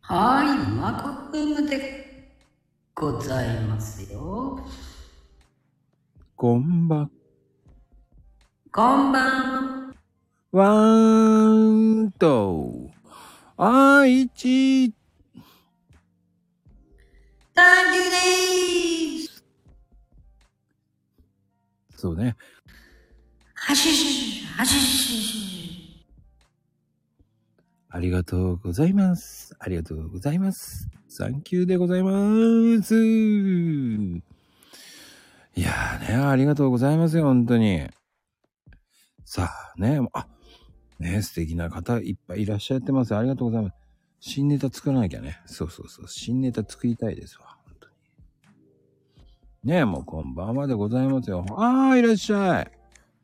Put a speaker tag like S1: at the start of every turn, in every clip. S1: はい、マコブームでございますよ。
S2: こんばん
S1: こんばん
S2: わ
S1: は。
S2: ーんと、愛知、
S1: 単純です。
S2: そうね。
S1: はしし、はしし。
S2: ありがとうございます。ありがとうございます。サンキューでございます。いやーね、ありがとうございますよ、本当に。さあね、あ、ね、素敵な方いっぱいいらっしゃってます。ありがとうございます。新ネタ作らなきゃね。そうそうそう。新ネタ作りたいですわ。本当に。ねえ、もうこんばんはでございますよ。あー、いらっしゃい。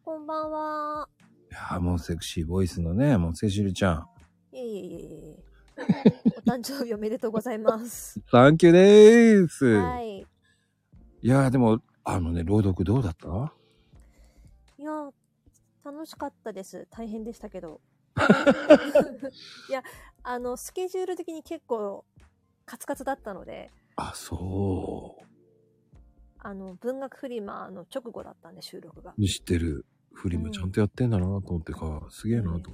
S3: こんばんは。
S2: いやーもうセクシーボイスのね、もうセシルちゃん。
S3: いえいえいえいえ。お誕生日おめでとうございます。
S2: サンキューでーす。
S3: はい。
S2: いやーでも、あのね、朗読どうだった
S3: いやー、楽しかったです。大変でしたけど。いや、あの、スケジュール的に結構カツカツだったので、
S2: あ、そ
S3: あの、文学フリマの直後だったんで、収録が。
S2: う。知ってる。フリ
S3: う
S2: も
S3: ん
S2: ちゃんとやってんだなと思ってか、すげえなと思って。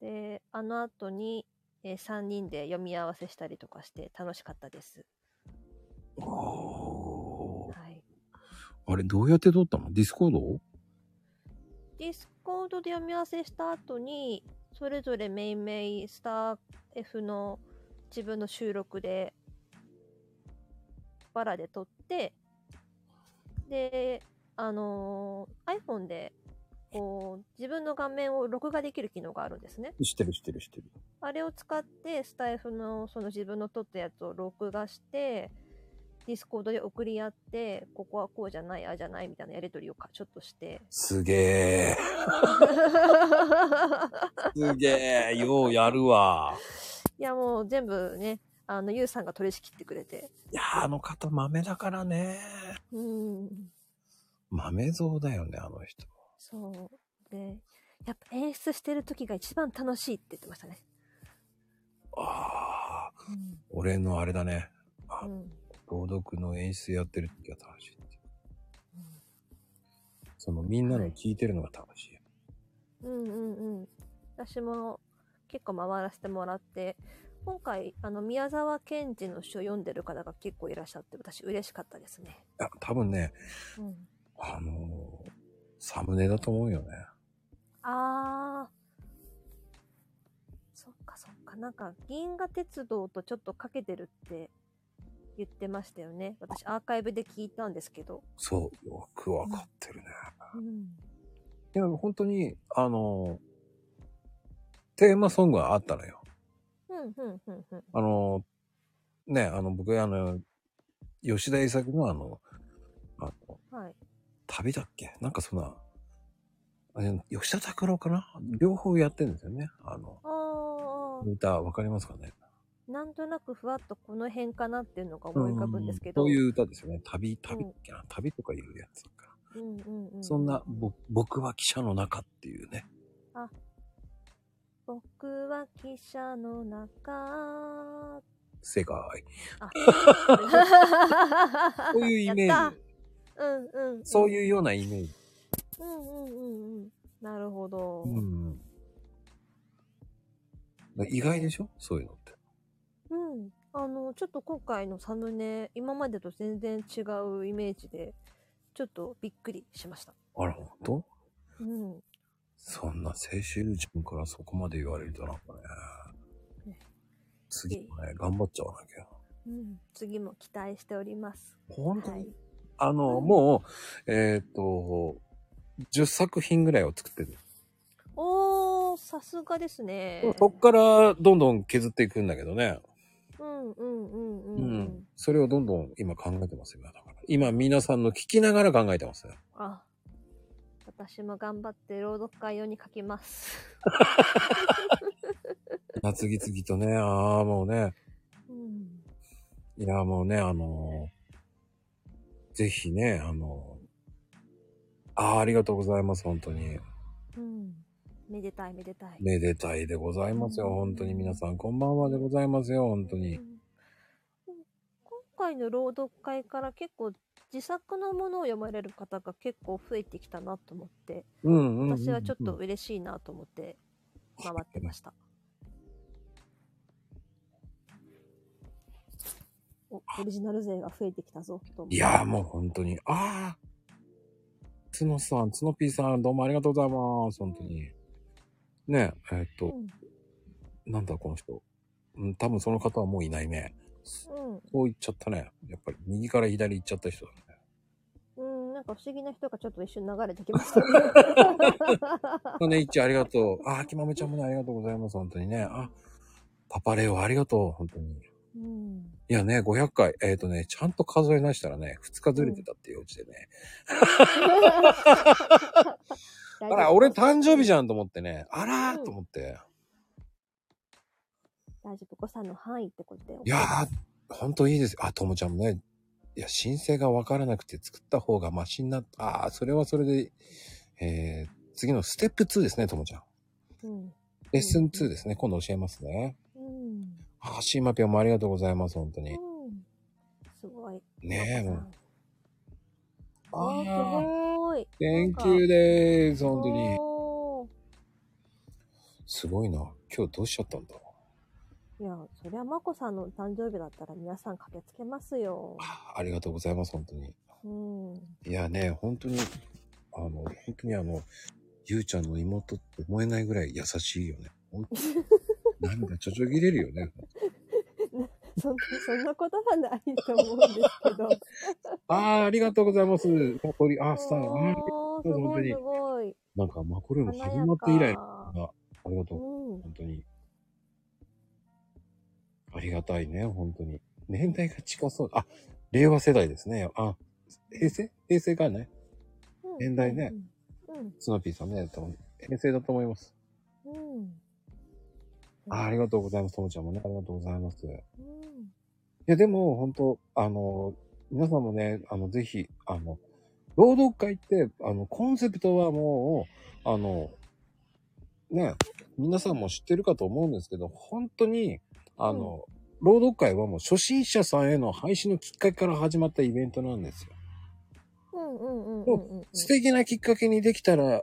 S3: で、あの後に、え3人で読み合わせしたりとかして楽しかったです。
S2: お
S3: はい。
S2: ーあれ、どうやって撮ったのディスコード
S3: ディスコードで読み合わせした後に、それぞれメインメインスター F の自分の収録で、バラで撮って、で、あのー iPhone で、こう、自分の画面を録画できる機能があるんですね。
S2: 知ってる知ってる知ってる。
S3: あれを使って、スタイフの、その自分の撮ったやつを録画して、ディスコードで送り合って、ここはこうじゃない、ああじゃない、みたいなやりとりをかちょっとして。
S2: すげえ。すげえ。ようやるわ。
S3: いやもう全部ね、あの、ゆうさんが取り仕切ってくれて。
S2: いやーあの方豆だからね。
S3: うん。
S2: 豆像だよね、あの人。
S3: そう。で、やっぱ演出してる時が一番楽しいって言ってましたね。
S2: ああ、
S3: うん。
S2: 俺のあれだね。
S3: う
S2: あ
S3: ん、
S2: 朗読の演出やってる時が楽しいって。そのみんなの聞いてるのが楽しい。
S3: うんうんうん。私も結構回らせてもらって、今回、あの、宮沢賢治の詩を読んでる方が結構いらっしゃって、私嬉しかったですね。
S2: あ多分ね、
S3: うん。
S2: あのーサムネだと思うよね。
S3: あー。そっかそっか。なんか、銀河鉄道とちょっとかけてるって言ってましたよね。私、アーカイブで聞いたんですけど。
S2: そう、よくわかってるね。
S3: うん。
S2: いや、本当に、あのーテーマソングがあったのよ。
S3: うん、うん、うん、うん。
S2: あのーね、あの、僕、あの、吉田栄作のあの、あの、
S3: はい。
S2: 旅だっけなんかそんな、あれ吉田拓郎かな両方やってるんですよね。あの、
S3: あー、
S2: 歌、わかりますかね
S3: なんとなくふわっとこの辺かなっていうのが思い浮かぶんですけど。。
S2: そういうう歌ですよね。旅、旅だっけな、旅とかいうやつかな。
S3: うん、うん、うん。
S2: そんな、ぼ僕は汽車の中っていうね。
S3: 僕は汽車の中。
S2: 正解。
S3: あ
S2: こういうイメ
S3: や
S2: ー
S3: っ
S2: ジ。
S3: たうんうんうん。
S2: そう
S3: う。
S2: いうようなイメージ。
S3: うんうんうんうん。なるほど。
S2: うん。意外でしょそういうのって。
S3: うん。あの、ちょっと今回のサムネ、今までと全然違うイメージで、ちょっとびっくりしました。
S2: あら、ほんと
S3: うん。
S2: そんなセシルちゃんからそこまで言われるとなんかね
S3: ね。
S2: 次もね、頑張っちゃわなきゃ。
S3: うん、次も期待しております。
S2: 本当
S3: は
S2: に
S3: い。
S2: あの、
S3: うん
S2: もう、えーっと、10作品ぐらいを作ってる。
S3: おー、さすがですね。
S2: そっからどんどん削っていくんだけどね。
S3: うんうんうんうん。
S2: う
S3: うんん、。
S2: それをどんどん今考えてますよ、今だから。今皆さんの聞きながら考えてますよ。
S3: あ、私も頑張って朗読会用に書き ます。
S2: ま次々とね、ああ、もうね、
S3: うん。
S2: いや、もうね、あのーぜひね、あのーああ、ありがとうございます、本当に。
S3: うん。めでたいめでたい。
S2: めでたいでございますよ。本当に皆さん、こんばんはでございますよ。本当
S3: うん
S2: に。
S3: 今回の朗読会から結構自作のものを読まれる方が結構増えてきたなと思って、
S2: うんうん、うん。
S3: 私はちょっと嬉しいなと思って回ってました。お、オリジナル勢が増えてきたぞ、と思って
S2: いやーもう本当に。ああつのさん、つのぴーさん、どうもありがとうございます。本当に。ねえ、えーっと、
S3: うん
S2: なんだこの人。うん、多分その方はもういないね。
S3: うん。
S2: そう言っちゃったね。やっぱり右から左行っちゃった人だね。
S3: うん、なんか不思議な人がちょっと一瞬流れてき ましたね。
S2: まあね、いっちありがとう。あー、きまめちゃんもね、ありがとうございます。本当にね。あ、パパレオありがとう。本当に。
S3: うん、
S2: いやね、500回。えーっ、とね、ちゃんと数え出したらね、2日ずれてたっていううちでね。あら、俺誕生日じ
S3: ゃん
S2: ゃんと思ってね。あら
S3: う
S2: ー
S3: ん
S2: と思って。
S3: 大丈夫、誤差の範囲ってことだよ。
S2: いやー、ほんといいです。あ、ともちゃんもね、いや、申請がわからなくて作った方がマシになった。あー、それはそれで、えー、次のステップ2ですね、ともちゃん。
S3: うん。
S2: レッスン2ですね。今度教えますね。
S3: うん。
S2: あー、シーマピョンもありがとうございます、本当に。
S3: うんすごい。
S2: ねえ、もう。
S3: あ
S2: あ
S3: すごい。
S2: ー、Thank you でーす、本当に。
S3: おー
S2: すごいな。今日どうしちゃったんだろう。
S3: いや、そりゃ、まこさんの誕生日だったら皆さん駆けつけますよ。
S2: あーありがとうございます、本当に。
S3: うん。
S2: いやね、本当に、あの、本当にあの、ゆうちゃんの妹って思えないぐらい優しいよね。本 当になんかちょちょぎれるよね。
S3: そんそんなことはないと思うんですけど。
S2: ああ、ありがとうございます。マコリ、あー、スター、あー
S3: おーす
S2: りがとう本
S3: ご
S2: 当
S3: い
S2: に
S3: すごい。
S2: なんかマコリの
S3: 華
S2: 始
S3: や
S2: まって以来、あ
S3: か。
S2: りがと
S3: う
S2: う。
S3: ん。
S2: 本当に。ありがたいね、本当に。年代が近そう。あ、令和世代ですね。あ、平成平成かね。
S3: うん
S2: 年代ね。
S3: うん。
S2: スノーピーさんね、多分平成だと思います。
S3: うん。
S2: あーありがとうございます。ともちゃんもね、ありがとうございます。
S3: うん。
S2: いや、でも、本当あの、皆さんもね、あの、ぜひ、あの、朗読会って、あの、コンセプトはもう、あの、ね、皆さんも知ってるかと思うんですけど、本当に、あの、朗読会はもう初心者さんへの配信のきっかけから始まったイベントなんですよ。
S3: うんうんうんうんうんうん。
S2: 素敵なきっかけにできたら、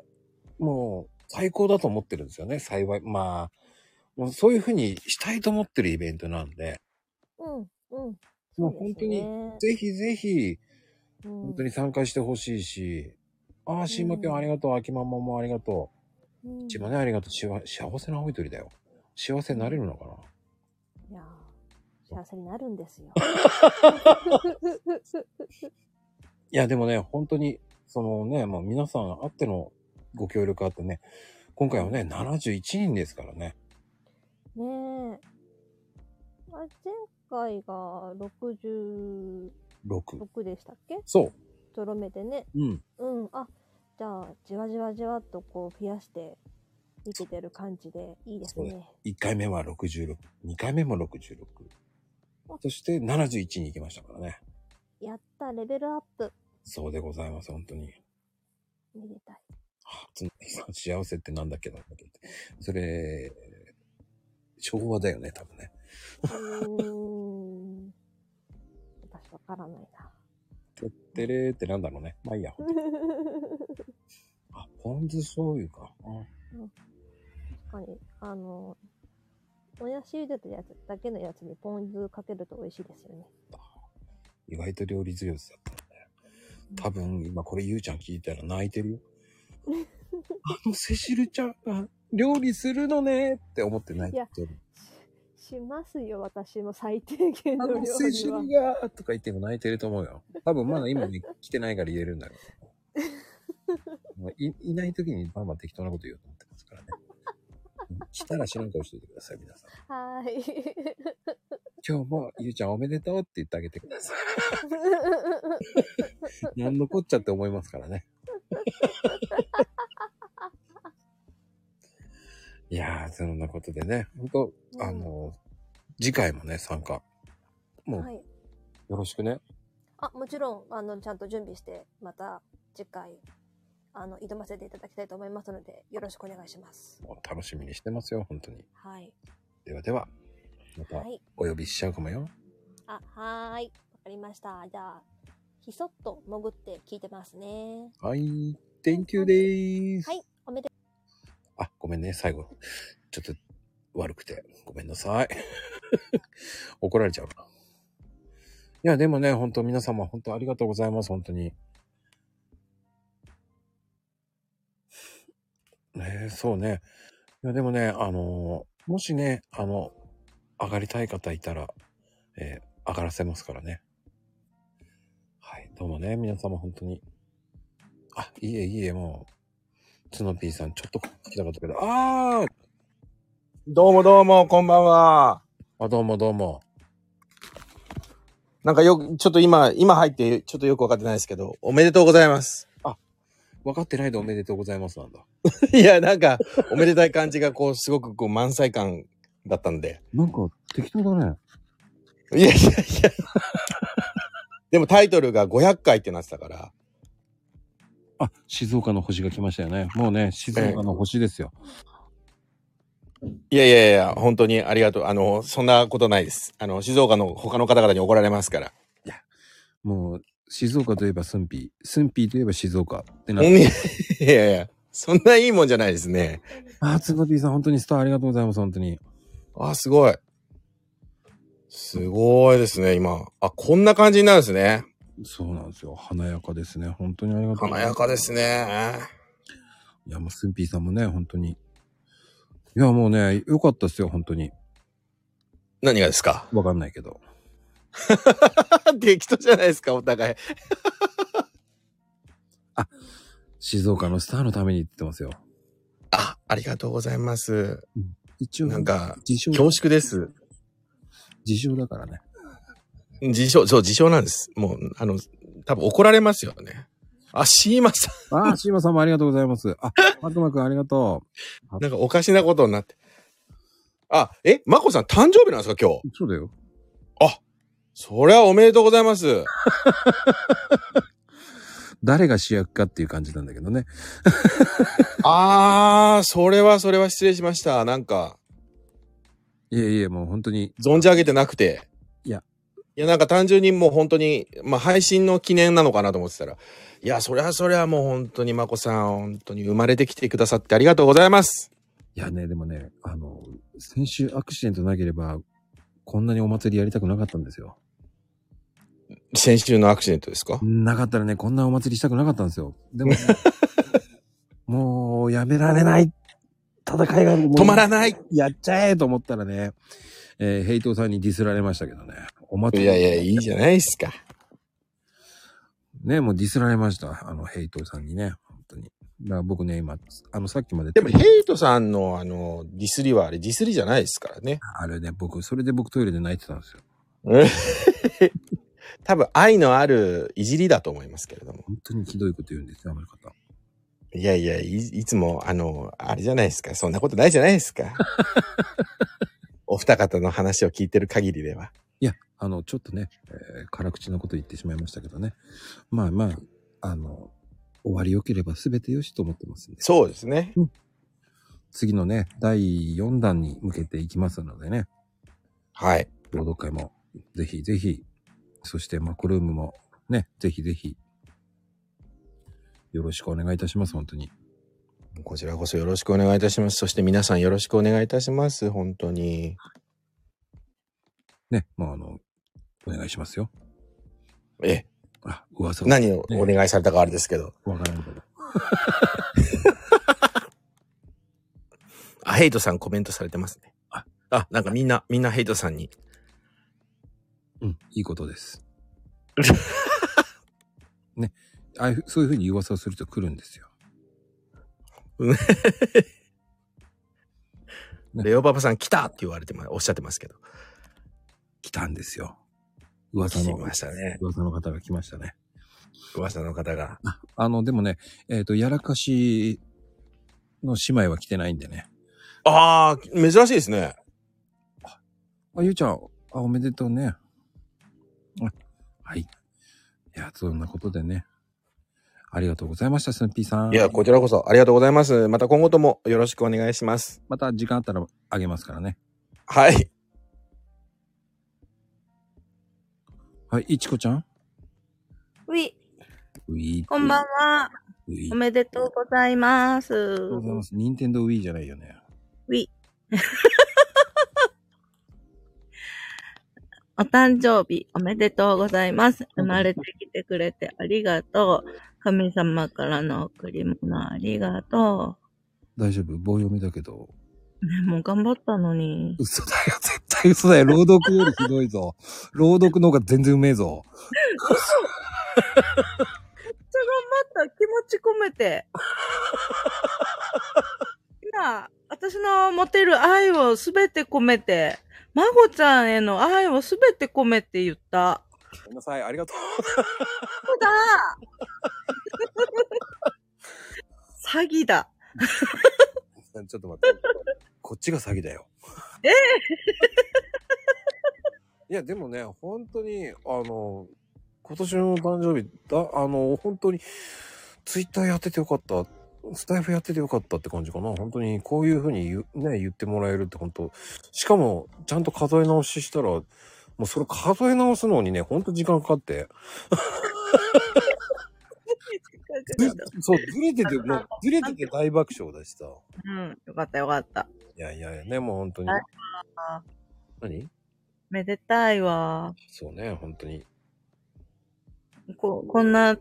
S2: もう、最高だと思ってるんですよね、幸い。まあ、もうそういうふうにしたいと思ってるイベントなんで、
S3: うんうん。
S2: もう
S3: そうです
S2: 本当に
S3: ね
S2: ぜひぜひ、
S3: うん
S2: 本当に参加してほしいし、ああ、シーマピョンありがとう、秋ママもありがと
S3: うん
S2: う、ちまねありがとう、しわ幸せな青い鳥だよ。幸せになれるのかない
S3: やー幸せになるんです よ。
S2: いや、でもね、本当に、そのね、もう皆さんあってのご協力あってね、今回はね、71人ですからね。
S3: ねえ。あ前回が66
S2: 6。
S3: でしたっけ
S2: そ
S3: とろめでね。
S2: う。うん。
S3: うん。あ、じゃあ、じわじわじわっとこう増やして、いけてる感じでいいです
S2: そ
S3: ね。
S2: 1回目は66、2回目も66。そして71に行きましたからね。
S3: やった、レベルアップ。
S2: そうでございます、本当に。
S3: めでたい。
S2: はあつまりさ幸せってなんだっけなんだっけって。それ、昭和だよね、多分ね。
S3: うーん。私わからないな。
S2: てれーってなんだろうね。まあいいや。
S3: 確
S2: あ、ポン酢醤油か。あ
S3: かに、あの、もやし茹でたやつだけのやつにポン酢かけると美味しいですよね。
S2: 意外と料理強いやつだったね。多分今これゆうちゃん聞いたら泣いてるよ。あのセシルちゃんが料理するのねって思って泣いてる。
S3: ししますよ、私も最低限
S2: あ
S3: の料
S2: のセシ
S3: 理は
S2: ル。がとか言っても泣いてると思うよ。多分まだ今ね、来てないから言えるんだろ う。まあいいない時にバンバン適当なこと言おうと思ってますからね。来たら知らん顔していてください、皆さん。
S3: はーい。
S2: 今日もゆうちゃんおめでとうって言ってあげてください。 何のこっちゃって思いますから ね。いやー、そんなことでね、本当
S3: うん
S2: あの、次回もね、参加。も
S3: は
S2: う、
S3: い。
S2: よろしくね。
S3: あ、もちろん、あの、ちゃんと準備して、また次回あの、挑ませていただきたいと思いますので、よろしくお願いします。
S2: もう楽しみにしてますよ、本当に。
S3: はい。
S2: ではでは、また
S3: はい。
S2: お呼びしちゃうかもよ。
S3: あ、はーい。わかりました。じゃあ、ひそっと潜って聞いてますね。
S2: はい、Thank you でーす。
S3: はい。おめで
S2: あ、ごめんね、最後。ちょっと悪くて。ごめんなさい。怒られちゃうな。いや、でもね、本当皆様、本当ありがとうございます、本当に。ねえ、そうね。いや、でもね、あのー、もしね、あの、上がりたい方いたら、えー上がらせますからね。はい、どうもね、皆様、本当に。あ、いいえ、いいえ、もう、ツノピーさん、ちょっと聞きたかったけど、あー
S4: どうもどうも、こんばんは。
S2: あ、どうもどうも。
S4: なんかよく、ちょっと今、今入って、ちょっとよくわかってないですけど、おめでとうございます。
S2: 分かってないでおめでとうございますなんだ。
S4: いや、なんか、おめでたい感じが、こう、すごく、こう、満載感だったんで。
S2: なんか適当だね。
S4: いやいやいや。でもタイトルが500回ってなってたから、
S2: あ、静岡の星が来ましたよね。もうね、静岡の星ですよ。
S4: いやいやいや、本当にありがとう。あの、そんなことないです。あの、静岡の他の方々に怒られますから。
S2: もう、静岡といえば駿府、駿府といえば静岡ってなっ
S4: い
S2: て。
S4: やいやいや、そんないいもんじゃないですね。
S2: あ、ツノピーさん、本当にスターありがとうございます、本当に。
S4: あ、すごい。すごいですね、今。あ、こんな感じになるんですね。
S2: そうなんですよ。華やかですね。本当にありがとうございま
S4: 華やかですね。
S2: いや、もう駿府さんもね、本当に。いや、もうね、良かったですよ、本当に。
S4: 何がですか
S2: わかんないけど。
S4: 適当じゃないですか、お互い。
S2: 静岡のスターのためにって言ってますよ。
S4: あ、ありがとうございます。
S2: 一応、
S4: なんか、
S2: 自称、
S4: 恐縮です。
S2: 自称だからね。
S4: 自称、そう、自称なんです。もう、あの、多分怒られますよね。あ、シーマさ
S2: あー、シーマさんもありがとうございます。あ、マクマくんありがと
S4: ん、なんかおかしなことになって。あ、え、マコさん誕生日なんですか、今日
S2: う。。そうだよ。
S4: そりゃおめでとうございます。
S2: 誰が主役かっていう感じなんだけどね。
S4: あー、それはそれは失礼しました。なんか、
S2: いえいえ、もう本当に、
S4: 存じ上げてなくて。
S2: いや。
S4: いや、なんか単純にもう本当に、まあ配信の記念なのかなと思ってたら、いや、そりゃそりゃもう本当にまこさん、本当に生まれてきてくださってありがとうございます。
S2: いやね、でもね、あの、先週アクシデントなければ、こんなにお祭りやりたくなかったんですよ。
S4: 先週のアクシデントですか
S2: なかったらね、こんなお祭りしたくなかったんですよ。で も、もうやめられない戦いが止
S4: 止まらない
S2: やっちゃえと思ったらね、えー、ヘイトさんにディスられましたけどね。お
S4: い
S2: 祭り。
S4: やいや、いいじゃないですか。
S2: ね、もうディスられました。あの、ヘイトさんにね、本当に。だから僕ね、今、あの、さっきまで。
S4: でも、ヘイトさんのあの、ディスりはあれ、ディスりじゃないですからね。
S2: あれね、僕、それで僕トイレで泣いてたんですよ。
S4: 多分、愛のあるいじりだと思いますけれども。
S2: 本当にひどいこと言うんですよ、あの方。
S4: いやいや、いいつも、あの、あれじゃないですか。そんなことないじゃないです か。お二方の話を聞いてる限りでは。
S2: いや、あの、ちょっとね、えー辛口なこと言ってしまいましたけどね。まあまあ、あの、終わり良ければ全て良しと思ってますんで。
S4: そうですね。
S2: 次のね、第4弾に向けていきますのでね、
S4: はい。
S2: 朗読会も、ぜひぜひ、そしてマコルームも、ね、ぜひぜ ひ、よろしくお願いいたします、本当に。
S4: こちらこそよろしくお願いいたします。そして皆さんよろしくお願いいたします。本当に。
S2: ね、もうあの、お願いしますよ。
S4: え、
S2: あ、噂が
S4: 何をお願いされたかあれですけど。
S2: わからんけど。
S4: あ、ヘイトさんコメントされてますね。あ、あなんかみんな、みんなヘイトさんに。
S2: うん、いいことです。ね、ああいうそういうふうに噂をすると来るん ですよ。
S4: レオパパさん来たって言われてま、おっしゃってますけど。
S2: 来たんですよ。噂の
S4: 来、ましたね。
S2: 噂の方が来ましたね。
S4: 噂の方が。
S2: あの、でもね、えっ、と、やらかしの姉妹は来てないんでね。
S4: ああ、珍しいですね。
S2: あ、ゆうちゃん、あ、おめでとうね。あはい。いや、そんなことでね。ありがとうございました、スヌーピーさん。
S4: いや、こちらこそありがとうございます。また今後ともよろしくお願いします。
S2: また時間あったらあげますからね。
S4: はい。
S2: はい、いちこちゃん。
S5: うい、
S2: ウィー。
S5: こんばんは。
S2: ウィー。
S5: お
S2: あり
S5: めでとうございます。
S2: がとうござい
S5: ウ
S2: ます。ニンテンドーウィーじゃないよね。
S5: ィ。 お誕生日おめでとうございます。生まれてきてくれてありがとう。神様からの贈り物ありがと
S2: 大丈夫棒読みだけど。
S5: う。ね、もう頑張ったのに。
S2: 嘘だよ、絶対嘘だよ。朗読よりひどいぞ。朗読の方が全然うめえぞ。
S5: めっちゃ頑張った。気持ち込めて。今、私の持てる愛をすべて込めて、まごちゃんへの愛をすべて込めて言った。
S2: ごめんなさい、ありがとう。
S5: そう だ詐欺だ。
S2: ちょっと待って。こっちが詐欺だよ。
S5: え
S2: いや、でもね、本当に、あの、今年の誕生日、だ、あの、本当に、ツイッターやっててよかった、スタイフやっててよかったって感じかな。本当に、こういうふうに言うね、言ってもらえるって本当、しかも、ちゃんと数え直ししたら、もうそれ数え直すのにね、ほんと時間かかって。ず そう、ずれてて、もう、ずれてて大爆笑だしさ。
S5: うん、よかったよかった。
S2: いやいやいや、ね、もう本当に
S5: はい。あ
S2: 何
S5: めでたいわ。
S2: そうね、本当に。
S5: ここんな、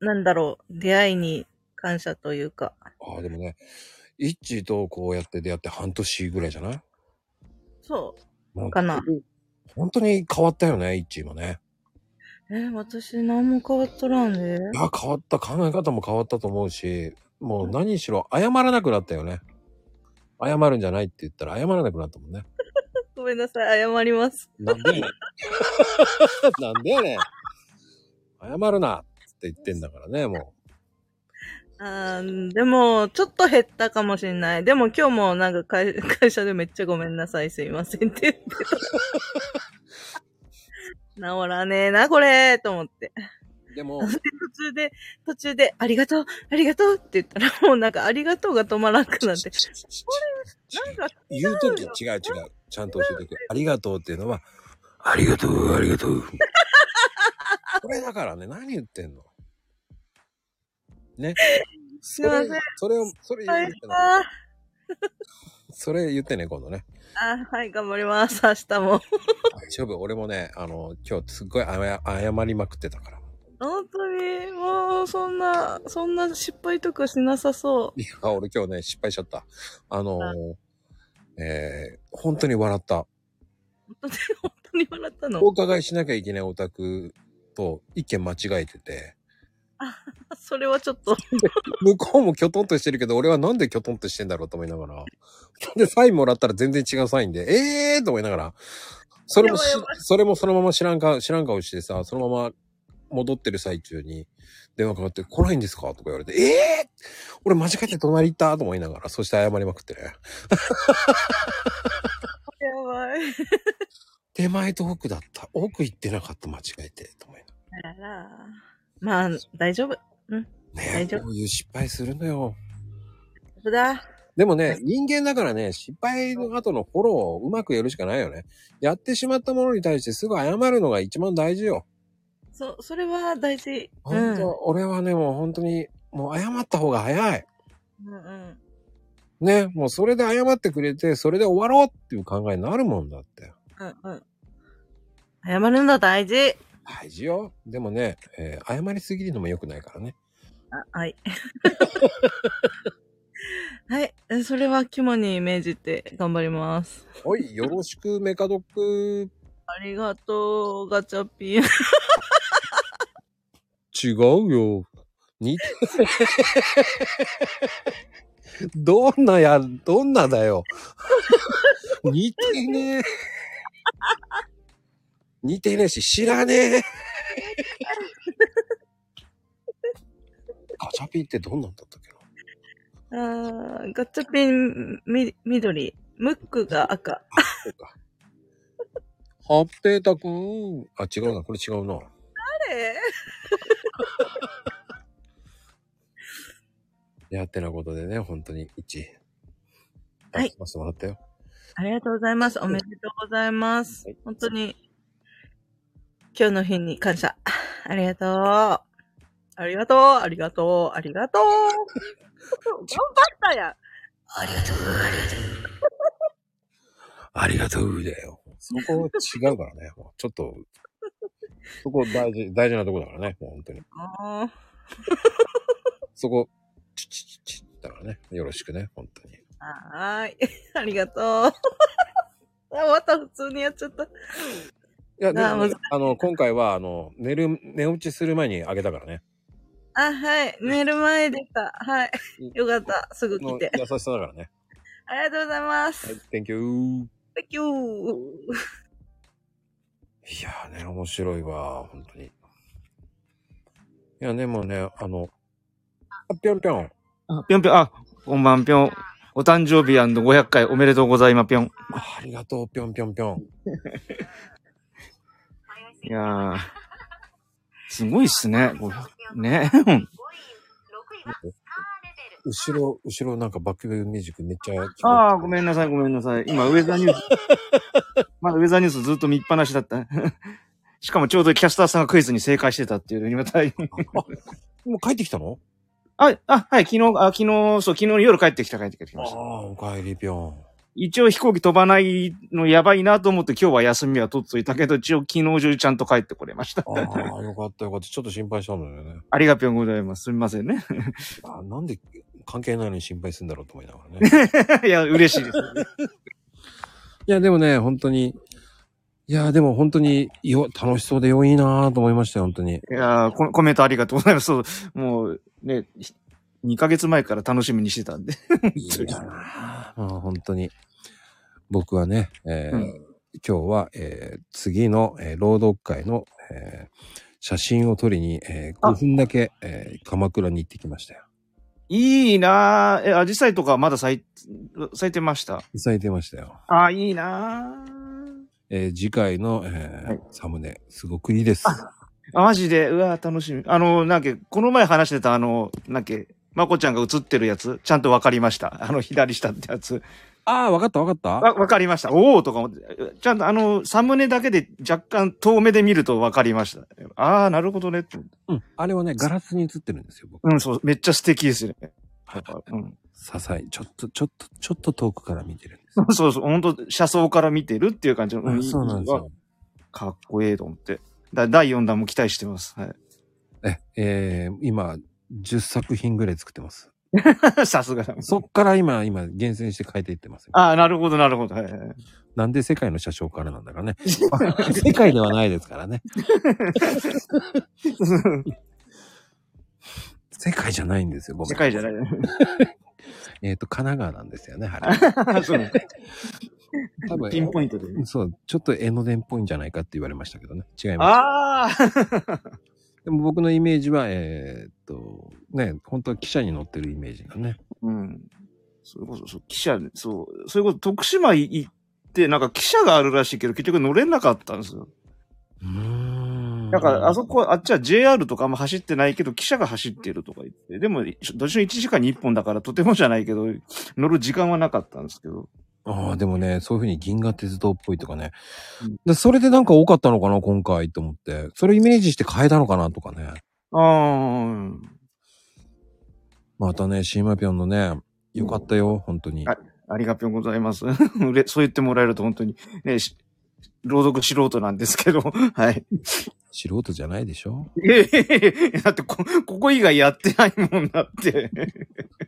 S5: なんだろう、出会いに感謝というか。
S2: ああ、でもね、イッチーとこうやって出会って半年ぐらいじゃない
S5: そう。
S2: もう
S5: かな。
S2: 本当に変わったよね、イッチーもね。
S5: え、私何も変わっとらんで。
S2: いや、変わった、考え方も変わったと思うし、もう何しろ謝らなくなったよね。謝るんじゃないって言ったら謝らなくなったもんね。
S5: ごめんなさい、謝ります。
S2: なんでやねん。 なんでやねん。謝るなって言ってんだからね、も
S5: あーでも、ちょっと減ったかもしんない。でも今日もなんか会会社でめっちゃごめんなさい、すいませんって言ってた。治らねえな、これと思って。
S2: う。でも、
S5: 途中で、途中で、ありがとう、ありがとうって言ったら、もうなんかありがとうが止まらなくなって。なんか、
S2: 言うとき、違う違う。ちゃんと教えてくれ。ありがとうっていうのは、ありがとう、ありがと う。これだからね、何言ってんのね。それ
S5: すいません、
S2: それを、それ言
S5: あ
S2: ってね。それ言ってね、今度ね。
S5: あ、はい、頑張ります、明日も。
S2: 大丈夫。俺もね、あの、今日すっごいあや謝りまくってたから。
S5: 本当に、もう、そんな、そんな失敗とかしなさそう。
S2: いや、俺今日ね、失敗しちゃった。あのー、えー、本当に笑った。
S5: 本当に、本当に笑ったの
S2: お伺いしなきゃいけないオタクと意見間違えてて。
S5: それはちょっと、
S2: 向こうもキョトンとしてるけど、俺はなんでキョトンとしてんだろうと思いながら。で、サインもらったら全然違うサインで、ええーと思いながら。それもし
S5: やばいやば、
S2: それもそのまま知らんか、知らん顔してさ、そのまま戻ってる最中に電話かかって、来ないんですかとか言われて、ええー俺間違えて隣行ったと思いながら、そして謝りまくってね。
S5: やばい。
S2: 手前と奥だった。奥行ってなかった、間違えて。と思い
S5: あら、まあ、大丈夫。
S2: ながら。
S5: 大
S2: ねえ、
S5: 丈夫
S2: こういう失敗するのよ。
S5: 大丈夫だ。
S2: でもね、人間だからね、失敗の後のフォローをうまくやるしかないよね。やってしまったものに対してすぐ謝るのが一番大事よ。
S5: そ、それは大事。
S2: 本当、俺はね、もう本当に、もう謝った方が早い。
S5: うん。うんうん。
S2: ね、もうそれで謝ってくれて、それで終わろうっていう考えになるもんだって。
S5: うんうん。謝るの大事。
S2: 大事よ。でもね、えー謝りすぎるのも良くないからね。
S5: あ、はい。 はい。えそれは肝に銘じて頑張ります。
S2: おい、よろしく、メカドック。
S5: ありがとう、ガチャピン。
S2: 違うよ。似てどんなや、どんなだよ。似て ねえ。似てねえし、知らねえ。ガチャピンってどんなんだったっけな
S5: あーガチャピン、み、緑。ムックが赤。
S2: そうか。ハッペータくん。あ、違うな。これ違うな。
S5: 誰
S2: 出会ってなことでね、本当に、一。
S5: はい。
S2: 出してもらったよ。
S5: ありがとうございます。おめでとうございます。本当に、今日の日に感謝。ありがとう。ありがとう。ありがとう。ありがとう。頑張ったやん。
S6: ありがとう、ありがとう。
S2: ありがとうだよ。そこは違うからね。もうちょっと、そこ大事、大事なとこだからね。もう本当に。
S5: あ
S2: そこ、チッチッチッチッだからね。よろしくね、本当に。
S5: ーはーい。 ありがとう。あまた普通にやっちゃった。
S2: いや、で
S5: あー
S2: も
S5: 難しい、
S2: あの、今回は、あの、寝る、寝落ちする前にあげたからね。
S5: あ、はい。寝る前でした。はい。よかった。すぐ
S2: の
S5: 来
S2: 優
S5: て。
S2: しさだからね。
S5: ありがとうございます。
S2: はい、Thank you.
S5: Thank you.
S2: いやーね、面白いわ、本当に。いや、でもね、あの、あぴょんぴょん。
S7: あぴょんぴょん、あ、こんばんぴょん。お誕生日 &500 回おめでとうございますぴょん。
S2: ありがとう、ぴょんぴょんぴょん。
S7: いやー、すごいっすね。500ね。 うん
S2: 後ろ、後ろなんかバックミュージックめっちゃ聞こえて
S7: ああ、ごめんなさい、ごめんなさい。今、ウェザーニュー ス、まだウェザーニュースずっと見っぱなしだった。 しかもちょうどキャスターさんがクイズに正解してたっていうのにま た、
S2: もう帰ってきたの
S7: あ、あ、はい、昨日、あ、昨日、そう、昨日の夜帰ってきた、帰ってき
S2: あ
S7: ました。
S2: あ、おかえりぴょん。
S7: 一応飛行機飛ばないのやばいなと思って今日は休みは取っといたけど、一応昨日中ちゃんと帰ってこれました。
S2: ああ、よかったよかった。ちょっと心配したんだよね。
S7: ありがとうございます。すみませんね。
S2: あなんで関係ないのに心配するんだろうと思いながらね。
S7: いや、嬉しいです。
S2: いや、でもね、本当に、いや、でも本当によ、楽しそうで良いなぁと思いましたよ、本当に。
S7: いやーココメントありがとうございます。そう、もうね、ひ2ヶ月前から楽しみにしてたんで。
S2: い
S7: 当に
S2: なぁもう本当に。僕はね、えー
S7: う
S2: 今日は、えー次の、えー、朗読会の、えー写真を撮りに、えー
S7: あ
S2: 5分だけ、えー鎌倉に行ってきましたよ。
S7: いいなーえ、アジサイとかまだ咲い咲いてました。
S2: 咲いてましたよ。
S7: あー、いいなー
S2: えー次回の、えー
S7: はい
S2: サムネ、すごくいいです。
S7: あ、マジで、うわー楽しみ。あの、なんか、この前話してたあの、なんか、まこちゃんが映ってるやつ、ちゃんとわかりました。あの、左下ってやつ。
S2: ああ、わかったわかった。
S7: わ、わかりました。おおとか思って、ちゃんとあの、サムネだけで若干遠目で見るとわかりました。ああ、なるほどね って。
S2: うん。あれはね、ガラスに映ってるんですよ、僕。
S7: うん、そう、めっちゃ素敵ですね。やっぱうん、
S2: 支え、ちょっと、ちょっと、ちょっと遠くから見てるんです。
S7: そうそう、本当車窓から見てるっていう感じの。
S2: うんそうなんですよ。
S7: かっこええと思って。だ第4弾も期待してます。はい。
S2: え、えー今、10作品ぐらい作ってます。
S7: さすがだ。
S2: そっから今、今、厳選して変えていってます。
S7: ああ、なるほど、なるほど。はいはいはい
S2: なんで世界の車掌からなん だからね。世界ではないですからね。世界じゃないんですよ、僕。
S7: 世界じゃない。
S2: えっ、と、神奈川なんですよね、あれ。
S7: そう
S2: 多分
S7: ピンポイントでね。
S2: そう、ちょっと江ノ電っぽいんじゃないかって言われましたけどね。違います。
S7: ああ
S2: でも僕のイメージは、えーっと、ね、本当は汽車に乗ってるイメージがね。
S7: うん。それこそ、そう、汽車、そう、それこそ徳島行って、なんか汽車があるらしいけど、結局乗れなかったんですよ。
S2: うん
S7: だから、あそこ、あっちは JR とかあんま走ってないけど、汽車が走ってるとか言って、でも、どっちも1時間に1本だから、とてもじゃないけど、乗る時間はなかったんですけど。
S2: ああ、でもね、そういうふうに銀河鉄道っぽいとかね
S7: うん。
S2: でそれでなんか多かったのかな、今回と思って。それイメージして変えたのかなとかね。
S7: あー
S2: またね、シーマピョンのね、よかったよ、本当に。
S7: あありがとうございます。 うれそう言ってもらえると本当に、ね、し朗読素人なんですけど、 はい。
S2: 素人じゃないでしょ
S7: いやいやいや だってこ、ここ以外やってないもんだって。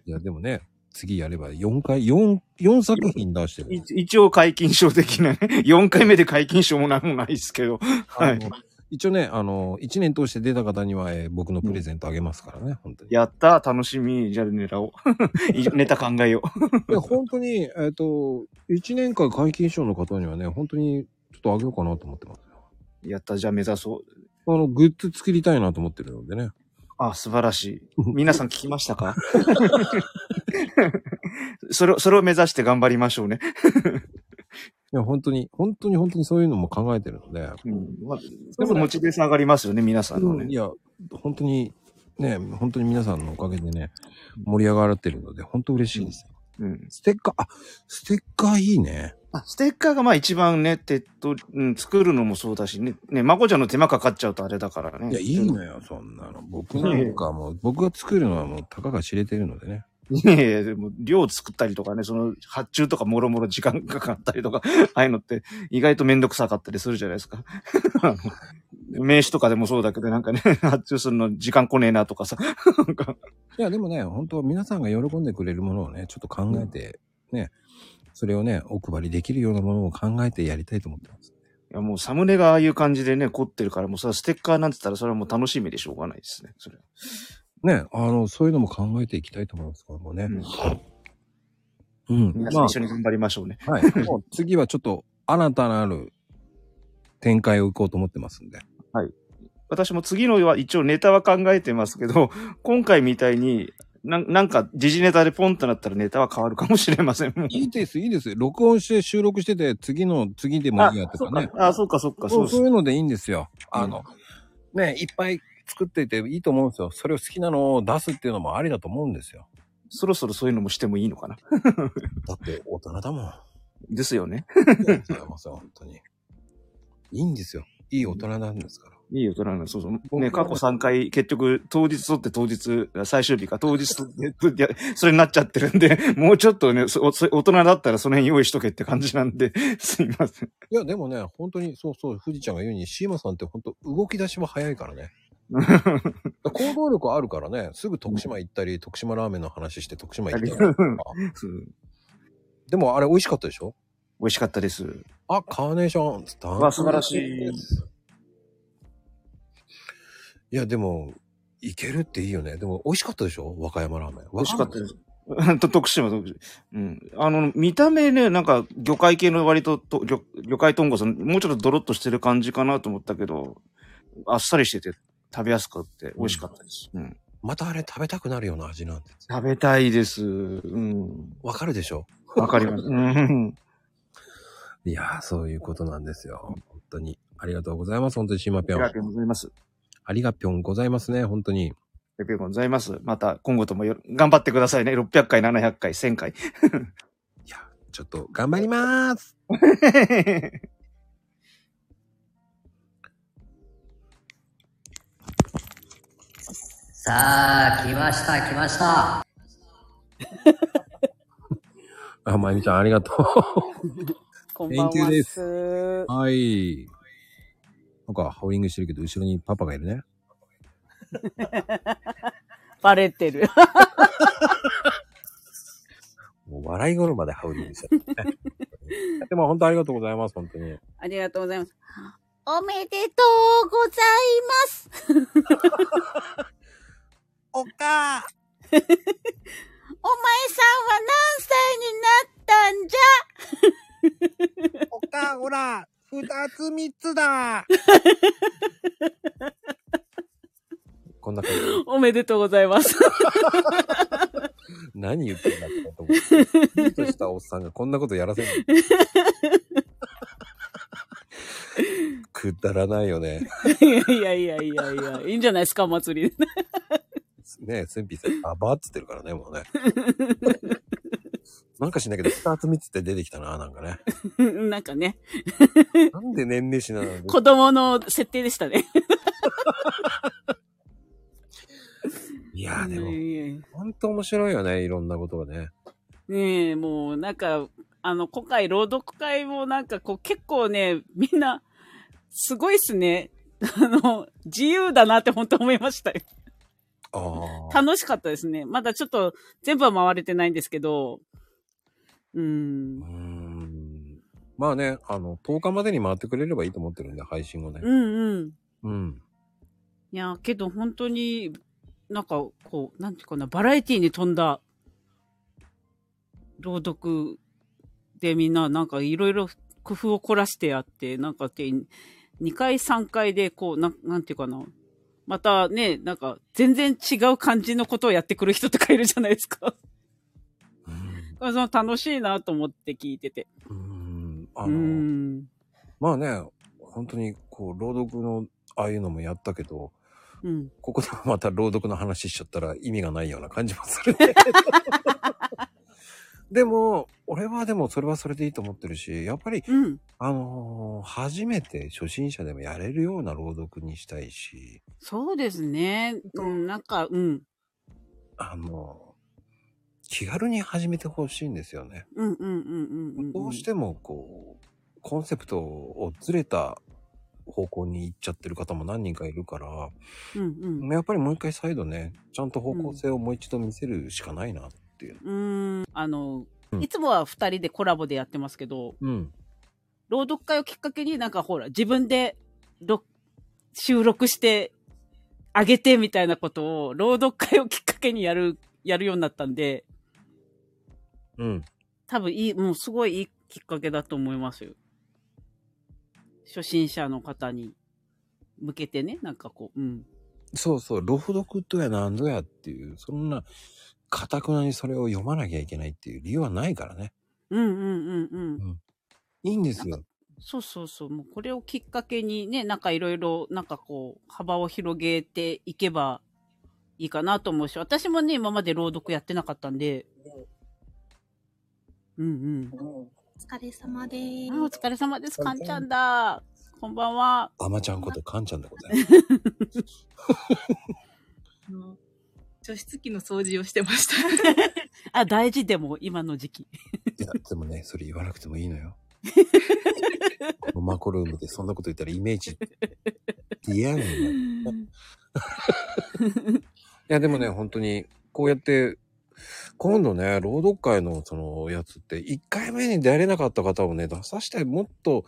S2: いや、でもね、次やれば4回、4、4作品出して
S7: い
S2: る。
S7: 一応解禁賞的な、4回目で解禁賞もなんもないですけど、は
S2: あ
S7: い
S2: の。一応ね、あの、1年通して出た方には、えー僕のプレゼントあげますからね、本当に。
S7: やったー楽しみ。じゃあ狙おう。 いネタ考えよう。
S2: いや、本当に、えっ、と、1年間皆勤賞の方にはね、本当にちょっとあげようかなと思ってます。
S7: やった、じゃあ目指そう。
S2: あの、グッズ作りたいなと思ってるのでね。
S7: あ、素晴らしい。 皆さん聞きましたか それを、それを目指して頑張りましょうね。
S2: いや、本当に、本当に本当にそういうのも考えてるので。
S7: うんまあ、でもモチベーション上がりますよね、皆さんの
S2: い
S7: ね。
S2: や、本当に、ね、本当に皆さんのおかげでね、盛り上がってるので、本当嬉しいです。
S7: うん。
S2: ステッカー、あ、ステッカーいいね。
S7: あ、ステッカーがまあ一番ね、手っ取り、うん、作るのもそうだしね、ね、まこちゃんの手間かかっちゃうとあれだからね。
S2: いや、いいのよ、そんなの。僕なんかもう、僕が作るのはもう、たかが知れてるのでね。
S7: いやいや、でも、量作ったりとかね、その、発注とかもろもろ時間かかったりとか、 ああいうのって、意外とめんどくさかったりするじゃないですか。 あの名刺とかでもそうだけど、なんかね、 発注するの時間来ねえなとかさ、 なんか、
S2: いや、でもね、本当皆さんが喜んでくれるものをね、ちょっと考えて、ね、それをね、お配りできるようなものを考えてやりたいと思ってます。
S7: いやもうサムネがああいう感じでね、凝ってるから、もうそれはステッカーなんつったら、それはもう楽しみでしょうがないですね。それは
S2: ね、あの、そういうのも考えていきたいと思いますから、もうね。うん。
S7: 皆さん
S2: ま
S7: 一緒に頑張りましょうね。
S2: あ、はい。 もう次はちょっと、新たなる展開をいこうと思ってますんで。
S7: 私も次のは一応ネタは考えてますけど、 今回みたいに、なんなんか、時事ネタでポンとなったらネタは変わるかもしれません。もう
S2: いいです、いいです。録音して収録してて、次の、次でもいいやとかね。
S7: あ、そうか、そうか、
S2: そ
S7: そうう
S2: そう
S7: そう。
S2: いうのでいいんですよ。あの、ね、いっぱい作っていていいと思うんですよ。それを好きなのを出すっていうのもありだと思うんですよ。
S7: そろそろそういうのもしてもいいのかな。
S2: だって大人だもん。あ
S7: ですよね。
S2: りがとうございます、本当に。 いいんですよ。いい大人なんですから。
S7: いい大人なの。そうそう。
S2: 僕
S7: ね、過去3回、結局、当日撮って当日、最終日か、当日撮って撮って、いやそれになっちゃってるんで、 もうちょっとね、そそ大人だったらその辺用意しとけって感じなんで、 すいません。
S2: いや、でもね、本当に、そうそう、富士ちゃんが言うように、シーマさんって本当動き出しも早いか らね。行動力あるからね、すぐ徳島行ったり、徳島ラーメンの話して徳島行ったりとか。
S7: そう
S2: でもあれ美味しかったでしょ
S7: 美味しかったです。
S2: あ、カーネーションつった。
S7: わ素晴らしい
S2: ですいや、でも、いけるっていいよね。でも、美味しかったでしょ和歌山ラーメン。
S7: 美味しかった
S2: わ
S7: です。 と徳島、徳島。うん。あの、見た目ね、なんか、魚介系の割とと魚、魚介豚骨の、もうちょっとドロッとしてる感じかなと思ったけど、あっさりしてて、食べやすくて、美味しかったです。うん。
S2: またあれ食べたくなるような味なんです。
S7: 食べたいです。うん。
S2: わかるでしょ
S7: わかります。うん。
S2: いやー、そういうことなんですよ。本当に。ありがとうございます。本当にシーマ
S7: あ
S2: ぴょ
S7: り
S2: ん
S7: が。とうございます。
S2: ありがぴょんございますね。本当に。
S7: ありがとうございます。また今後ともよ頑張ってくださいね。600回、700回、1000回。
S2: いや、ちょっと頑張りまー す。
S6: さあ、来ました、来ました。
S2: あ、まゆみちゃんありがと
S8: こんばん
S2: 研究
S8: は
S2: です
S8: す
S2: う。。はい。なんか、ハウリングしてるけど、後ろにパパがいるね。
S8: バレてる。
S2: もう笑い頃までハウリングして る、ね。でも本当ありがとうございます。本当に。
S8: ありがとうございます。おめでとうございます。
S2: おか
S8: お前さんは何歳になったんじゃ
S2: おかほら二つ三つだこんな感じ。
S8: おめでとうございます。
S2: 何言ってんだってと思って。いいとしたおっさんがこんなことやらせるの。くだらないよね。
S8: いやいやいやいやいや、いいんじゃないですか、お祭りで。
S2: ねえ、センピーさん、あばっつってるからね、もうね。なんかしないけど、二つ三つって出てきたな、なんかね。
S8: なんかね、
S2: なんで年齢しなの
S8: 子供の設定でしたね。
S2: いやーでも、
S8: いやいや
S2: ほんと面白いよね、いろんなことがね。
S8: ねえ、もうなんか、あの、今回朗読会もなんかこう結構ね、みんな、すごいっすね。あの、自由だなって本当思いましたよ。
S2: ああ。
S8: 楽しかったですね。まだちょっと全部は回れてないんですけど、う
S2: うんー。ん。まあね、あの、10日までに回ってくれればいいと思ってるんで、配信をね
S8: う。んうん。
S2: うん。
S8: いや、けど本当に、なんかこう、なんていうかな、バラエティに富んだ朗読でみんななんかいろいろ工夫を凝らしてあって、なんかて2回3回でこう、なんなんていうかな、またね、なんか全然違う感じのことをやってくる人とかいるじゃないですか。その楽しいなと思って聞いてて。
S2: うーん。あ
S8: う
S2: の、
S8: ん。
S2: まあね、本当に、こう、朗読の、ああいうのもやったけど、
S8: うん。
S2: ここでもまた朗読の話しちゃったら意味がないような感じもする、 でも、俺はでもそれはそれでいいと思ってるし、やっぱり、
S8: うん。
S2: あのー初めて初心者でもやれるような朗読にしたいし、
S8: そうですね。うん、なんか、うん。
S2: あのー気軽に始めてほしいんですよね。
S8: うんうんうんうんうん。
S2: どうしてもこう、コンセプトをずれた方向に行っちゃってる方も何人かいるから、
S8: うんうん。
S2: やっぱりもう一回再度ね、ちゃんと方向性をもう一度見せるしかないなっていう。
S8: うーん。あの、
S2: うん
S8: いつもは二人でコラボでやってますけど、
S2: うん。
S8: 朗読会をきっかけになんかほら、自分でろ収録して、あげてみたいなことを、朗読会をきっかけにやる、やるようになったんで、
S2: うん。
S8: 多分いい、もうすごいいいきっかけだと思いますよ。初心者の方に向けてね、なんかこう、うん。
S2: そうそう、朗読とや何ぞやっていう、そんな、かたくなにそれを読まなきゃいけないっていう理由はないからね。
S8: うんうんうんうん。
S2: いいんですよ。
S8: そうそうそう。もうこれをきっかけにね、なんかいろいろ、なんかこう、幅を広げていけばいいかなと思うし、私もね、今まで朗読やってなかったんで。うん
S9: お疲れ様で
S8: う
S9: ー
S8: ん。あお
S9: す。
S8: 疲れ様です。かんちゃんだ。こんば んは。
S2: あまちゃんことかんちゃんでございます。
S9: あの除湿機の掃除をしてました。
S8: あ、大事でも、今の時期。
S2: いや、でもね、それ言わなくてもいいのよ。このマコルームでそんなこと言ったらイメージ、リアルになる。いや、でもね、本当に、こうやって、今度ね、朗読会のそのやつって、1回目に出れなかった方をね、出さして、もっと、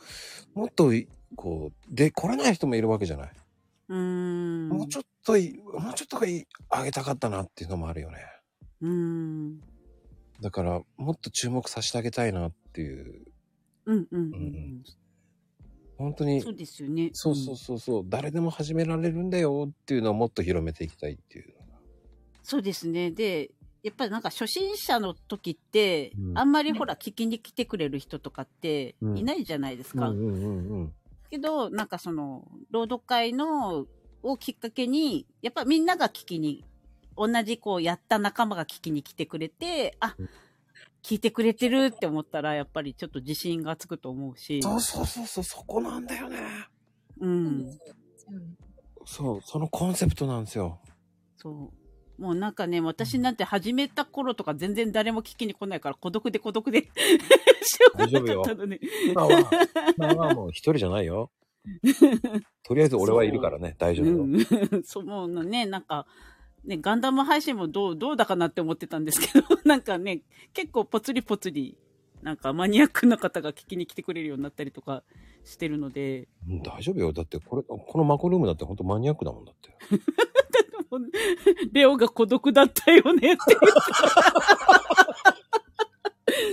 S2: もっとい、こう、で、来れない人もいるわけじゃない。
S8: うーん。
S2: もうちょっとい、もうちょっとがいい、あげたかったなっていうのもあるよね。
S8: うーん。
S2: だから、もっと注目させてあげたいなっていう、
S8: うんうんうんう
S2: うんん。本当
S8: そう
S2: に、
S8: ですよね。
S2: そうそうそうそう、誰でも始められるんだよっていうのをもっと広めていきたいっていう。
S8: そうですね。で、やっぱりなんか初心者の時って、
S2: うん
S8: あんまりほら聞きに来てくれる人とかって
S2: うん
S8: いないじゃないです
S2: うん
S8: か。
S2: うんうんうん。
S8: けど、なんかその、朗読会の、をきっかけに、やっぱみんなが聞きに、同じこうやった仲間が聞きに来てくれて、あ
S2: うん、
S8: 聞いてくれてるって思ったら、やっぱりちょっと自信がつくと思うし。
S2: そうそうそうそう、そこなんだよね。
S8: うん。
S2: そう、そのコンセプトなんですよ。
S8: そう。もうなんかね、私なんて始めた頃とか全然誰も聞きに来ないから、孤独で孤独でしょうがな かったのね。
S2: 今は、今はもう一人じゃない よ。とりあえず俺はいるからね、大丈夫よ。
S8: うん、 そう思うのね、なんか、ね、ガンダム配信もどう、どうだかなって思ってたんですけど、 なんかね、結構ぽつりぽつり、なんかマニアックな方が聞きに来てくれるようになったりとかしてるので、
S2: うん大丈夫よ。だってこれ、このマコルームだって本当マニアックだもんだっ て。
S8: もうレオが孤独だったよね って。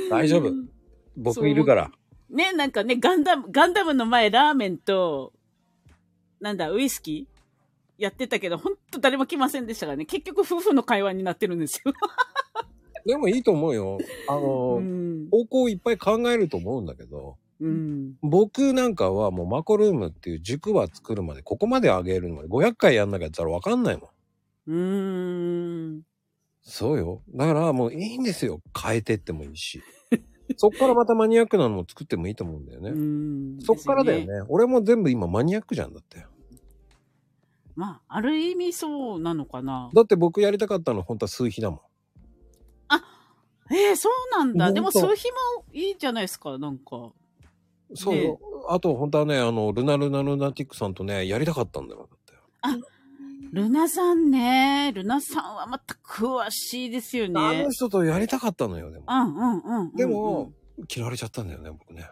S2: 大丈夫。僕いるから。
S8: ね、なんかね、ガンダム、ガンダムの前ラーメンと、なんだ、ウイスキーやってたけど、ほんと誰も来ませんでしたからね、結局夫婦の会話になってるんですよ。
S2: でもいいと思うよ。あの、
S8: うん。
S2: 方向をいっぱい考えると思うんだけど、
S8: うん。
S2: 僕なんかはもうマコルームっていう塾は作るまで、ここまで上げるまで500回やんなきゃやったらわかんないもん。
S8: うーん。
S2: そうよ。だからもういいんですよ。変えてってもいいし。 そっからまたマニアックなのを作ってもいいと思うんだよね。
S8: うん
S2: そっからだよね。
S8: です
S2: 俺も全部今マニアックじゃんだって。
S8: まあ、ある意味そうなのかな。
S2: だって僕やりたかったの本当は数日だもん。
S8: ええそうなんだ。
S2: 本当
S8: でも、数日もいいじゃないですか、なんか。
S2: そうよ、
S8: ねえ
S2: あと本当はね、あの、ルナルナルナティックさんとね、やりたかったんだよ。だって
S8: ルナさんね、ルナさんはまた詳しいですよ
S2: あ
S8: ね
S2: の。人とやりたかったのよ、でも。
S8: うんうんうんうん。
S2: でも、、嫌われちゃったんだよね、僕ね。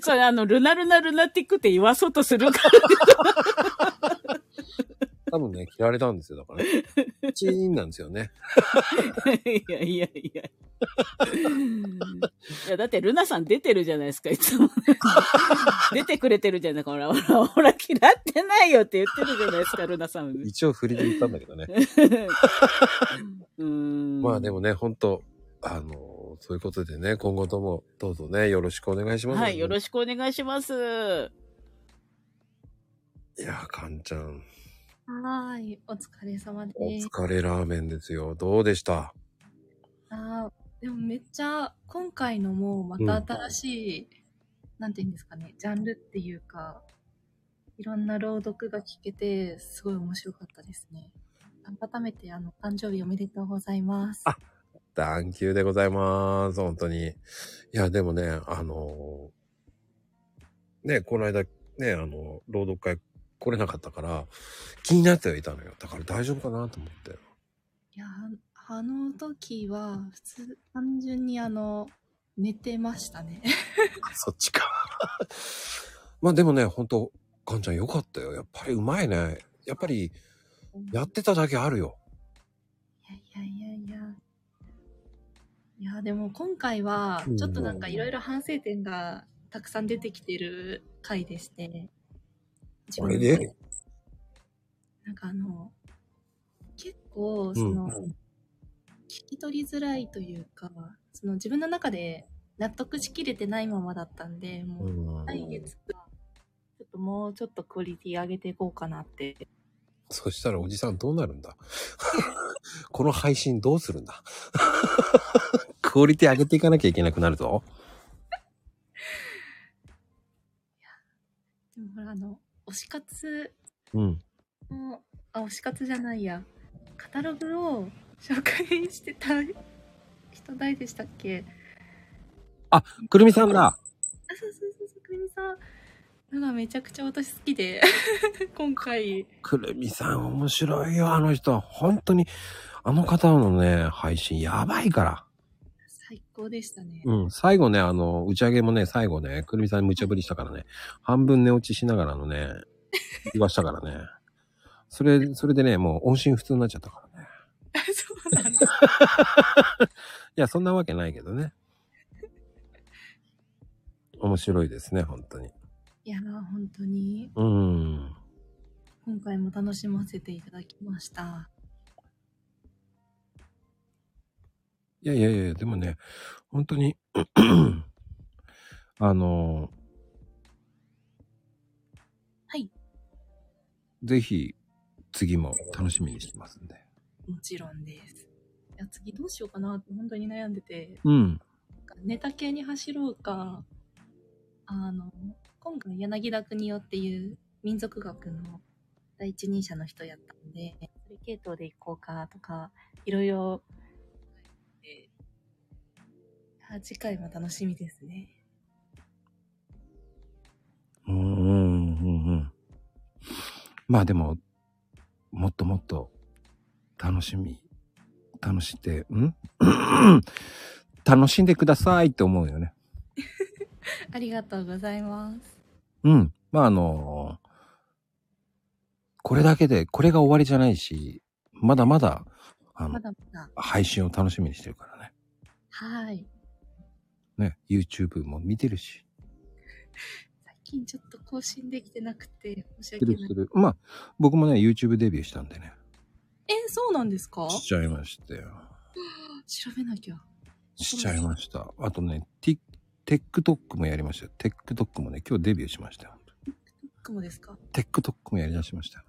S8: それあの、ルナルナルナティックって言わそうとするから。
S2: 多分ね、 嫌われたんですよ、だから、ね。チーンなんですよね。
S8: いやいやいや。いや、だってルナさん出てるじゃないですか、いつも。出てくれてるじゃないほら、ほら、ほら、嫌ってないよって言ってるじゃないですか、ルナさん。
S2: 一応振りで言ったんだけどね。
S8: うーん
S2: まあでもね、本当あの、そういうことでね、今後とも、どうぞね、よろしくお願いします。
S8: はい、よろしくお願いします。
S2: いや、かんちゃん、
S10: はーい、お疲れ様で
S2: お
S10: す。
S2: 疲れラーメンですよ。どうでした
S10: あーでもめっちゃ、今回のもまた新しい、なんて言うんですかね、ジャンルっていうか、いろんな朗読が聞けて、すごい面白かったですね。改めて、あの、誕生日おめでとうございます。あ
S2: ダンキューでございます。本当に。いや、でもね、あのーね、この間、ね、あの、朗読会来れなかったから、気になってはいたのよ。だから大丈夫かなと思って。
S10: いや、ああの時は、普通、単純にあの、寝てましたね。
S2: そっちか。 まあでもね、本当かんちゃんよかったよ。やっぱりうまいね。やっぱり、やってただけあるよ。
S10: いやいやいや。いや、でも今回は
S2: うん、
S10: ちょっとなんかいろいろ反省点がたくさん出てきてる回でして。
S2: これで
S10: なんかあの、結構、その、
S2: うん
S10: 聞き取りづらいというか、その自分の中で納得しきれてないままだったんで、も
S2: う。
S10: うん来月は、ちょっともうちょっとクオリティ上げていこうかなって
S2: そしたらおじさんどうなるんだ この配信どうするんだ クオリティ上げていかなきゃいけなくなるぞ。
S10: でもほら、あの、推し活
S2: うん。
S10: の、あ、推し活じゃないや、カタログを紹介してた人誰でしたっけ
S2: あ、くるみさんだ。
S10: あ、そうそうそうそう、くるみさん。のがめちゃくちゃ私好きで、 今回。
S2: くるみさん面白いよ、あの人。本当に、あの方のね、配信やばいから。
S10: 最高でしたね。
S2: うん、最後ね、あの、打ち上げもね、最後ね、くるみさんに無茶ぶりしたからね、半分寝落ちしながらの ね、言わしたからね。それ、それでね、もう音信不通になっちゃったからね。
S10: あそう なんだ。
S2: いや、そんなわけないけどね。面白いですね、本当に。
S10: いやー、本当に、
S2: うん。
S10: 今回も楽しませていただきました。
S2: いやいやいや、でもね、本当に、 あの、
S10: はい。
S2: ぜひ、次も楽しみにしてますんで。
S10: もちろんです。いや、次どうしようかなって本当に悩んでて、
S2: うん。
S10: ネタ系に走ろうか、あの、今回柳田国夫っていう民族学の第一人者の人やったんで、それ系統で行こうかとか、いろいろ、えーあ次回も楽しみです ね。
S2: うんうんうんうん。まあでも、もっともっと、楽しみ、楽して、ん 楽しんでくださいって思うよね。
S10: ありがとうございます。
S2: うん。まあ、あのこれだけで、これが終わりじゃないし、まだまだ、あの
S10: ま、だまだ。
S2: 配信を楽しみにしてるからね。
S10: はい。
S2: ね、YouTube も見てるし、
S10: 最近ちょっと更新できてなくて、申し
S2: 見て
S10: 訳
S2: る
S10: な
S2: す
S10: い。
S2: る。まあ、僕もね、YouTube デビューしたんでね、
S10: え、そうなんですか
S2: しちゃいましたよ。
S10: 調べなきゃ。
S2: しちゃいました。あとね、ティ TikTok もやりましたよ。TikTok もね、今日デビューしましたよ。
S10: 雲ですか
S2: TikTok もやりだしましたよ。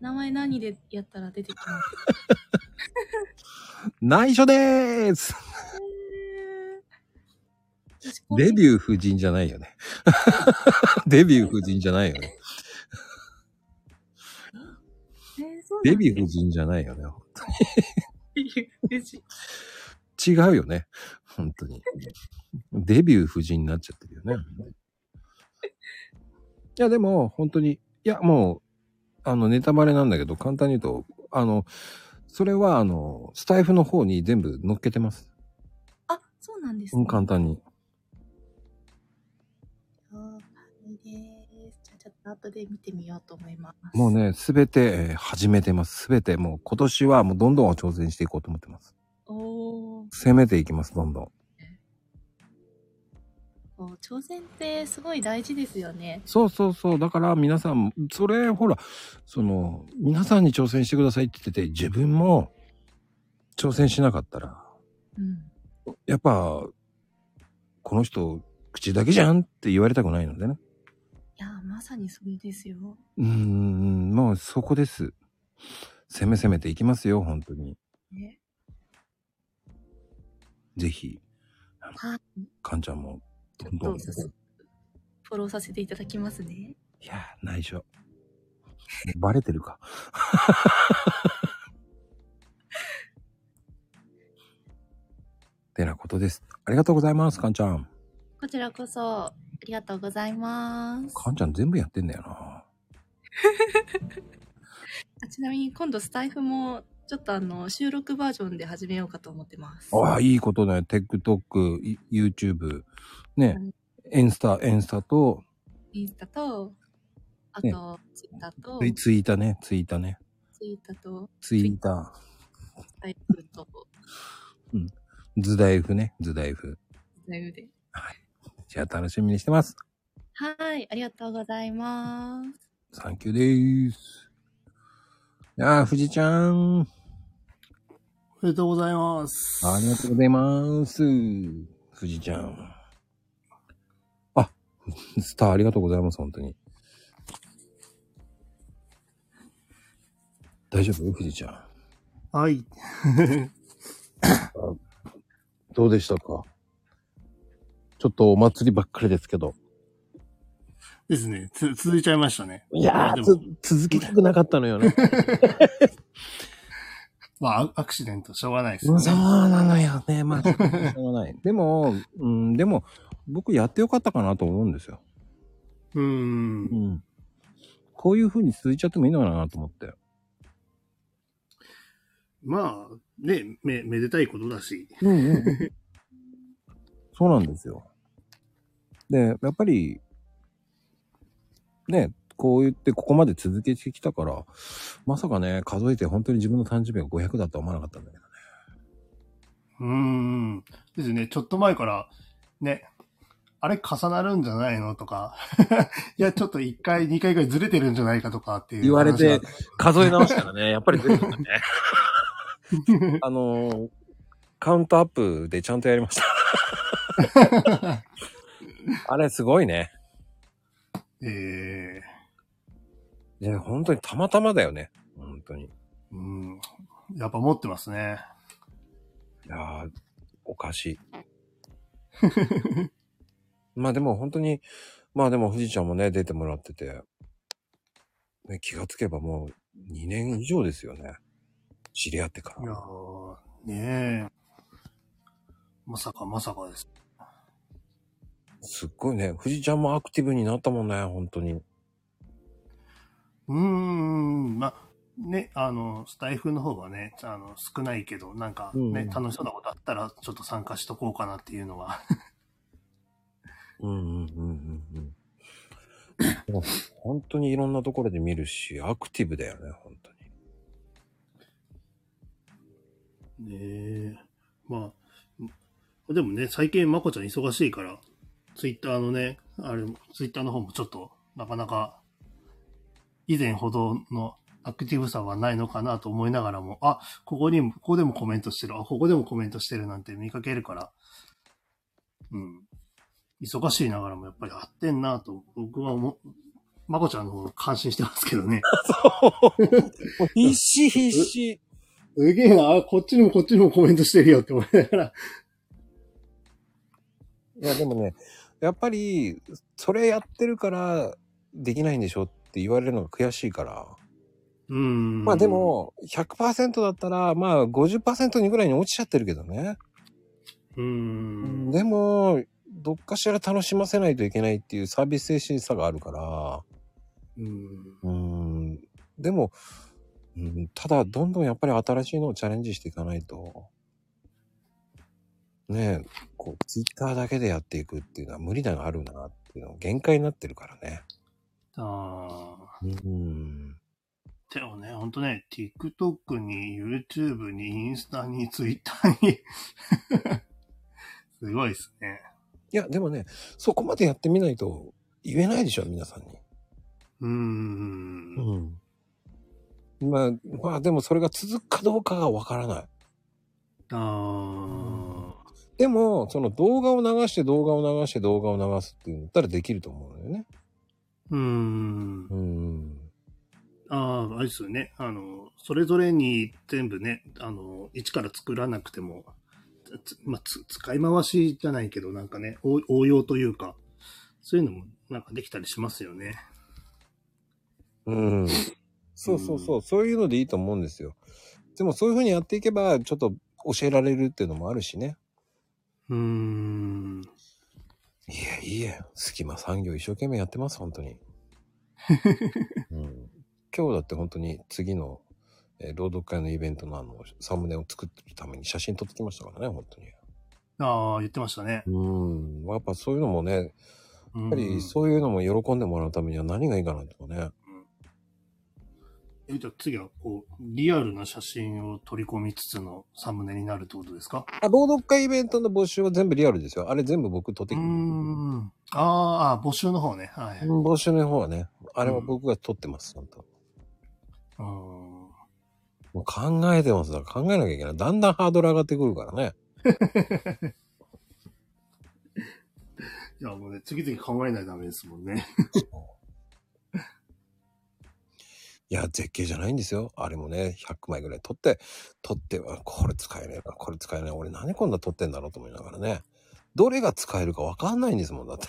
S10: 名前何でやったら出てきます
S2: 内緒でーすデ
S10: ュー
S2: ビュー夫人じゃないよね。 デビュー夫人じゃないよね。デ ビュー夫人じゃないよね。違うよね。本当に。デビュー夫人になっちゃってるよね。いや、でも、本当に、いや、もう、あの、ネタバレなんだけど、簡単に言うと、あの、それは、あの、スタイフの方に全部乗っけてます。
S10: あ、そうなんです
S2: う
S10: ね。
S2: ん、簡単に。
S10: 了解です。じゃあちょっと後で見てみようと思います。
S2: もう。ね、すべて、えー始めてます。すべて、もう今年はもうどんどん挑戦していこうと思ってます。
S10: おー
S2: 攻めていきます、どんどん。
S10: こう挑戦ってすごい大事ですよね。
S2: そうそうそう。だから皆さん、それ、ほら、その、皆さんに挑戦してくださいって言ってて、自分も挑戦しなかったら、
S10: うん。
S2: やっぱ、この人、口だけじゃんって言われたくないのでね。
S10: いや、ままさにそれですよ。
S2: うーん、もうそこです。攻め攻めていきますよ、本当に。
S10: ね、
S2: ぜひ、
S10: はい。
S2: かんちゃんも、
S10: ち
S2: ど
S10: ょ
S2: んどん
S10: っと、。フォローさせていただきますね。
S2: いや、内緒。バレてるか。 てなことです。ありがとうございます、かんちゃん。
S10: こちらこそ、ありがとうございます。
S2: かんちゃん全部やってんだよな。
S10: あちなみに今度スタイフも、ちょっとあの、収録バージョンで始めようかと思ってます。
S2: ああ、いいことだよ。TikTok、い YouTube、ね、インスタ、インスタと、
S10: インスタと、あ
S2: ね
S10: と、ツイッターと、
S2: ツイツイータね、ツイータね、
S10: ツイッターと、
S2: ツイータ、
S10: スタイフと、
S2: ズダイフね、ズダイフ。
S10: スタイフで。
S2: じゃあ楽しみにしてます。
S10: はい、ありがとうございます。
S2: サンキューでーす。ああ、富士ちゃん。
S11: おめでとうございます。
S2: ありがとうございます。富士ちゃん。あ、スターありがとうございます、本当に。大丈夫富士ちゃん。
S11: はい。
S2: どうでしたかちょっとお祭りばっかりですけど。
S11: ですね。つ、続いちゃいましたね。
S2: いや
S11: で
S2: ー、
S11: も、
S2: つ続けたくなかったのよね。
S11: まあ、アアクシデント、しょうがないです
S2: そう
S11: ね。
S2: なのよね。まあ、しょうがない。で も、うん、でも、僕やってよかったかなと思うんですよ。
S11: うー。
S2: うんん。こういう風に続いちゃってもいいのかなと思って。
S11: まあ、ね、め、めでたいことだし。
S2: うんうんうん、そうなんですよ。で、やっぱり、ね、こう言ってここまで続けてきたから、まさかね、数えて本当に自分の誕生日が500だとは思わなかったんだけどね。
S11: うーん。ですね。ちょっと前から、ね、あれ重なるんじゃないのとか、 いや、ちょっと一回、二回ぐらいずれてるんじゃないかとかっていう
S2: 言われ
S11: 話が。
S2: て、数え直したら ね、やっぱり全部だね。あのーカウントアップでちゃんとやりました。あれすごいね。
S11: え
S2: ね、本当にたまたまだよね。本当に。
S11: ー、うん。やっぱ持ってますね。
S2: いやー、おかしい。 まあでも本当に、まあでも富士ちゃんもね、出てもらってて、ね、気がつけばもう2年以上ですよね。知り合ってか
S11: いや
S2: ら。
S11: ー、ねえ。まさかまさかです。
S2: すっごいね、富士ちゃんもアクティブになったもんね、本当に。
S11: うーん、まあ、ね、あの、スタイフの方はね、あの、少ないけど、なんか
S2: うんう
S11: ね、
S2: ん
S11: 楽しそうなことあったら、ちょっと参加しとこうかなっていうのは。
S2: うんうんうんうんうん。もう本当にいろんなところで見るし、アクティブだよね、本当に。
S11: ねえ。まあ、でもね、最近、まこちゃん忙しいから、ツイッターのね、あれ、ツイッターの方もちょっと、なかなか、以前ほどのアクティブさはないのかなと思いながらも、あ、ここにも、ここでもコメントしてる、あ、ここでもコメントしてるなんて見かけるから、うん。忙しいながらもやっぱりやってんなと、僕は思う、まこちゃんの方感心してますけど ね。
S2: 必死必死。
S11: すげえな、あこっちにもこっちにもコメントしてるよって思いながら。
S2: いや、でもね、やっぱり、それやってるから、できないんでしょって言われるのが悔しいから。
S11: うん。
S2: まあで、も、100%だったら、まあ50%にぐらいに落ちちゃってるけどね。
S11: うーん。
S2: でも、どっかしら楽しませないといけないっていうサービス精神さがあるから。
S11: うん。
S2: うん。でも、うん、ただ、どんどんやっぱり新しいのをチャレンジしていかないと。ねえ、こう、ツイッターだけでやっていくっていうのは無理があるなっていうのは限界になってるからね。
S11: ああ。
S2: うん。
S11: でもね、ほんとね、TikTok に YouTube にインスタに Twitter に。すごいですね。
S2: いや、でもね、そこまでやってみないと言えないでしょ、皆さんに。
S11: うーん。
S2: うん。まあ、まあでもそれが続くかどうかがわからない。
S11: ああ。
S2: でも、その動画を流して動画を流して動画を流すっていうのだったらできると思うのよね。
S11: うーん。
S2: うん。
S11: ああ、あれですよね。あの、それぞれに全部ね、あの、一から作らなくても、つまあ、つ使い回しじゃないけど、なんかね、応応用というか、そういうのもなんかできたりしますよね。
S2: うん。そうそうそう、そういうのでいいと思うんですよ。でもそういうふうにやっていけば、ちょっと教えられるっていうのもあるしね。
S11: うーん。
S2: いやいや、隙間産業一生懸命やってます、本当 に。うん、今日だって本当に次の、えー朗読会のイベントのあの、サムネを作ってるために写真撮ってきましたからね、本当に。
S11: ああ、言ってましたね。
S2: うん。やっぱそういうのもね、
S11: や
S2: やっぱりそういうのも喜んでもらうためには何がいいかなとかね。
S11: えじゃあ次は、こう、リアルな写真を取り込みつつのサムネになるってことですか
S2: あ、朗読会イベントの募集は全部リアルですよ。あれ全部僕撮って
S11: う
S2: き
S11: ーん。あーあー、募集の方ね。はい。う
S2: 募集の方はね、あれは僕が撮ってます、本当
S11: ーん。
S2: もう考えてます。だから考えなきゃいけない。だんだんハードル上がってくるからね。
S11: いや、もうね、次々考えないとダメですもんね。
S2: いや、絶景じゃないんですよ。あれもね、100枚ぐらい撮って、撮って、あこれ使えねえな、これ使えない。俺何こんな撮ってんだろうと思いながらね。どれが使えるかわかんないんですもん、だって。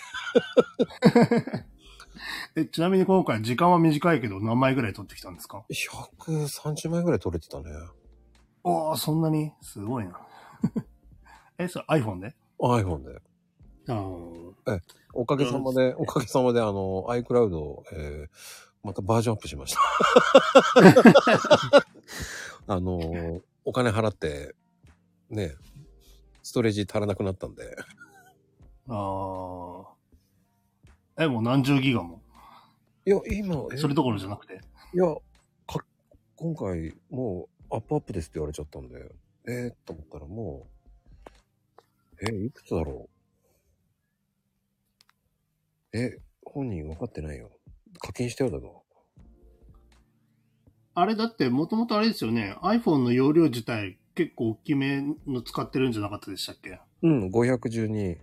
S11: え、ちなみに今回時間は短いけど何枚ぐらい撮ってきたんですか
S2: 130枚ぐらい撮れてたね。
S11: おー、そんなにすごいな。 え、それ iPhone で
S2: iPhone で。
S11: あー
S2: おかげさまで、おかげさまで、あの、iCloud を、えー、またバージョンアップしま した。あの、お金払って、ね、ストレージ足らなくなったんで、
S11: あー。え、もう何十ギガも。
S2: いや、今、え
S11: それどころじゃなくて。
S2: いや、か今回、もう、アップアップですって言われちゃったんで、えー、と思ったらもう、えいくつだろうえ、本人分かってないよ。課金したようだぞ。
S11: あれだって、もともとあれですよね。iPhone の容量自体結構大きめの使ってるんじゃなかったでしたっけ
S2: うん、512。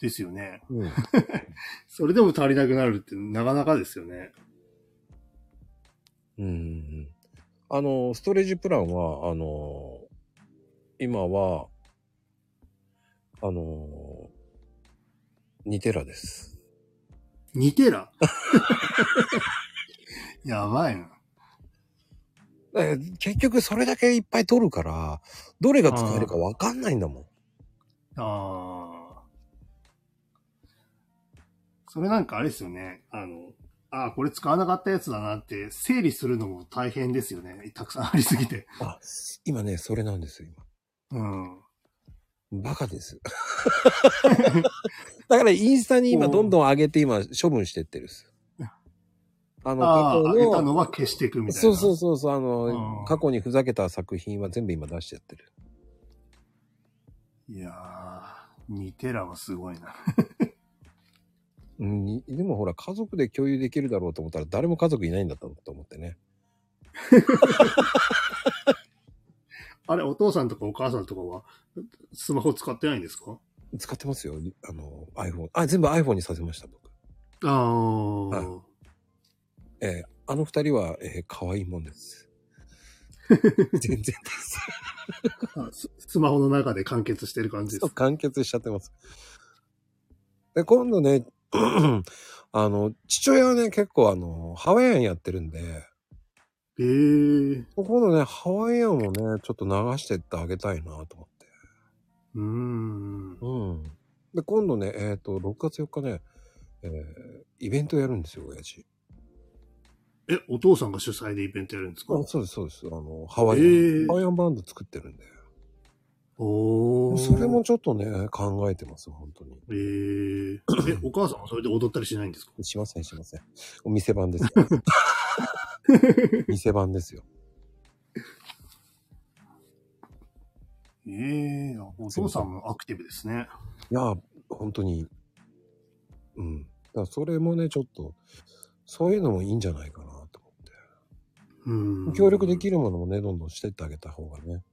S11: ですよね。
S2: うん。
S11: それでも足りなくなるってなかなかですよね。
S2: うんうんうんあの、ストレージプランは、あの、今は、あの、2テラです。
S11: 2テ ラやばいな。
S2: だから結局それだけいっぱい取るから、どれが使えるかわかんないんだもん。
S11: ああ。それなんかあれですよね。あの、ああ、これ使わなかったやつだなって、整理するのも大変ですよね。たくさんありすぎて。
S2: あ、今ね、それなんですよ、
S11: うん。
S2: 今。バカです。 だからインスタに今どんどん上げて今処分してってるんですよ。あの、
S11: ああ、
S2: 過
S11: あげ
S2: 去
S11: た
S2: の
S11: のは消していくみたいな。
S2: そうそうそうそう、あの、
S11: うん
S2: 過去にふざけた作品は全部今出してやってる。
S11: いやー、2テラはすごいな。
S2: うん、にでもほら、家族で共有できるだろうと思ったら、誰も家族いないんだったと思ってね。
S11: あれ、お父さんとかお母さんとかは、スマホ使ってないんですか
S2: 使ってますよ、あの、iPhone。あ、全部 iPhone にさせました、僕。
S11: ああ、
S2: はえーあの二人は、えー可愛いもんです。全然です。
S11: あススマホの中で完結してる感
S2: ちょっ
S11: じで
S2: と
S11: す。
S2: 完結しちゃってます。で、今度ね、 あの、父親はね、結構あの、ハワイアンやってるんで、
S11: ええー、
S2: 今度ね、ハワイアンをね、ちょっと流してってあげたいなと思って。
S11: うーん。
S2: うん。で、今度ね、えっ、と、6月4日ね、えーイベントやるんですよ、親父。
S11: え、お父さんが主催でイベントやるんですか
S2: あそうです、そうです。あの、ハワイアン、
S11: えー
S2: ハワイアンバンド作ってるんで。
S11: おー。
S2: それもちょっとね、考えてます、本当に。
S11: えー、え、お母さんはそれで踊ったりしないんですか
S2: しません、しませ ん。お店版ですよ。店版ですよ。
S11: え えー、お父さんもアクティブですね。
S2: いや、本当に。うん。だからそれもね、ちょっと、そういうのもいいんじゃないかなと思
S11: うー
S2: っ
S11: ん。
S2: て。協力できるものもね、どんどんしてってあげた方がね。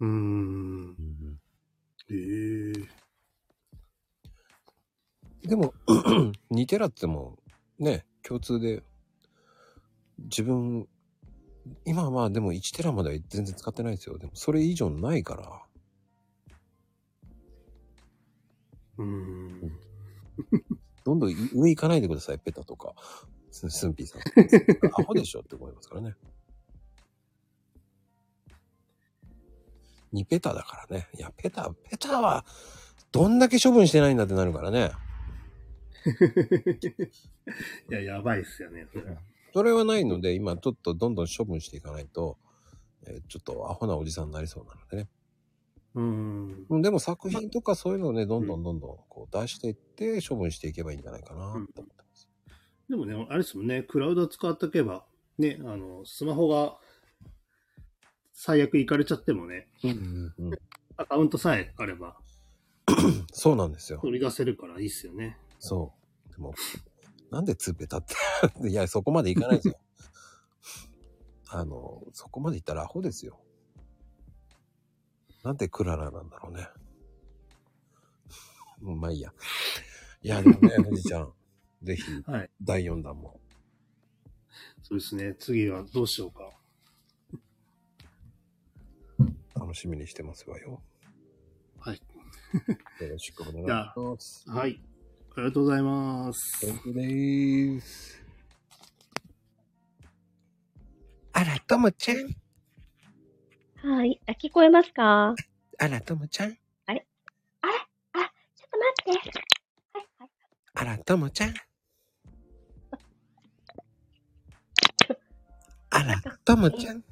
S11: うーん。ええー。
S2: でも、2テラっても、ね、共通で、自分、今はまあでも1テラまでは全然使ってないですよ。でもそれ以上ないから。
S11: うーん。
S2: どんどんい上行かないでください、ペタとか、ススンピーさん。アホでしょって思いますからね。2ペタだからね。いや、ペタ、ペタは、どんだけ処分してないんだってなるからね。
S11: いや、やばいっすよね。
S2: それはないので、今ちょっとどんどん処分していかないと、えーちょっとアホなおじさんになりそうなのでね。
S11: うーん。
S2: うんでも作品とかそういうのをね、どんどんどんどんこう出していって処分していけばいいんじゃないかなと思ってます。
S11: でもね、あれですもんね、クラウド使っておけば、ね、あの、スマホが、最悪いかれちゃってもね、
S2: うんうん
S11: アカウントさえあれば、
S2: そうなんですよ。
S11: 取り出せるからいいっすよね。
S2: そう。でも、なんでツーペタって。 いや、そこまでいかないですよ。 あの、そこまでいったらアホですよ。なんでクララなんだろうね。うんまあいいや。いや、でも ね、富士ちゃん。ぜひ、
S11: はい。
S2: 第4弾も。
S11: そうですね。次はどうしようか。
S2: 楽しみにしてますわよ。
S11: はい。
S2: よろしくお 願いします。
S11: はい。ありがとうございます。
S2: Thank you でーす。あら、ともちゃん。
S12: はい。あ、聞こえますか
S2: あら、ともちゃん。
S12: あら、あ、ちょっと待って。はい、はい。
S2: あら、ともちゃん。あら、ともちゃん。
S12: 聞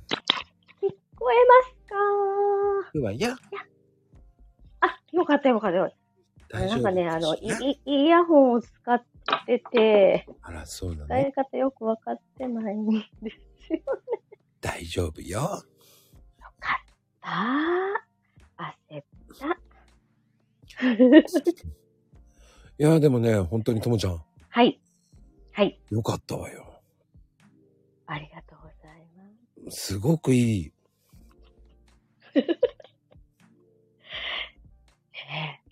S12: こえますか
S2: うわよ。
S12: あ、よかったよかったよかった。
S2: 大丈
S12: な
S2: 夫
S12: んかね、あの、い、いイヤホンを使ってて、
S2: あら、そうだ
S12: 使
S2: ね。
S12: い方よくわかってないんですよ。
S2: 大丈夫よ。
S12: ああ、焦った。
S2: いや、でもね、本当にともちゃん、
S12: はい。はい。
S2: よかったわよ。
S12: ありがとうございます。
S2: すごくいい。
S12: ね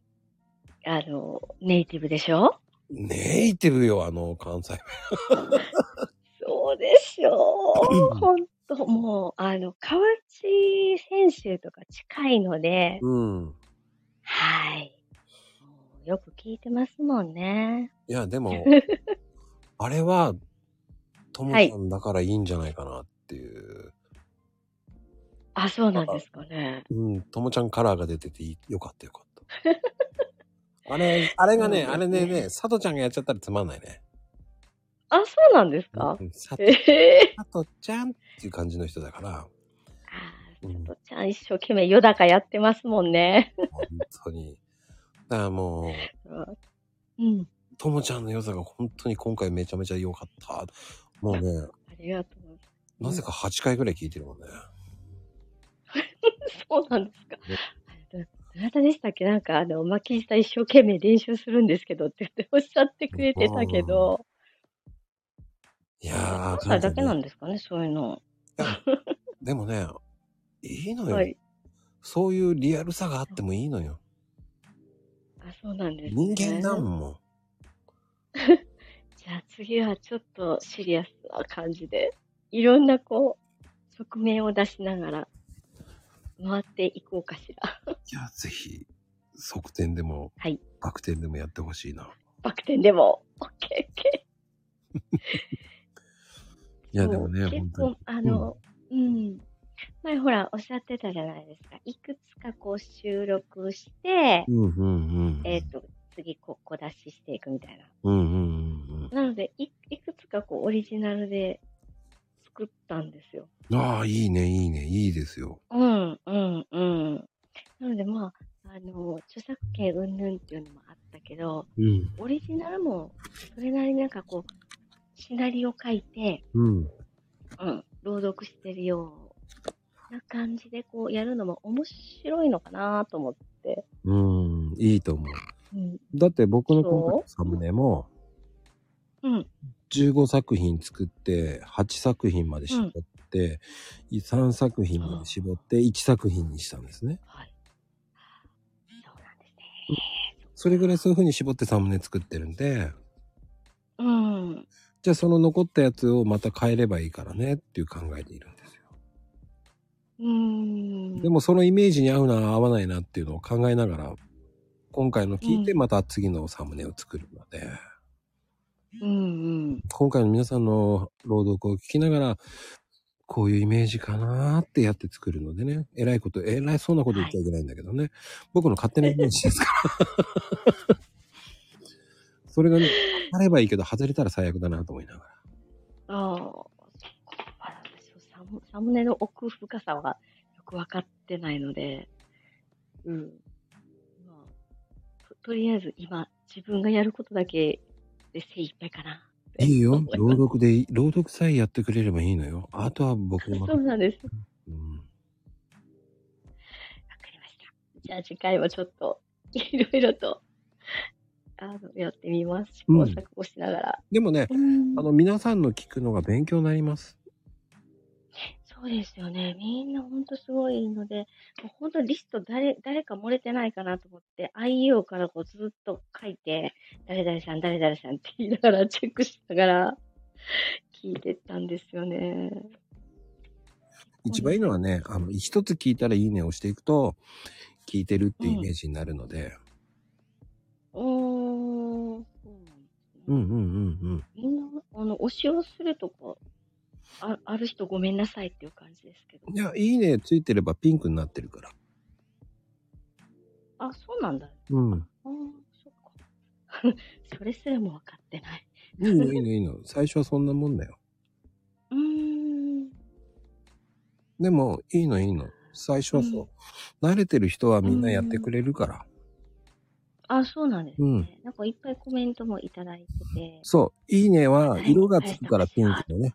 S12: えあの、ネイティブでしょ
S2: ネイティブよ、あの、関西弁。
S12: そうでしょう。本当もう、あの、河内選手とか近いので、
S2: うん。
S12: はい。もうよく聞いてますもんね。
S2: いや、でも、あれは、ともちゃんだからいいんじゃないかなっていう。
S12: あ、そうなんですかね。
S2: うん、ともちゃんカラーが出てていいよかったよかった。 あれ、あれがね、
S12: そう
S2: あ
S12: で
S2: れ
S12: すね
S2: ね、ね、佐藤ちゃんがやっちゃったらつまんないね。
S12: あ、そうなんですか
S2: うん佐
S12: え
S2: 藤
S12: え
S2: 佐藤ちゃんっていう感じの人だから、
S12: あーちょっとちゃん一生懸命よだかやってますもんね。
S2: 本当に。だからも
S12: うん。
S2: う、ともちゃんの良さが本当に今回めちゃめちゃ良かった。もうね、
S12: ありがとうござい
S2: なぜか8回ぐらい聞いてるもんね。
S12: ます。 そうなんですか
S2: ね。
S12: あれどなたでしたっけなんか、あの、巻下一生懸命練習するんですけどって言っておっしゃってくれてたけど、
S2: いやー、
S12: 関西だけな
S2: で
S12: んですかね、そういうの。
S2: でもね、いいのよ、
S12: はい。
S2: そういうリアルさがあってもいいのよ。
S12: あ、そうなんです、ね。
S2: 人間だもん。
S12: じゃあ次はちょっとシリアスな感じで、いろんなこう、側面を出しながら、回っていこうかしら。
S2: いや、ぜひ、側転でも、
S12: はい
S2: バク転でもやってほしいな。
S12: バク転でも。オッケーオッケ
S2: い
S12: ー。
S2: や、でもね、
S12: う
S2: 本
S12: 結
S2: 当に。
S12: 構、あの、うん、前ほら、おっしゃってたじゃないですか。いくつかこう収録して、
S2: うんうんうん。
S12: えっ、と、次こう小出ししていくみたいな。
S2: うんうんうん
S12: なので、いいくつかこうオリジナルで作ったんですよ。
S2: うん。ああ、いいね、いいね、いいですよ。
S12: うん、うん、うん。なので、まあ、あの、著作権云々っていうのもあったけど、
S2: うん。
S12: オリジナルも、それなりになんかこう、シナリオ書いて、
S2: うん。
S12: うん、朗読してるような感じで、こう、やるのも面白いのかなと思って。
S2: うん、いいと思う。
S12: うん、
S2: だって僕の今回
S12: そ
S2: のサムネも、
S12: うん、
S2: 15作品作って、8作品まで絞って、3作品まで絞って、1作品にしたんですね。
S12: はい。そうなんですね。
S2: それぐらいそういう風に絞ってサムネ作ってるんで、
S12: うん、
S2: じゃあその残ったやつをまた変えればいいからねっていう考えでいるんですよ。
S12: うーん。
S2: でもそのイメージに合うな合わないなっていうのを考えながら、今回の聞いて
S12: うん
S2: また次のサムネを作るので、
S12: うんうん。
S2: 今回の皆さんの朗読を聞きながら、こういうイメージかなーってやって作るのでね、偉いこと、偉いそうなこと言っちゃいけないんだけどね、僕の勝手なイメージですから。 それがね、あればいいけど、外れたら最悪だなと思いながら。
S12: ああ、そこはそうサムサムネの奥深さはよくわかってないので、うん。まあ、ととりあえず今、自分がやることだけで精一杯かな。
S2: いいよ、朗読でいい、朗読さえやってくれればいいのよ。あとは僕に任せ
S12: そうなんです。わか
S2: うん
S12: りました。じゃあ次回はちょっと、いろいろと、あの、やってみます。試行
S2: うん
S12: 錯誤しながら。
S2: でもね、
S12: うん
S2: あの、皆さんの聞くのが勉強になります。
S12: そうですよね。みんなほんとすごいので、もうほんとリスト誰、誰か漏れてないかなと思って、IEO からこうずっと書いて、誰々さん、誰々さんって言いながら、チェックしながら、聞いてったんですよね。
S2: 一番いいのはね、あの、一つ聞いたらいいねを押していくと、聞いてるっていうイメージになるので、
S12: うーん。
S2: うんうんうんうん。
S12: みんな、あの、推しをするとか、あある人ごめんなさいっていう感じですけど。
S2: いや、いいねついてればピンクになってるから。
S12: あ、そうなんだ。
S2: うん。
S12: あーそっか。 それすらも分かってない。
S2: いいのいいのいいの。最初はそんなもんだよ。
S12: うーん。
S2: でも、いいのいいの。最初はそう。慣れてる人はみんなやってくれるから。
S12: あ、そうなんです
S2: うん
S12: ね。なんかいっぱいコメントもいただいてて。
S2: そう。いいねは色がつくからピンクのね。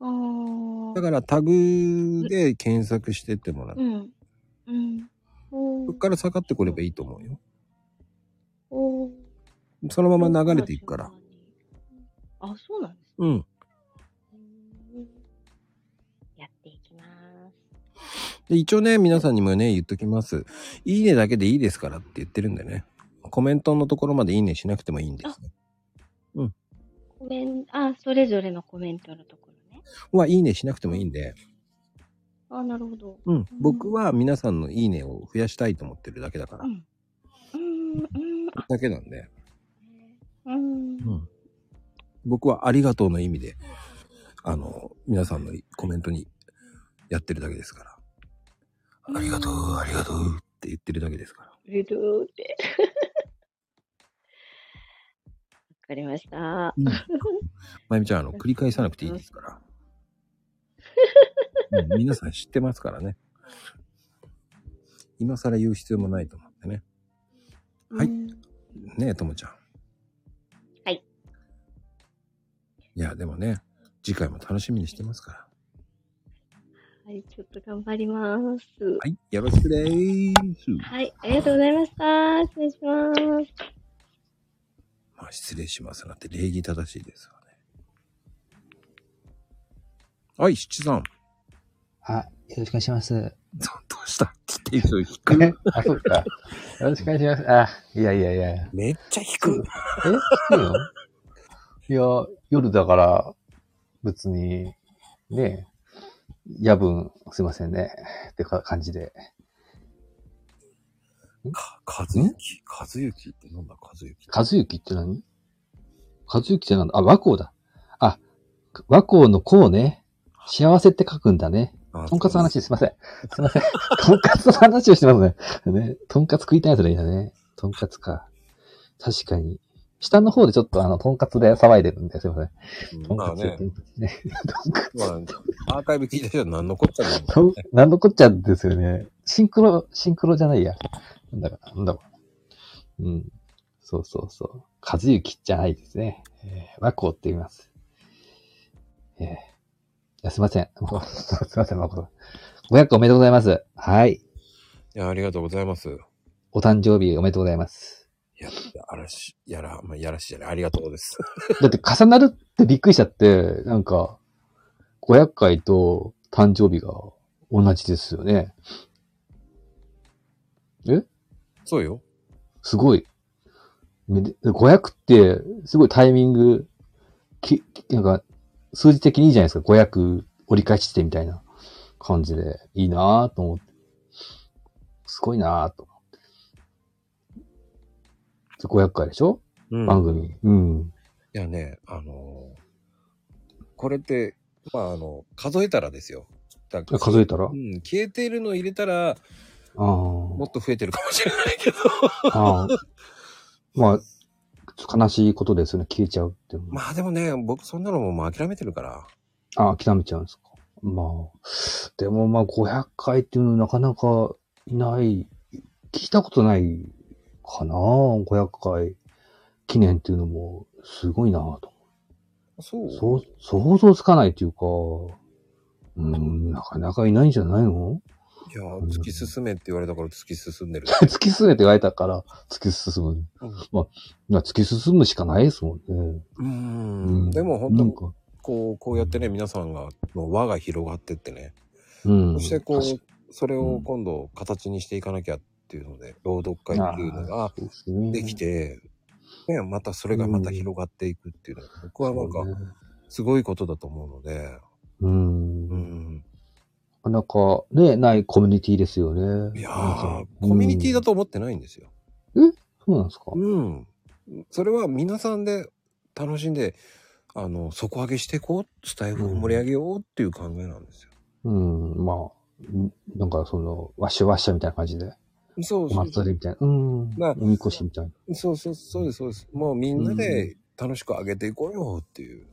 S12: あー
S2: だからタグで検索してってもらう。
S12: うん。うん。お
S2: そっ
S12: ー
S2: から下がってこればいいと思うよ。
S12: おー
S2: そのまま流れていくから。
S12: あ、そうなんですね。
S2: うん。
S12: やっていきます。
S2: で一応ね、皆さんにもね、言っときます。いいねだけでいいですからって言ってるんでね。コメントのところまでいいねしなくてもいいんですね。
S12: コメント、あ、それぞれのコメントのところね。
S2: はいいねしなくてもいいんで。
S12: あ、なるほど。
S2: うん。僕は皆さんのいいねを増やしたいと思ってるだけだから
S12: う。ん。うーん、う
S2: だけなんで。
S12: ーん、うー。
S2: うんん。僕はありがとうの意味で、あの、皆さんのコメントにやってるだけですから。ありがとう、ありがとうって言ってるだけですから。
S12: うどーって。 わかりま した。
S2: うんまゆみちゃん、あの、繰り返さなくていいで すから。うん皆さん知ってますからね。今更言う必要もないと思ってね。はい。ねえ、ともちゃん。
S12: はい。
S2: いや、でもね、次回も楽しみにしてますか
S12: は
S2: ら。
S12: い、ちょっと頑張ります。
S2: はい、よろしくでーす。
S12: はい、ありがとうございました。失礼します。
S2: まあ、失礼しますなんて礼儀正しいですよね。はい、七三。
S13: あ、よろしくお願いします。
S2: どどうしたテンション低
S13: え あ、そっか。よろしくお願いします。あ、いやいやいや。
S2: めっちゃ低い。
S13: えそうよいや、夜だから、別に、ね、夜分、すいませんね。ってか感じで。
S2: か、かずゆきかずゆきってなんだかずゆき。
S13: 和幸って何和幸って何だあ、和光だ。あ、和光の光ね。幸せって書くんだね。
S2: あ
S13: とんかつの話ですいません。すいません。とんかつの話をしてますね。ね。とんかつ食いたいやつがいいんだね。とんかつか。確かに。下の方でちょっとあの、とんかつで騒いでるんで、すいません。
S2: うん
S13: とん
S2: まあ
S13: かつ、
S2: ね、
S13: ね。 とんか
S2: まあ、アーカイブ聞いた人は何のこっちゃない。
S13: とん なんのこっちゃですよね。シンクロ、シンクロじゃないや。なんだか、なんだか。うん。そうそうそう。和幸じゃないですね。えー、和光って言います。えー、いや、すいません。もう すいません、誠。500おめでとうございます。はい。
S2: いや、ありがとうございます。い
S13: お誕生日おめでとうございます。
S2: や、あらし、やら、まあ、やらしじゃない。ありがとう です。
S13: だって重なるってびっくりしちゃって、なんか、500回と誕生日が同じですよね。え
S2: そうよ。
S13: すごい。めで500って、すごいタイミング、き、なんか、数字的にいいじゃないですか。500折り返し地点みたいな感じで、いいなぁと思って。すごいなぁと思って。500回でしょ、
S2: うん
S13: 番組。うん。
S2: いやね、あのーこれって、まあ、あの、数えたらですよ。だ
S13: あ数えたら
S2: うん、消えているのを入れたら、
S13: ああ。
S2: もっと増えてるかもしれないけど。
S13: ああまあ、悲しいことですよね。消えちゃうっていうの
S2: まあでもね、僕そんなのももう諦めてるから。
S13: あ、諦めちゃうんですか。まあ、でもまあ500回っていうのなかなかいない、聞いたことないかな。500回記念っていうのもすごいなと。
S2: そう
S13: そう、想像つかないというか、うーん、なかなかいないんじゃないの
S2: いや、突き進めって言われたから突き進んでる。
S13: 突き進めって言われたから、突き進む。まあ、まあ突き進むしかないですもんね。
S2: うーん。でも本当に、こう、こうやってね、皆さんが、の輪が広がってってね。
S13: うん
S2: そしてこう、それを今度形にしていかなきゃっていうので、朗読会っていうのができて、ね、またそれがまた広がっていくっていうのは、僕はなんか、すごいことだと思うので、
S13: うーん。なかなかね、ないコミュニティですよね。いや
S2: ーコミュニティだと思ってないんですよ。
S13: えそうなんですか
S2: うん。それは皆さんで楽しんで、あの、底上げしていこう、スタイフを盛り上げようっていう考えなんですよ。
S13: うん、まあ、んなんかその、わっしゃわっしゃみたいな感じで。
S2: そう
S13: お
S2: そう
S13: 祭りみたいな。うん。
S2: まあ
S13: おみこしみたいな。
S2: そうそう、そうです、そうです。もうみんなで楽しく上げていこうよっていう。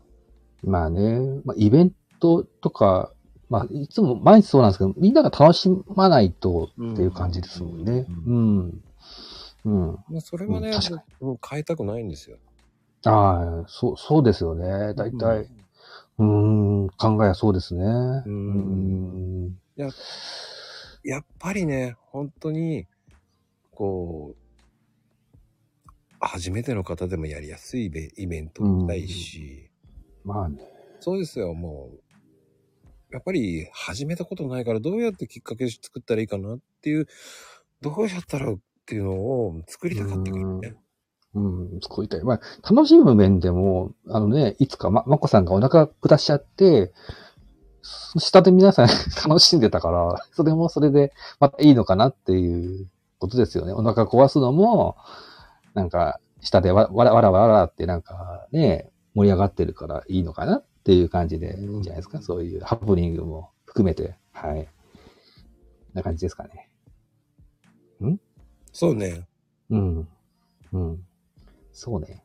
S13: まあね、まあ、イベントとか、まあ、いつも毎日そうなんですけど、みんなが楽しまないとっていう感じですもんね。うん。うん。
S2: まあ、それはね
S13: うん確か、
S2: もう変えたくないんですよ。
S13: ああ、そう、そうですよね。大体、うーん、考えはそうですね。うん。
S2: いや、やっぱりね、本当に、こう、初めての方でもやりやすいイベイベントにしたいし、
S13: まあね。
S2: そうですよ、もう。やっぱり始めたことないからどうやってきっかけ作ったらいいかなっていう、どうやったらっていうのを作りたかったからね。
S13: うん、作りたい。まあ、楽しむ面でも、あのね、いつかま、まこさんがお腹下しちゃって、そ下で皆さん 楽しんでたから、それもそれで、またいいのかなっていうことですよね。お腹壊すのも、なんか、下でわわらわらわらってなんかね、盛り上がってるからいいのかなっていう感じで、いいんじゃないですか。そういうハプニングも含めて、はい。な感じですかね。ん
S2: そうね。
S13: うん。うん。そうね。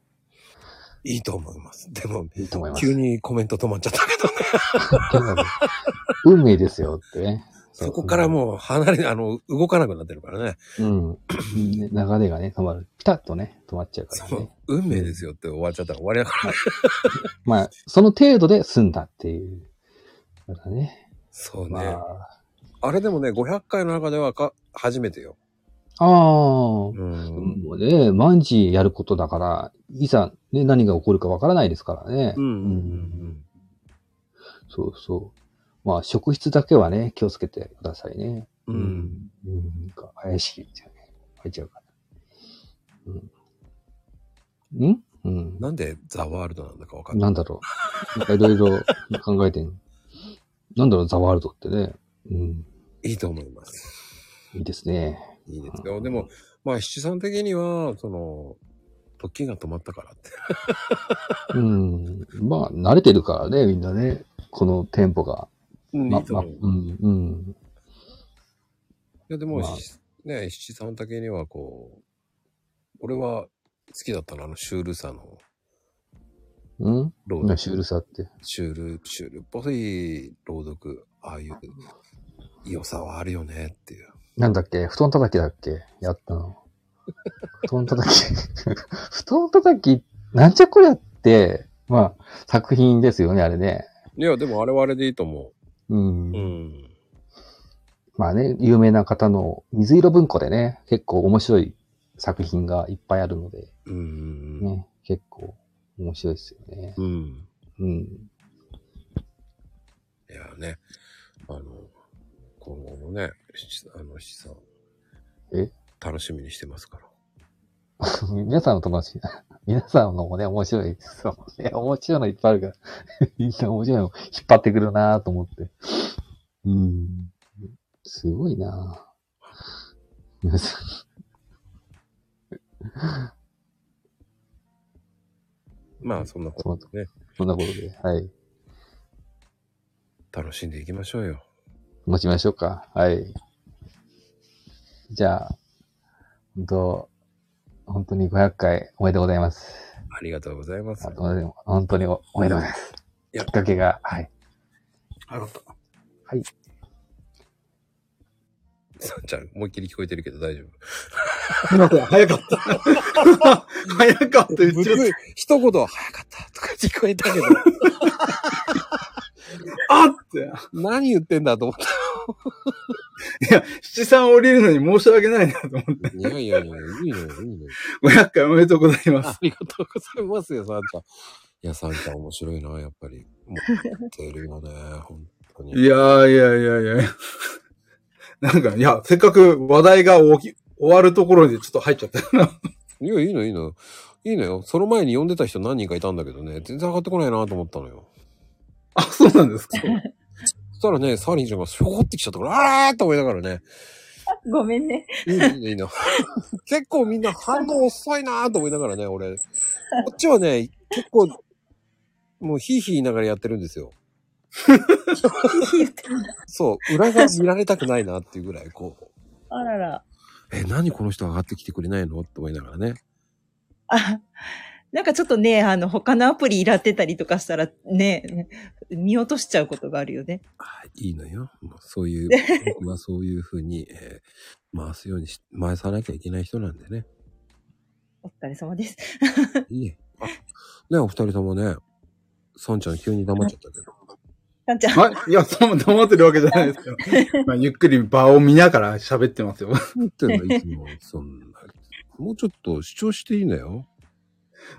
S2: いいと思います。でも、
S13: いいと思います
S2: 急にコメント止まっちゃったけどね。
S13: 運命ですよってね。
S2: そこからもう離れ、あの、動かなくなってるからね。
S13: うん。ね流れがね、止まる。ピタッとね、止まっちゃうからね。
S2: 運命ですよって終わっちゃったら終わりだからね。
S13: まあ、その程度で済んだっていう。だからね。
S2: そうね。あれでもね、500回の中ではか初めてよ。
S13: ああ。もうね、毎日やることだから、いざ、ね、何が起こるかわからないですからね。
S2: うんうんうん
S13: そうそう。まあ、職質だけはね、気をつけてくださいね。
S2: うん。
S13: うん、なんか怪しいじゃね。入っちゃうから。うん。んうん。
S2: なんでザワールドなんだかわかんない。
S13: なんだろう。なんかいろいろ考えてん。なんだろう、ザワールドってね。うん。
S2: いいと思います。
S13: いいですね。
S2: いいですよ。でも、まあ七三的には、その、時が止まったからって。
S13: うん。まあ、慣れてるからね、みんなね。このテンポが。
S2: うん
S13: ま
S2: いいと
S13: ま
S2: 思う
S13: うん、うん。
S2: いや、でも、
S13: まあ
S2: しね、七三的にはこう、俺は好きだったの、あのシュールさの、
S13: うん
S2: ロード
S13: なシュールさって。
S2: シュール、シュールっぽい朗読、ああいう良さはあるよねっていう。
S13: なんだっけ布団叩きだっけやったの。 布団叩き。 布団叩き、なんじゃこりゃって、まあ、作品ですよね、あれね。
S2: いや、でもあれはあれでいいと思
S13: うん。
S2: う。うん。
S13: まあね、有名な方の水色文庫でね、結構面白い作品がいっぱいあるので、ね、結構面白いですよね。
S2: うん。
S13: うん。
S2: いやね、あの、今後もね、七あの、七三、
S13: え
S2: 楽しみにしてますから。
S13: 皆さんの楽しみ、 皆さんのもね、面白いですよね。 面白いのいっぱいあるから、 みんな面白いの引っ張ってくるなぁと思って。うん。すごいなぁ。皆さん。
S2: まあ、そんなことね。
S13: そんなことで、はい。
S2: 楽しんでいきましょうよ。
S13: 持ちましょうか。はい。じゃあ、本当本当に500回おめでとうございます。
S2: ありがとうございます。
S13: あのでも本当におおめでとうございます。
S2: い
S13: き
S2: や
S13: っかけが、はい。
S2: あよかった。
S13: はい。
S2: さんちゃん、思いっきり聞こえてるけど大丈夫。
S14: すいません、早かった。早かった、言っちゃった。
S2: 一言、早かったとか聞こえたけど。
S14: あって。
S2: 何言ってんだと思っ
S14: いや、七三降りるのに申し訳ないなと思って。
S2: た。いやいやいや、いいのよ、いいのよ。
S14: 500回おめでとうございます
S2: あ。りがとうございますよ、さんちゃん。いや、さんちゃん面白いな、やっぱり。もう、てるよね、本当に。
S14: いやーいやいやいやいや。なんか、いや、せっかく話題が大き終わるところでちょっと入っちゃったな。
S2: いや、いいの、いいの。いいのよ。その前に呼んでた人何人かいたんだけどね、全然上がってこないなと思ったのよ。
S14: あ、そうなんですか。
S2: そしたらね、サリンちゃんがしょこってきちゃったから、あーって思いながらね、
S5: ごめんね。
S2: いいの、いいの、いいの。結構みんな反応遅いなと思いながらね、俺。こっちはね、結構、もうヒーヒー言いながらやってるんです よ。そう、裏が見られたくないなっていうぐらい、こう。
S5: あらら。
S2: え、何この人上がってきてくれないのって思いながらね。
S5: あ、 なんかちょっとね、あの、他のアプリいらってたりとかしたらね、見落としちゃうことがあるよね。
S2: いいのよ。もうそう いう、僕はそういうふうに、えー回すようにし、回さなきゃいけない人なんでね。
S5: お疲れ様です。
S2: いいえ。あ、ねお二人ともね、サンちゃん急に黙っちゃったけど。
S5: さんちゃん。
S14: はい。いや、そう黙ってるわけじゃないで すよ。まあ、ゆっくり場を見ながら喋ってますよ。
S2: っていうのはいつも、そんな、もうちょっと主張していいのよ。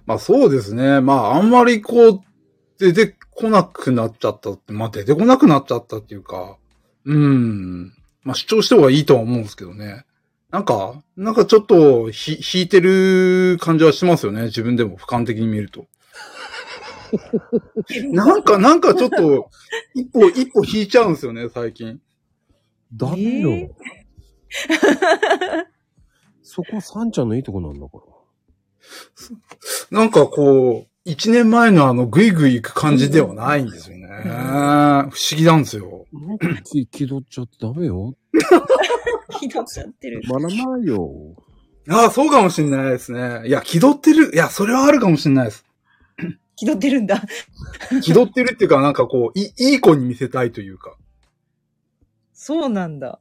S14: まあそうですね。まああんまりこう、出てこなくなっちゃったって、まあ出てこなくなっちゃったっていうか、うん。まあ主張した方がいいとは思うんですけどね。なんか、なんかちょっとひ、引いてる感じはしますよね。自分でも俯瞰的に見ると。 なんか、なんかちょっと、一歩、一歩引いちゃうんですよね、最近。
S2: ダメよ。 そこサンちゃんのいいとこなんだから。
S14: なんかこう、一年前のあの、ぐいぐい行く感じではないんですよね。不思議なんですよ。
S2: なんかつい気取っちゃってダメ よ。
S5: ひどっちゃってる。
S2: まらないよ。
S14: ああ、そうかもしんないですね。いや、気取ってる。いや、それはあるかもしんないです。
S5: 気取ってるんだ。
S14: 気取ってるっていうか、なんかこう、いい、いい子に見せたいというか。
S5: そうなんだ。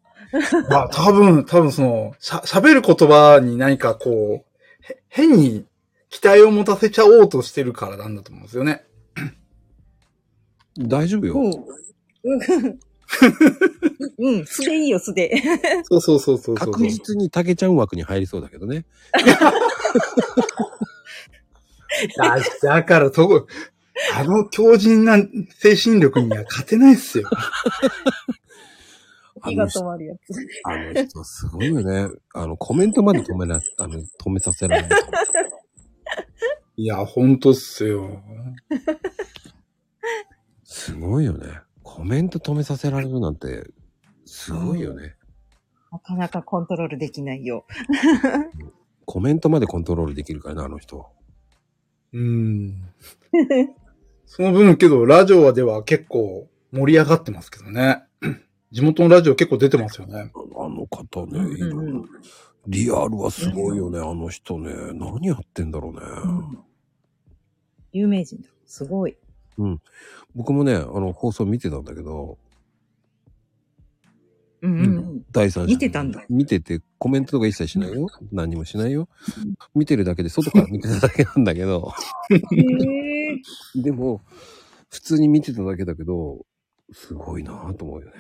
S14: まあ、多分、多分その、しゃ、喋る言葉に何かこう、へ変に期待を持たせちゃおうとしてるからなんだと思うんですよね。
S2: 大丈夫
S5: う
S2: よ。
S5: ん。うんうん、素でいいよ、素で。
S14: そうそうそうそうそう。
S2: 確実に竹ちゃん枠に入りそうだけどね。
S14: だだから、そこ、あの強靭な精神力には勝てない っすよ。
S2: あ
S5: 火が
S2: の
S5: 止まるやつ。
S2: あの 人すごいよね。あの、コメントまで止めな、あの、止めさせられない。
S14: いや、ほんとっすよ。
S2: すごいよね。コメント止めさせられるなんて、すごいよね。
S5: なかなかコントロールできないよ。
S2: コメントまでコントロールできるからな、あの人。
S14: うん。その分けど、ラジオでは結構盛り上がってますけどね。地元のラジオ結構出てますよね。
S2: あの方ね、いろいろリアルはすごいよね、あの人ね。何やってんだろうね。
S5: 有名人だ。すごい。
S2: 僕もね、あの、放送見てたんだけど、
S5: うんうんうん。
S2: 第三者
S5: 見てたんだ。
S2: 見てて、コメントとか一切しないよ。何もしないよ。見てるだけで、外から 見てただけなんだけど。
S5: へえ。
S2: でも、普通に見てただけだけど、すごいなぁと思うよね。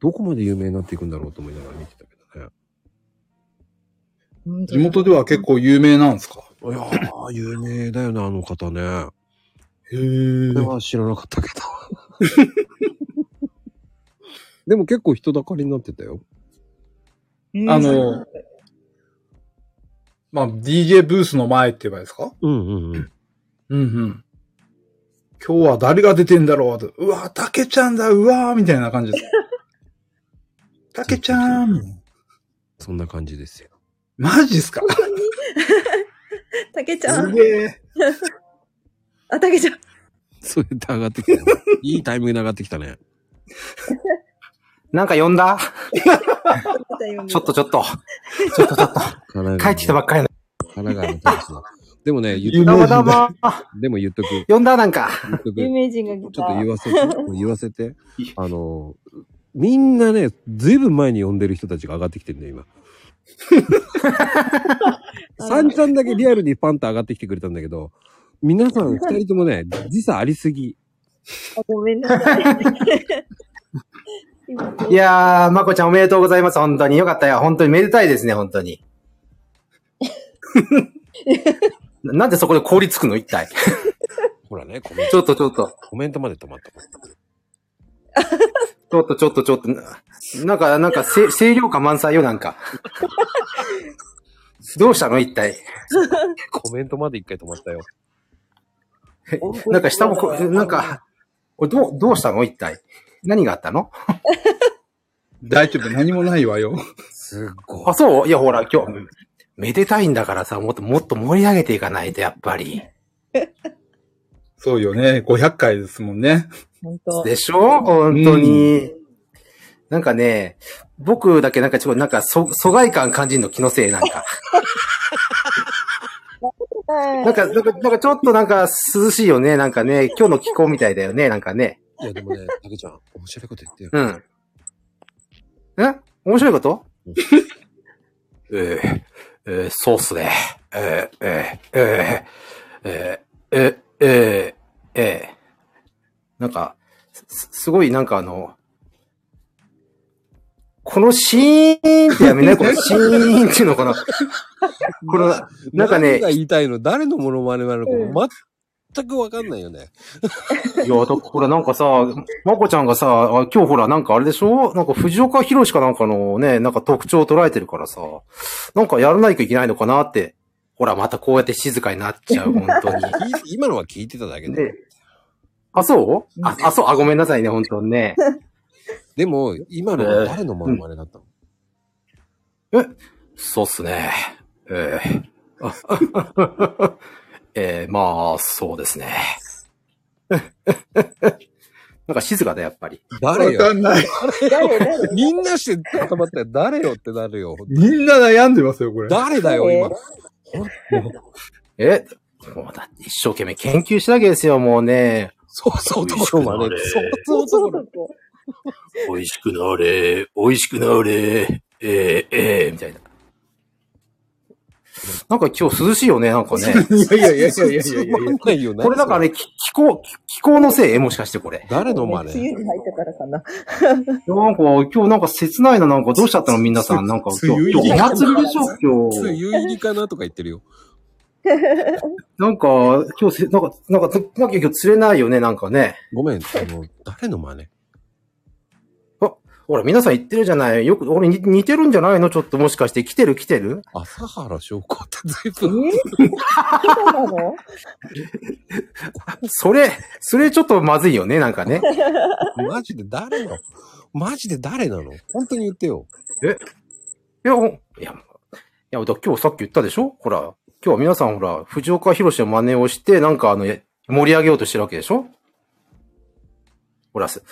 S2: どこまで有名になっていくんだろうと思いながら見てたけどね。
S5: 本当
S14: 地
S5: だ
S14: 元では結構有名なんですか
S2: いやー、有名だよね、あの方ね。
S14: へ
S2: それ
S14: ー。
S2: は知らなかったけど。 でも結構人だかりになってたよ。
S5: へえ
S14: あの、まあ、DJ ブースの前って言えばですか
S2: うんうんうん。
S14: うんうん。今日は誰が出てんだろうと。うわ、たけちゃんだ、うわー、みたいな感 じです。たけちゃーん。
S2: そんな感じ ですよ。
S14: マジっすか
S6: たけちゃん。
S14: すげえ。
S6: あ、たけちゃん。
S2: それで上がってきたね。いいタイミングで上がってきたね。
S15: なんか呼んだちょっとちょっと。ちょっとちょっ
S2: と。
S15: 帰ってきたばっかりな。
S2: 神奈川の天使の でもね、
S15: どうもどうも。
S2: でも言っとく。
S15: 呼んだなんか。
S2: 言っとく。
S6: 有名人が来た。
S2: ちょっと言わ せて、言わせて。あの、みんなね、ずいぶん前に呼んでる人たちが上がってきてるんだよ、 今。サンちゃんだけリアルにパンと上がってきてくれたんだけど、皆さん二人ともね、時差ありすぎ。
S6: あごめんな さい。
S15: いやー、まこちゃんおめでとうございます。本当に。よかったよ。本当にめでたいですね、本当に。ななんでそこで凍りつくの一体。
S2: ほらね、コメン
S15: ト。ちょっとちょっと。
S2: コメントまで止まった。
S15: ちょっとちょっとちょっと。ななんか、なんか、せ 清涼感満載よ、なんか。どうしたの一体。
S2: コメントまで一回止まったよ。
S15: なんか下もこ、なんか、これどう、どうしたの一体。何があっ たの
S14: 大丈夫、何もないわよ。
S2: すごい。
S15: あ、そういや、ほら、今日、めでたいんだからさ、もっと、もっと盛り上げていかないと、やっぱり。
S14: そうよね。500回ですもんね。
S6: 本当
S15: でしょ本当に。なんかね、僕だけなんかちょっと、なんか、そ、疎外感感じるの気のせい、なんか。 なんか、なんか、なんかちょっとなんか涼しいよね、なんかね、今日の気候みたいだよね、なんかね。
S2: いや、でもね、たけちゃん、面白いこと言ってよ。
S15: うん。え面白いことえええー、そうっすね。えー、えー、えー、えー、えー、えー、えー、なんか、す、すごいなんかあの、このシーンってやめないこのシーンっていうのかなこの、なんかね
S2: 何が、言いたいの誰のモノマネなのかも全くわかんないよね。
S15: いや、だからほらなんかさ、まこちゃんがさ、あ今日ほらなんかあれでしょなんか藤岡弘かなんかのね、なんか特徴を捉えてるからさ、なんかやらないといけないのかなって。ほら、またこうやって静かになっちゃ う、本当に。
S2: 今のは聞いてただけ
S15: で。あ、そうああ、そう、あ、ごめんなさいね、本当にね。
S2: でも、今のは誰のモノマネだったの、
S15: そうっすね。ええええまあ、そうですね。なんか静かだ、やっぱり。
S2: 誰よ
S15: わかんない
S2: 誰よみんなして固まったよ。誰よってなるよ。
S14: みんな悩んでますよ、これ。
S2: 誰だよ、今。
S15: えもうだって一生懸命研究したわけですよ、もうね。
S2: そうそう、ところまで。そう
S15: そう、ところ。美味しくなれ、美味しくなれ、ええええみたいな。なんか今日涼しいよね、なんかね。
S14: いやいやいやいやいやいやいや
S2: ないよね。
S15: これだからね、気気候、気候のせいもしかしてこれ。
S2: 誰の
S15: 真
S6: 梅雨に入ったからかな。
S15: なんか、今日なんか切ないな、なんかどうしちゃったの皆さん。なんか今日、今日お祭りでしょ今
S2: 梅
S15: 日。
S2: 雨入りかなとか言ってるよ。
S15: なんか、今日せ、なんか、なんか、なんか今日釣れないよね、なんかね。
S2: ごめん、あの、誰の真似
S15: あ、ほら、皆さん言ってるじゃない。よく、俺に似てるんじゃないのちょっともしかして。来てる来てる
S2: 朝原翔子って随分。
S6: そうなの
S15: それ、それちょっとまずいよね、なんかね。
S2: マジで誰のマジで誰なの本当に言ってよ。
S15: えいや、ほんいや、いや、だ今日さっき言ったでしょほら、今日は皆さんほら、藤岡弘の真似をして、なんかあの、え盛り上げようとしてるわけでしょほら、す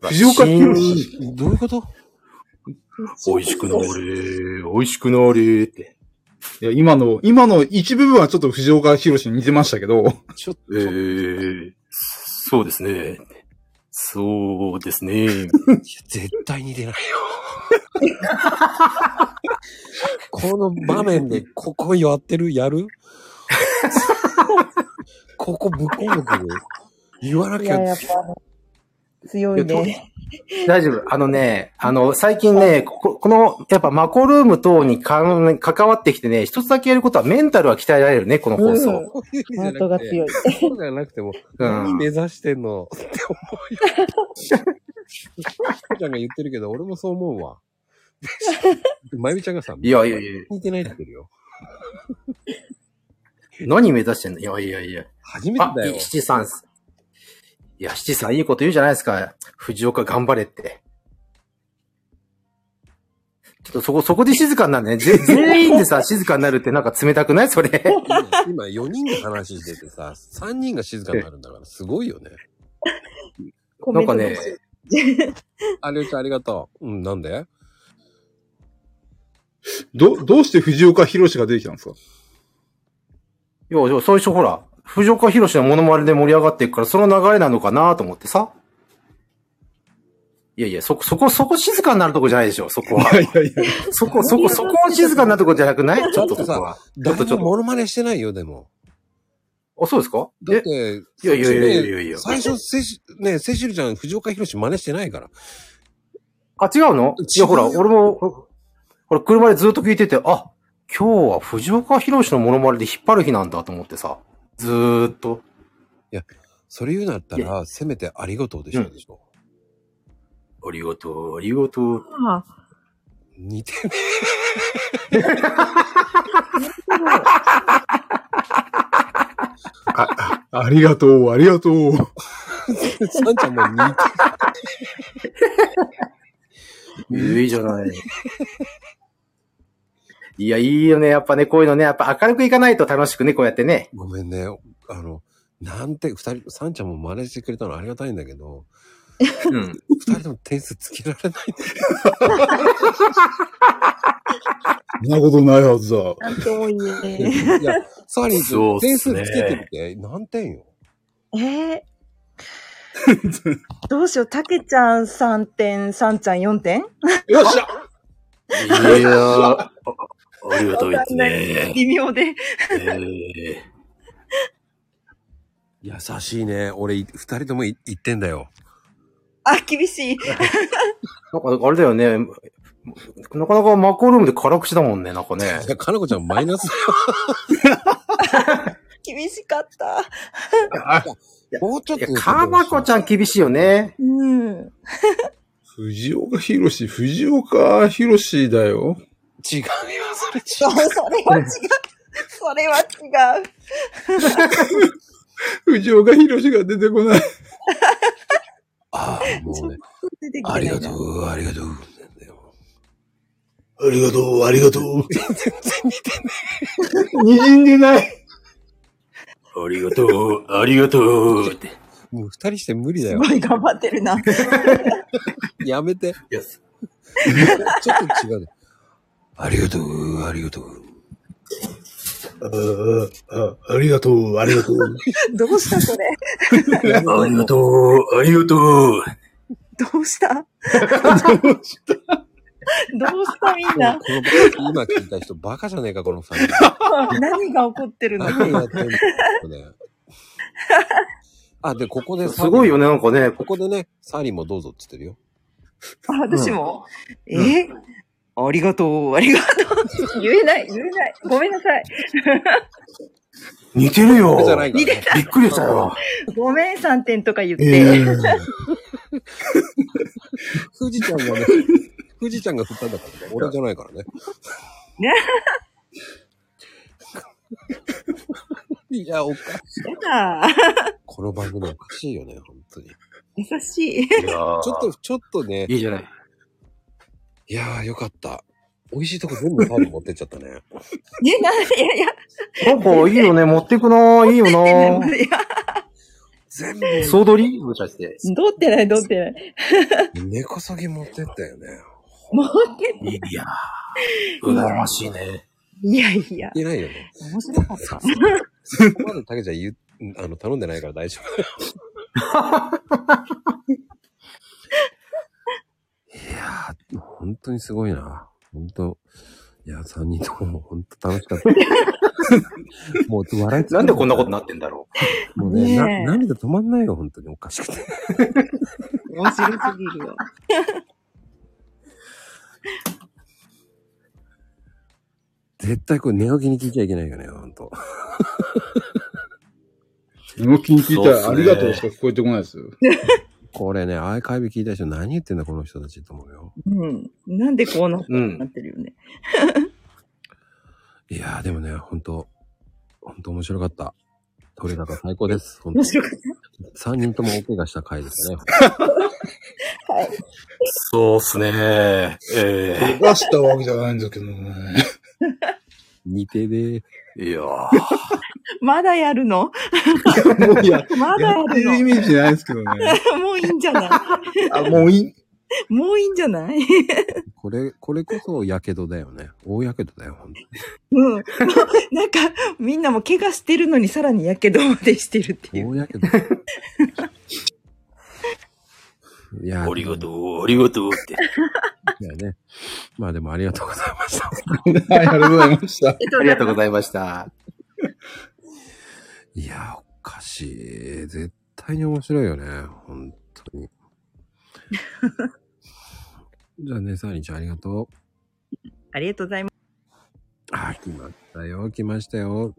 S14: 藤岡
S15: 弘
S2: どういうこと
S15: 美味しくなれ、美味しくなれって。
S14: いや、今の、今の一部分はちょっと藤岡弘に似てましたけど。
S2: ちょっと。
S15: えー、そうですね。そうですね。
S2: 絶対似てないよ。 この場面で、ここやってるや るここぶっ込んでくる言わなきゃ。
S6: 強いね。
S15: 大丈夫。あのね、あの、最近ね、ここの、やっぱマコルーム等に関関わってきてね、一つだけやることはメンタルは鍛えられるね、この放送。
S2: うんハートが強い。そうじゃなくても、
S15: うん
S2: 何目指してんの って思うよ。ひこちゃんが言ってるけど、俺もそう思うわ。まゆみちゃんがさ、
S15: いやいやいや
S2: 似てないって言ってるよ。
S15: 何目指してんのいやいやいや。
S2: 初め
S15: てだよ。七三。いや、七三いいこと言うじゃないですか。藤岡頑張れって。ちょっとそこ、そこで静かになるね。ぜ 全員でさ、静かになるってなんか冷たくないそれ。
S2: 今4人で話しててさ、3人が静かになるんだからすごいよね。
S15: なんかね、
S2: ありがとう、ありがとう。うん、なんで
S14: ど、どうして藤岡弘が出てきたんですか
S15: いや、いや最初ほら、藤岡弘のモノマネで盛り上がっていくから、その流れなのかなと思ってさ。いやいや、そこ、そこ、そこ静かになるとこじゃないでしょ、そこは。い
S14: やいや
S15: そこ、そこ、そこを静かになるとこじゃなくないちょっとそこは。ちょっとちょっと。
S2: モノマネしてないよ、でも。
S15: あ、そうですか
S2: だって、
S15: いやいやいやいやいやいや
S2: 最初、セシねセシルちゃん、藤岡弘真似してないから。
S15: あ、違うのいや、ほら、俺も、ほら、車でずっと聞いてて、あ、今日は藤岡弘のモノマネで引っ張る日なんだと思ってさ。ずーっと。
S2: いや、それ言うなったら、せめてありがとうでしょ、でしょ。
S15: ありがとう、ありがとう。
S3: ああ
S2: 似てる。
S14: あ、あありがとう、ありがとう。
S2: サンちゃんも似て
S15: いいじゃない。いや、いいよね。やっぱね、こういうのね、やっぱ明るくいかないと楽しくね、こうやってね。
S2: ごめんね。あの、なんて、二人、サンちゃんも真似してくれたのありがたいんだけど、
S15: うん。
S2: 二人とも点数つけられない。
S14: そんなことないはずだ。
S3: なんとも言えねえ。
S2: いや、サリー
S14: そう
S2: 君、
S14: っすね
S2: 点数つけてみて。何点よ。
S6: えーどうしよう、たけちゃん3点、さんちゃん4点
S14: よっしゃ
S15: いやー、あありがとうですね。
S6: 微妙で。
S15: え
S2: 優しいね。俺、い二人ともい一点だよ。
S6: あ、厳しい。
S15: ー、なんか、あれだよね。なかなかマコルームで辛口だもんね、なんかね。
S2: いや、かなこちゃんマイナスだよ。
S6: 厳しかった。
S2: もうちょっと。
S15: かまこちゃん厳しいよね。
S6: うん。
S14: 藤岡弘、藤岡弘だよ。
S2: 違うよ、それ
S6: そう、それは違う。それは違う。
S14: 藤岡弘が出てこない。
S2: ああ、もうね。
S6: 出てき
S2: あ
S6: て
S2: り
S6: な
S2: が
S6: い
S2: と
S6: な。
S2: う、ありがとう。
S14: ありがとう、ありがとう。 全然似てない。滲んでない。
S15: ありがとう、ありがとうって。
S2: もう二人して無理だ
S6: す
S2: よ
S6: ご。い頑張ってる な。
S2: やめて。
S15: いや、
S2: ちょっと違うね。ありがとう、ありがとう。
S14: あああありがとう、ありがとう。
S6: どうしたそれ。
S15: ありがとう、ありがとう。
S6: どうしたどうしたみんな。
S2: この今聞いた人、バカじゃねえか、この二人。
S6: 何が起こってるの
S2: 何やってんのね。あ、で、ここで、
S15: すごいよね、なんかね。
S2: ここでね、サリーもどうぞって言ってるよ。
S6: あ、私も。えありがとう、あり がとう。言えない、言えない。ごめんなさい。
S15: 似てるよ。
S2: じゃないから
S6: 似て
S2: ね。
S6: た。
S15: びっくりしたよ。
S6: ごめん、3点とか言っ
S14: いやい
S6: て。
S2: 富士ちゃん がね、富士ちゃんが振ったんだからね。俺じゃないからね。
S6: ね。
S2: いや、おかしい。
S6: やだ。
S2: この番組おかしいよね、本当に。
S6: 優しい。
S15: いやー
S2: ちょっと、ちょっとね。
S15: いいじゃない。
S2: いやー、よかった。美味しいとこ全部サーブ持ってっちゃったね。
S6: え、な、いやいや。
S15: なんかいいよね、持ってくな、いいよな。
S6: いや、
S2: 全部。
S15: 総取りもしかして。
S6: どってない、どってない。
S2: 根こそぎ持ってったよね。
S6: もうけ、
S15: いやー、うらやましいね。
S6: いやいや。
S2: 言えないよね。
S6: 面白かった。
S2: そこまでたけちゃん言う、 あの、頼んでないから大丈夫。いやー、本当にすごいな。本当。いや、3人とも本当楽し かった。もう笑いつ
S15: なんでこんなことになってんだろ
S2: ともうね、
S6: ねえ
S2: な涙止まんないよ、本当におかしくて。
S6: 面白すぎるよ。
S2: 絶対これ寝起きに聞いちゃいけないよね、本当。
S14: 動きに聞い
S15: そう
S14: た
S15: っすね
S14: ら、ありがとうしか聞こえてこないですよ。
S2: これね、アーカイブ聞いた人何言ってんだ、この人たちと思うよ。
S6: うん。なんでこうなった
S15: うん
S6: なってるよね。
S2: いいやーでもね、本当本当面白かった。取れ高最高です。本当
S5: 面白かっ
S2: 3人とも大怪我した回ですね。
S5: はい。
S13: そうっすねええ
S14: 出したわけじゃないんだけどね。
S2: 似てね
S13: いや
S5: まだやるの
S14: もうや、
S5: まだ
S14: や
S5: や
S14: って
S5: るの
S14: るイメー ジないですけどね。
S5: もういいんじゃない
S14: あ、もういい
S5: もういいんじゃない
S2: これ、これこそやけどだよね。大やけどだよ、本当に。
S5: うん。 なんか、みんなも怪我してるのにさらにやけどまでしてるっていう。
S2: 大やけど。いやー
S13: ありがとう、ありがとうって。
S2: いやね。まあでもありがとうございました。
S14: はい、ありがとうございました。
S13: ありがとうございました。
S2: いやー、おかしい。絶対に面白いよね。本当に。 じゃあね、サーリンちゃんありがとう。
S5: ありがとうございます。
S2: あ、来ましたよ、来ましたよ。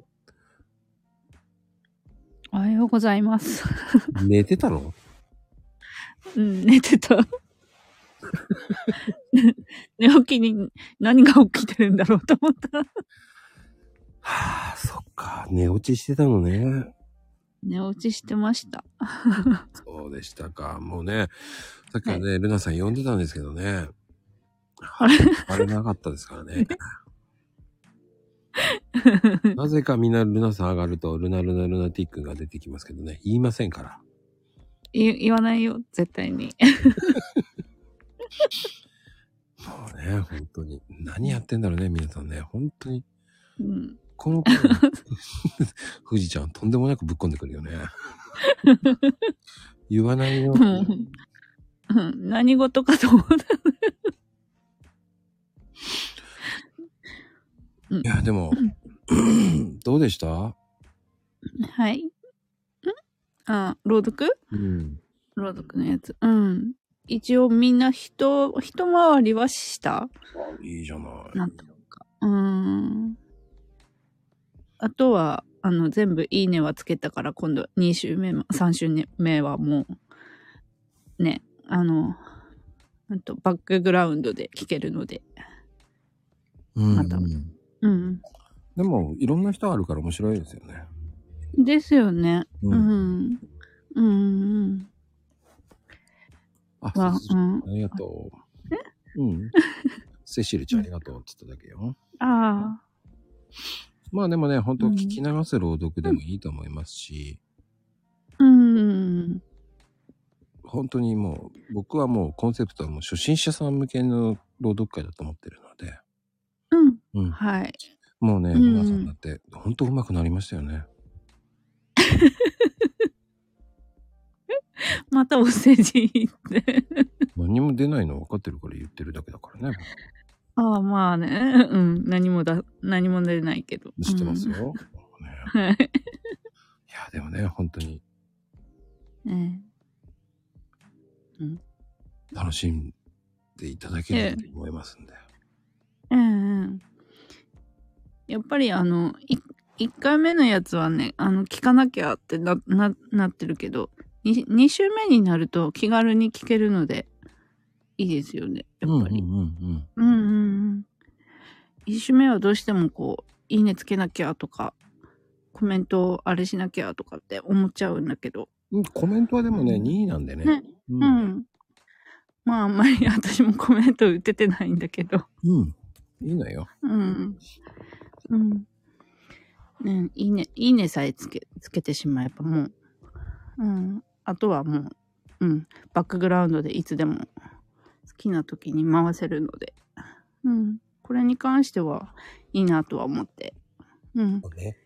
S16: おはようございます。
S2: 寝てたの
S16: うん、寝てた。 寝起きに何が起きてるんだろうと思った。
S2: あ、そっか。寝落ちしてたのね。
S16: 寝落ちしてました。
S2: そうでしたか。もうね、さっきからね、ルナさん呼んでたんですけどね。
S16: あれ
S2: あれなかったですから ね。なぜかみんなルナさん上がると、ルナルナルナティックが出てきますけどね。言いませんから。
S16: 言言わないよ、絶対に。
S2: もうね、本当に。何やってんだろうね、皆さんね。本当に。
S16: うん、
S2: この子、 富士ちゃんとんでもなくぶっこんでくるよね。言わないよ。
S16: うんうん何事かと思った。
S2: いや、でも、どうでした
S16: はい。んあ、朗読
S2: うん。
S16: 朗読のやつ。うん。一応みんな人、一回りはした
S2: いいじゃない。
S16: なんとか。うーん。あとは、あの、全部いいねはつけたから、今度2週目も、3週目はもう、ね、あの、あとバックグラウンドで聞けるので。
S2: うん。
S16: うん。
S2: でも、いろんな人があるから面白いですよね。
S16: ですよね。
S2: う
S16: うん。うん。うん。
S2: あ、
S16: わ
S2: セシル
S16: うん
S2: ありがとう。 うん。セシルちゃんありがとうって言っただけよ。
S16: ああ。
S2: まあでもね、本当聞き流す朗読でもいいと思いますし、
S16: うん。
S2: 本当にもう、僕はもうコンセプトはもう初心者さん向けの朗読会だと思ってるので、
S16: うん。
S2: うん。
S16: はい。
S2: もうね、
S16: うん
S2: 皆さんだって、本当上手くなりましたよね。
S16: またお世辞言って。
S2: 何も出ないの分かってるから言ってるだけだからね。
S16: ああ、まあね。うん。何もだ、何も出ないけど。
S2: 知ってますよ。
S16: うん。はい。
S2: いや、でもね、本当に
S16: ねうん。
S2: 楽しんでいただけると思いますんで。
S16: うんうん。やっぱりあの、い1回目のやつはね、あの、聞かなきゃってな、な、なってるけど、2, 2週目になると気軽に聞けるので、いいですよね。
S2: うんうんうん
S16: うんうんうん。1週目はどうしてもこう、いいねつけなきゃとか、コメントをあれしなきゃとかって思っちゃうんだけど。
S2: うん。コメントはでもね、2位なんでね。
S16: ね。
S2: う
S16: うんん。まああんまり 私もコメント打ててないんだけど。
S2: うん。いいのよ。
S16: うん。うん。ね、いいね、いいねさえつけ、つけてしまえばもう、うん。あとはもう、うん。バックグラウンドでいつでも好きな時に回せるので、うん。これに関しては、いいなとは思って。うん。
S2: ね。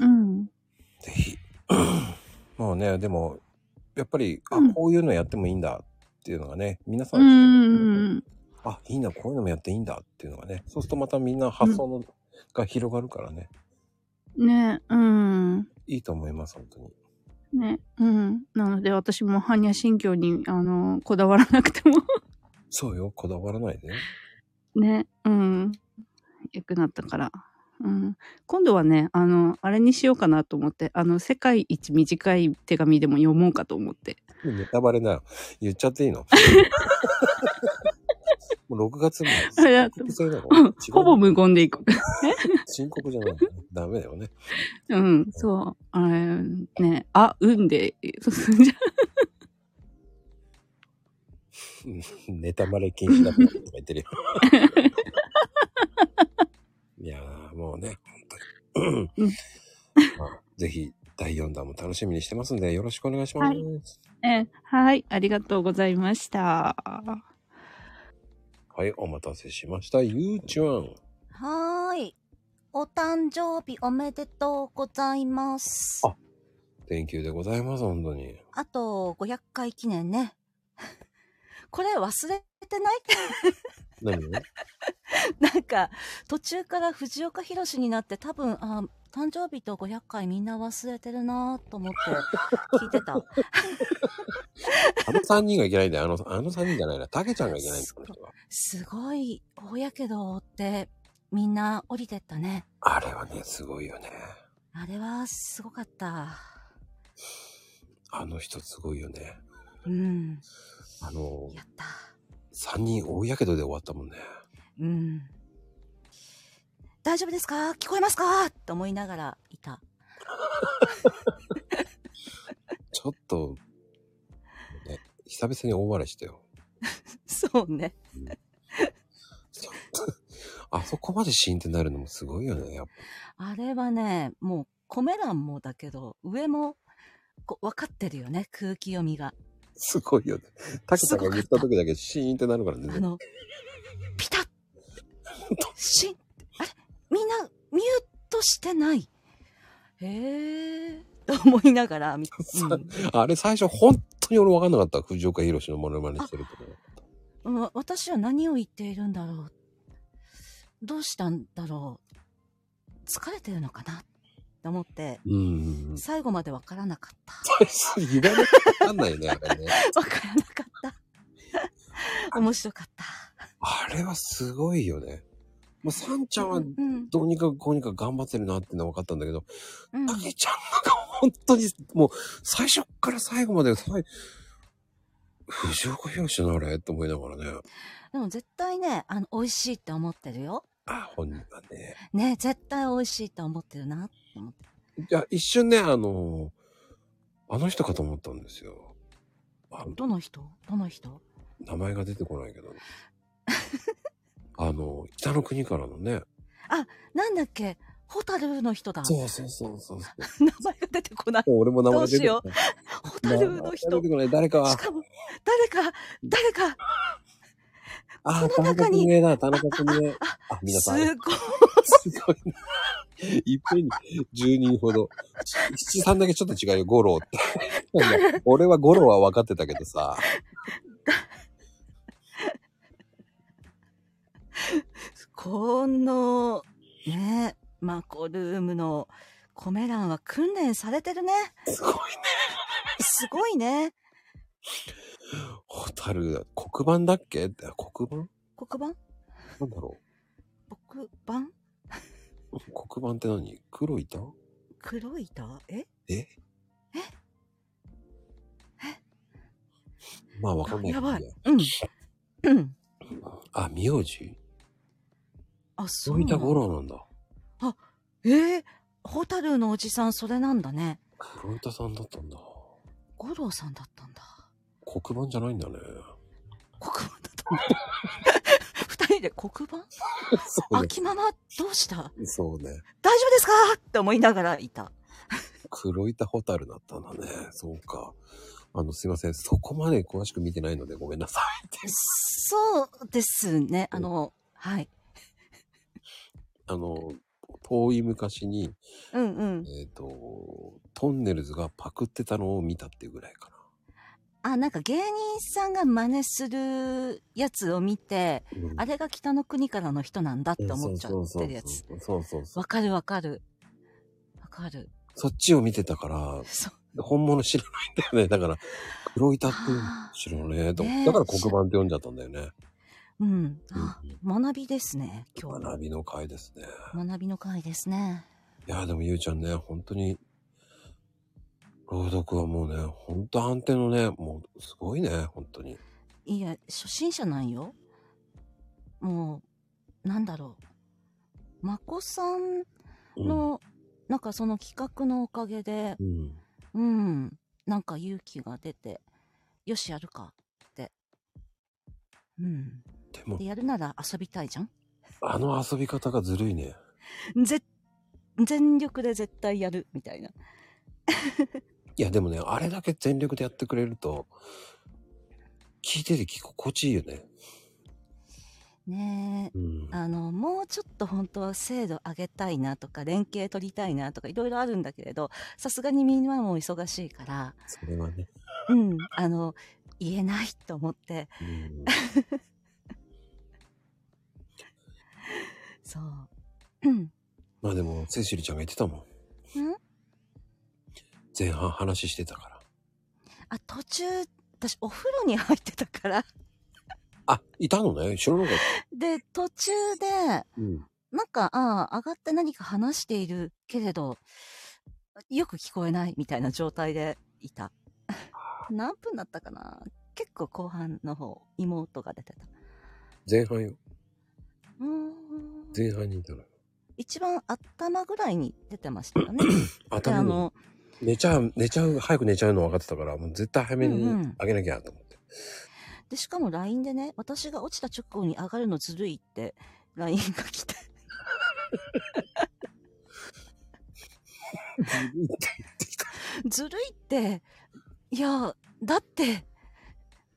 S16: うん。
S2: まあね、でも、やっぱり、あ、こういうのやってもいいんだっていうのがね、皆さ、
S16: うんん。
S2: あ、いいな、こういうのもやっていいんだっていうのがね、そうするとまたみんな発想の、が広がるからね、
S16: ね、うん。
S2: いいと思います、本当に。
S16: ね、うん。なので私も般若心経に、あの、こだわらなくても
S2: そうよ、こだわらないでね。
S16: ね、うん。良くなったから。うん、今度はね、あの、あれにしようかなと思って、あの、世界一短い手紙でも読もうかと思って。
S2: ネタバレな、言っちゃっていいのもう6月も
S16: あれだと
S2: そういうの
S16: ほぼ 無言でいく。
S2: 深刻じゃない。ダメだよね。
S16: うん、そう。あれ、ね、あ、うんで 進んじゃ
S2: うん ネタまれ禁止だとか言ってるよ。いやー、もうね、本当に。まあぜひ、第4弾も楽しみにしてますんで、よろしくお願いし
S16: う。
S2: ます。
S16: はい。え、はい、ありがとうございました。
S2: はい、お待たせしました。ゆうちゃん。
S17: はーい。お誕生日おめでとうございます。あ
S2: 天うでございます、本当に。
S17: と500回記念ね。 これ忘れてない
S2: 何を
S17: なんか途中から藤岡弘になって多分、あ誕生日と500回みんな忘れてるなーと思って聞いてた。
S2: あの3人がいけないんだよ。あの、あの3人じゃないな。たけちゃんがいけないんだよ。
S17: すごい、大やけどを負ってみんな降りてったね。
S2: あれはね、すごいよね。
S17: あれはすごかった。
S2: あの人すごいよね。
S17: うん。
S2: あの、や3人大やけどで終わったもんね。
S17: うん。大丈夫ですか聞こえますかと思いながらいた。
S2: ちょっと、ね、久々に大笑いしたよ。
S17: そうね。
S2: あそこまでシーンってなるのもすごいよね。やっぱ
S17: あれはね、もう、コメ欄もだけど、上も、こう分かってるよね、空気読みが。
S2: すごいよね。たけちゃんが言った時だけシーンってなるからね。
S17: あの、ピタッし、あれみんな、ミュートしてない。へえー、と思いな がら見て、
S2: あれ最初本当に俺分かんなかった。藤岡弘のモノマネしてるとこ
S17: うんうん私は何を言っているんだろう。どうしたんだろう。疲れてるのかなと思って、
S2: うんうんうん。
S17: 最後まで分からなかっ
S2: 言われて分かんないよね、あ れね。
S17: た。分からなかった。 面白かった。
S2: あれはすごいよね。もうサンちゃんは
S17: ん
S2: どうにかこうにか頑張ってるなってのは分かったんだけど、
S17: うん
S2: たけちゃんが本当にもう最初から最後まで、最藤岡弘のあれと思いながらね、
S17: でも絶対ね、あの、美味しいって思ってるよ。
S2: あ、本人はね。
S17: ね、絶対美味しいって思ってるなって思って。
S2: いや、一瞬ね、あの、あの人かと思ったんですよ。あの
S17: どの人どの人
S2: 名前が出てこないけど。あの、北の国からのね。
S17: あ、なんだっけホタルの人だ。
S2: そうそうそうそうそう。
S17: 名前が出てこない。
S2: もう俺も名前
S17: どう
S2: 出
S17: してよ
S2: こ
S17: う
S2: ない。。
S17: ホタルの人。
S2: 名前出てこない誰かは
S17: しかも、誰か、誰か、
S2: あ、田中邦衛だ、田中邦衛。あ、皆
S17: す
S2: さ
S17: ご
S2: ん、
S17: い。
S2: いっぺんに10人ほど。七三だけちょっと違うよ、五郎って。 俺は五郎は分かってたけどさ。
S17: この、ね、マコルームのコメ欄は訓練されてるね。
S2: すごいね。
S17: すごいね。
S2: ホタル、黒板だっけってあ黒板
S17: 黒板
S2: なんだろ
S17: 黒板
S2: う黒板って何黒板
S17: 黒い板え
S2: えまあわかんないけ
S17: や
S2: ど
S17: ば
S2: ね
S17: い。うん。うん。
S2: あ、苗字
S17: あ、そう
S2: そうい
S17: な
S2: た
S17: の。
S2: 五郎なんだ。
S17: あ、えー、ホタルのおじさんそれなんだね。
S2: 黒板さんだったんだ。
S17: 五郎さんだったんだ。
S2: 黒板じゃないんだね。
S17: 二人で黒板
S2: そうね
S17: 秋ママどうした
S2: そうね。
S17: 大丈夫ですかって思いながらいた。
S2: 黒板ホタルだったんだね。そうか。あの、すいません。そこまで詳しく見てないのでごめんなさい。
S17: そうですね。あの、はい。
S2: あの、遠い昔に、
S17: うんうん。
S2: えっ、と、トンネルズがパクってたのを見たっていうぐらいか
S17: あ、なんか芸人さんが真似するやつを見て、あれが北の国からの人なんだって
S2: な。
S17: 思っちゃってるや
S2: そ
S17: つ。
S2: うそうそうそうそうそう。
S17: わかるわかる。わかる。
S2: そっちを見てたから、本物知らないんだよね。だから、黒板って知らねえと思って、
S17: ねえ
S2: だから黒板って読んじゃったんだよね。
S17: うん。あ、学びですね。今日。
S2: 学びの会ですね。
S17: 学びの会ですね。
S2: いやーでもゆうちゃんね、本当に、朗読はもうね、本当安定のね、もうすごいね、本当に。
S17: いや、初心者なんよ。もう、なんだろう。まこさんの、なんかその企画のおかげで、うん、なんか勇気が出て、よし、やるかって。うん。
S2: でも
S17: で、やるなら遊びたいじゃん
S2: あの遊び方がずるいね。
S17: ぜ、全力で絶対やる、みたいな。
S2: いや、でもね、あれだけ全力でやってくれると、聞いてて心地いいよね。
S17: ねえ、あの、もうちょっと本当は精度上げたいなとか、連携取りたいなとか、いろいろあるんだけれど、さすがにみんなもう忙しいから、
S2: それはね。
S17: うん、あの、言えないと思って。 そう。うん。
S2: まあでも、セシルちゃんが言ってたもん。前半話してたから。
S17: あ、途中、私お風呂に入ってたから、
S2: あ、いたのね。知らなかっ
S17: で、途中で、
S2: た。うん。
S17: なんか、ああ、上がって何か話しているけれど、よく聞こえないみたいな状態でいた。何分だったかな結構後半の方、妹が出てた。
S2: 前半よ。
S17: うーん。
S2: 前半にいたのよ。
S17: 一番頭ぐらいに出てましたよね。
S2: 頭に寝ちゃう、寝ちゃう、早く寝ちゃうの分かってたから、もう絶対早めに
S17: うんうん
S2: あげなきゃと思って。
S17: で、しかも LINE でね、私が落ちた直後に上がるのずるいって、LINE が来て。ずるいって、いや、だって、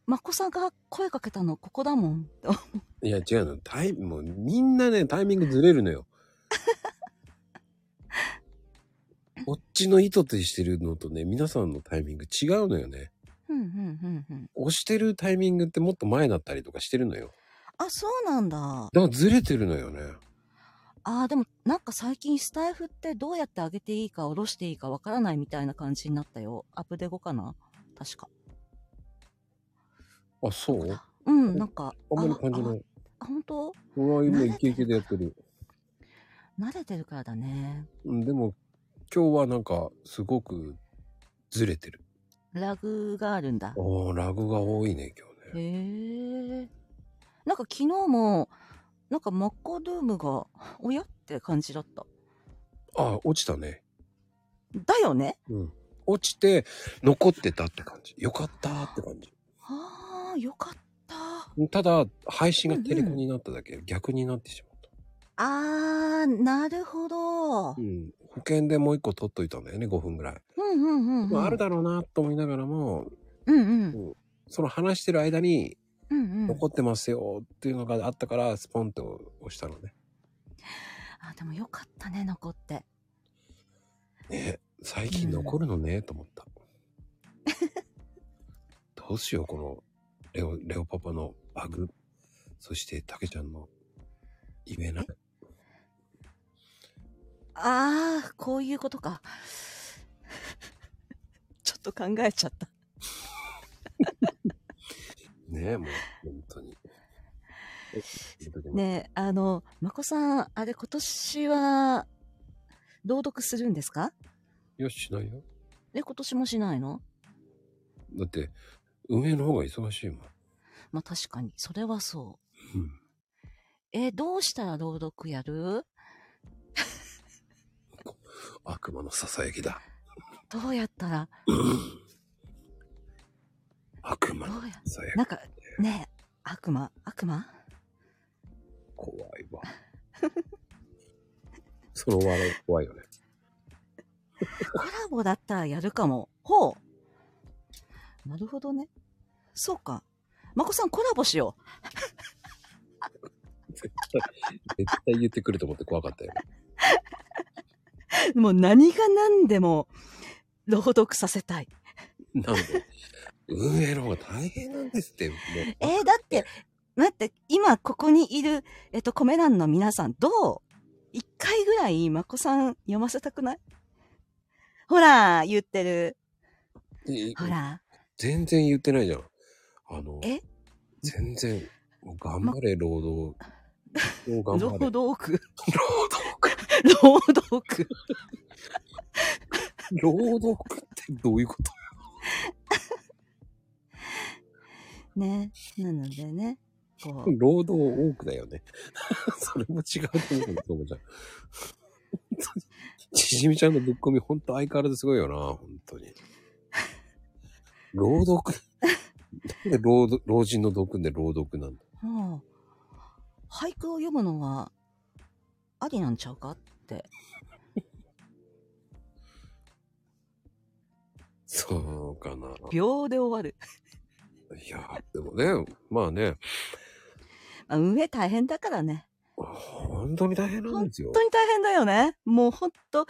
S17: まこさんが声かけたのここだもん。
S2: いや、違うの。タイもうみんなね、タイミングずれるのよ。こっちの意図としてるのとね、皆さんのタイミング違うのよね。
S17: うんうんうんうん。
S2: 押してるタイミングってもっと前だったりとかしてるのよ。
S17: あ、そうなんだ。
S2: だからずれてるのよね。
S17: あーでもなんか最近スタイフってどうやって上げていいか下ろしていいかわからないみたいな感じになったよ。アップデゴかな確か。
S2: あ、そう
S17: うん、なんか。
S2: あんまり感じない。
S17: あ、本当
S2: うわ、今イケイケでやってる。
S17: 慣れてるからだね。
S2: うんでも、今日はなんか、すごくずれてる。
S17: ラグがあるんだ。
S2: おー、ラグが多いね、今日。
S17: へえ。なんか昨日も、なんかマッコルームが、おやって感じだった。
S2: あ、落ちたね。
S17: だよね
S2: うん。落ちて、残ってたって感じ。よかったーって感じ。
S17: ああ、よかった。
S2: ただ、配信がテレコになっただけ、逆になってしま
S17: あー、なるほど。う
S2: う。うん。保険でもう一個取っといたんだよね、5分ぐらい。
S17: うんうんうん、うん。
S2: まあ、あるだろうなと思いながらも、
S17: うんうん。
S2: うんその話してる間に、
S17: うんうん。
S2: 残ってますよっていうのがあったから、スポンと押したのね。
S17: あ、でもよかったね、残って。
S2: ね最近残るのね、と思った。どうしよう、この、レオ、レオパパのバグ、そして、たけちゃんの、言えない。
S17: あー、こういうことか。 ちょっと考えちゃ った。
S2: ねえ、もう、本当に。
S17: ねえ、あの、まこさん、あれ今年は、朗読するんですか
S2: よし、しないよ。
S17: え、今年もしないの
S2: だって、運営の方が忙しいもん。
S17: まあ確かに、それはそう。
S2: うん
S17: え、どうしたら朗読やる
S2: 悪魔のささやきだ。
S17: どうやったら、
S2: 悪魔
S17: ど
S2: の
S17: うや
S2: ささやき。
S17: なんか、ねえ、悪魔、悪魔
S2: 怖いわ。その笑い怖いよね。
S17: コラボだったらやるかも。ほう。なるほどね。そうか。まこさんコラボしよ
S2: 絶対、絶対言ってくると思って怖かったよ。
S17: う。 もう何が何でも朗読させたい。
S2: なんで、運営の方が大変なんですって、も
S17: えーだって、待って、今ここにいる、えっと、コメ欄の皆さん、どう一回ぐらいまこさん読ませたくないほら、言ってる。
S2: うい、
S17: ほら。
S2: 全然言ってないじゃん。あの、
S17: え
S2: 全然、もう頑張れ、労 働。もう頑張れ。
S17: 労働区。
S2: 労
S17: 働区。
S2: 労働区。労働区ってどういう こと
S17: ね。なのでね。か。
S2: 労働多くだよね。 それも違うと思うけど、ともちゃん。 本当にちしみちゃんのぶっ込み、本当相変わらずすごいよな、本当に。朗読。なんで老ど老人の読で朗読なんだ。
S17: もう、俳句を読むのは、ありなんちゃうかって。
S2: そうかな。
S17: 秒で終わる。
S2: いや、でもね、まあね、
S17: まあ運営大変だからね。
S2: 本当に大変なんですよ
S17: 本。当に大変だよね。もう本当、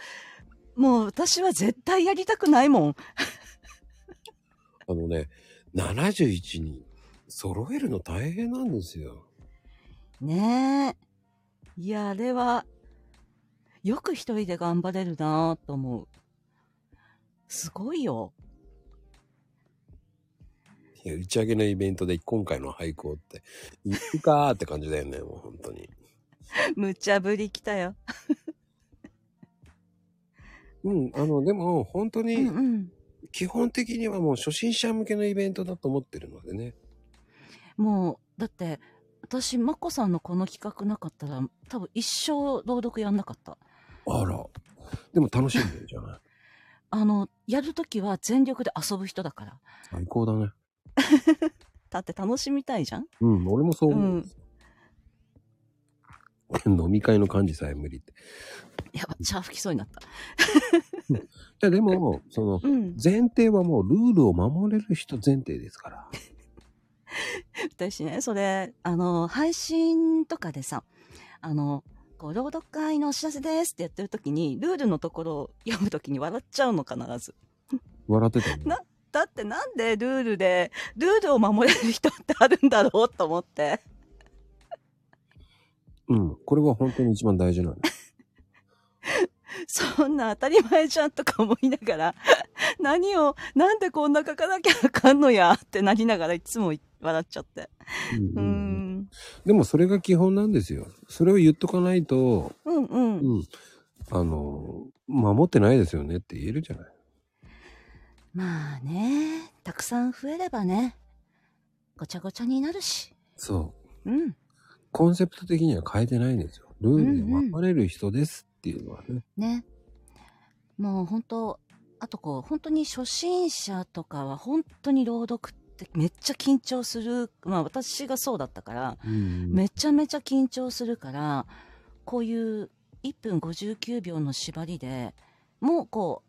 S17: もう私は絶対やりたくないもん。
S2: あのね、71人揃えるの大変なんですよ。
S17: ねえ。いや、あれは、よく一人で頑張れるなぁと思う。すごいよ。
S2: いや打ち上げのイベントで今回の俳句をって、行くかーって感じだよね、もう本当に。
S17: 無茶ぶり来たよ。
S2: うん、あの、でも本当に、基本的にはもう初心者向けのイベントだと思ってるのでね。
S17: もう、だって、私、まこさんのこの企画なかったら、多分一生朗読やんなかった。
S2: あら。でも楽しんでるじゃ ない。
S17: あの、やるときは全力で遊ぶ人だから。
S2: 最高だね。
S17: だって楽しみたいじゃん
S2: うん、俺もそう思うんですよ。飲み会の幹事さえ無理って。
S17: やば、茶吹きそうになった。
S2: いや、でも、その、前提はもうルールを守れる人前提ですから。
S17: 私ね、それ、あの、配信とかでさ、あの、こう、朗読会のお知らせですってやってるときに、ルールのところを読むときに笑っちゃうの、必ず。
S2: 笑ってたね。
S17: な、だってなんでルールで、ルールを守れる人ってあるんだろうと思って。
S2: うん、これは本当に一番大事なんです。
S17: そんな当たり前じゃんとか思いながら、何を、なんでこんな書かなきゃあかんのやってなりながらいつも笑っちゃって。
S2: うん
S17: うんうん
S2: でもそれが基本なんですよ。それを言っとかないと、
S17: うんうん。
S2: うん、あの、守ってないですよねって言えるじゃない。
S17: まあね、たくさん増えればね、ごちゃごちゃになるし。
S2: そう。
S17: うん。
S2: コンセプト的には変えてないんですよ。ルールで守れる人ですっていうのはね。
S17: ね。もう本当あとこう、本当に初心者とかは本当に朗読ってめっちゃ緊張する。まあ私がそうだったから、めちゃめちゃ緊張するから、こういう1分59秒の縛りで、もうこ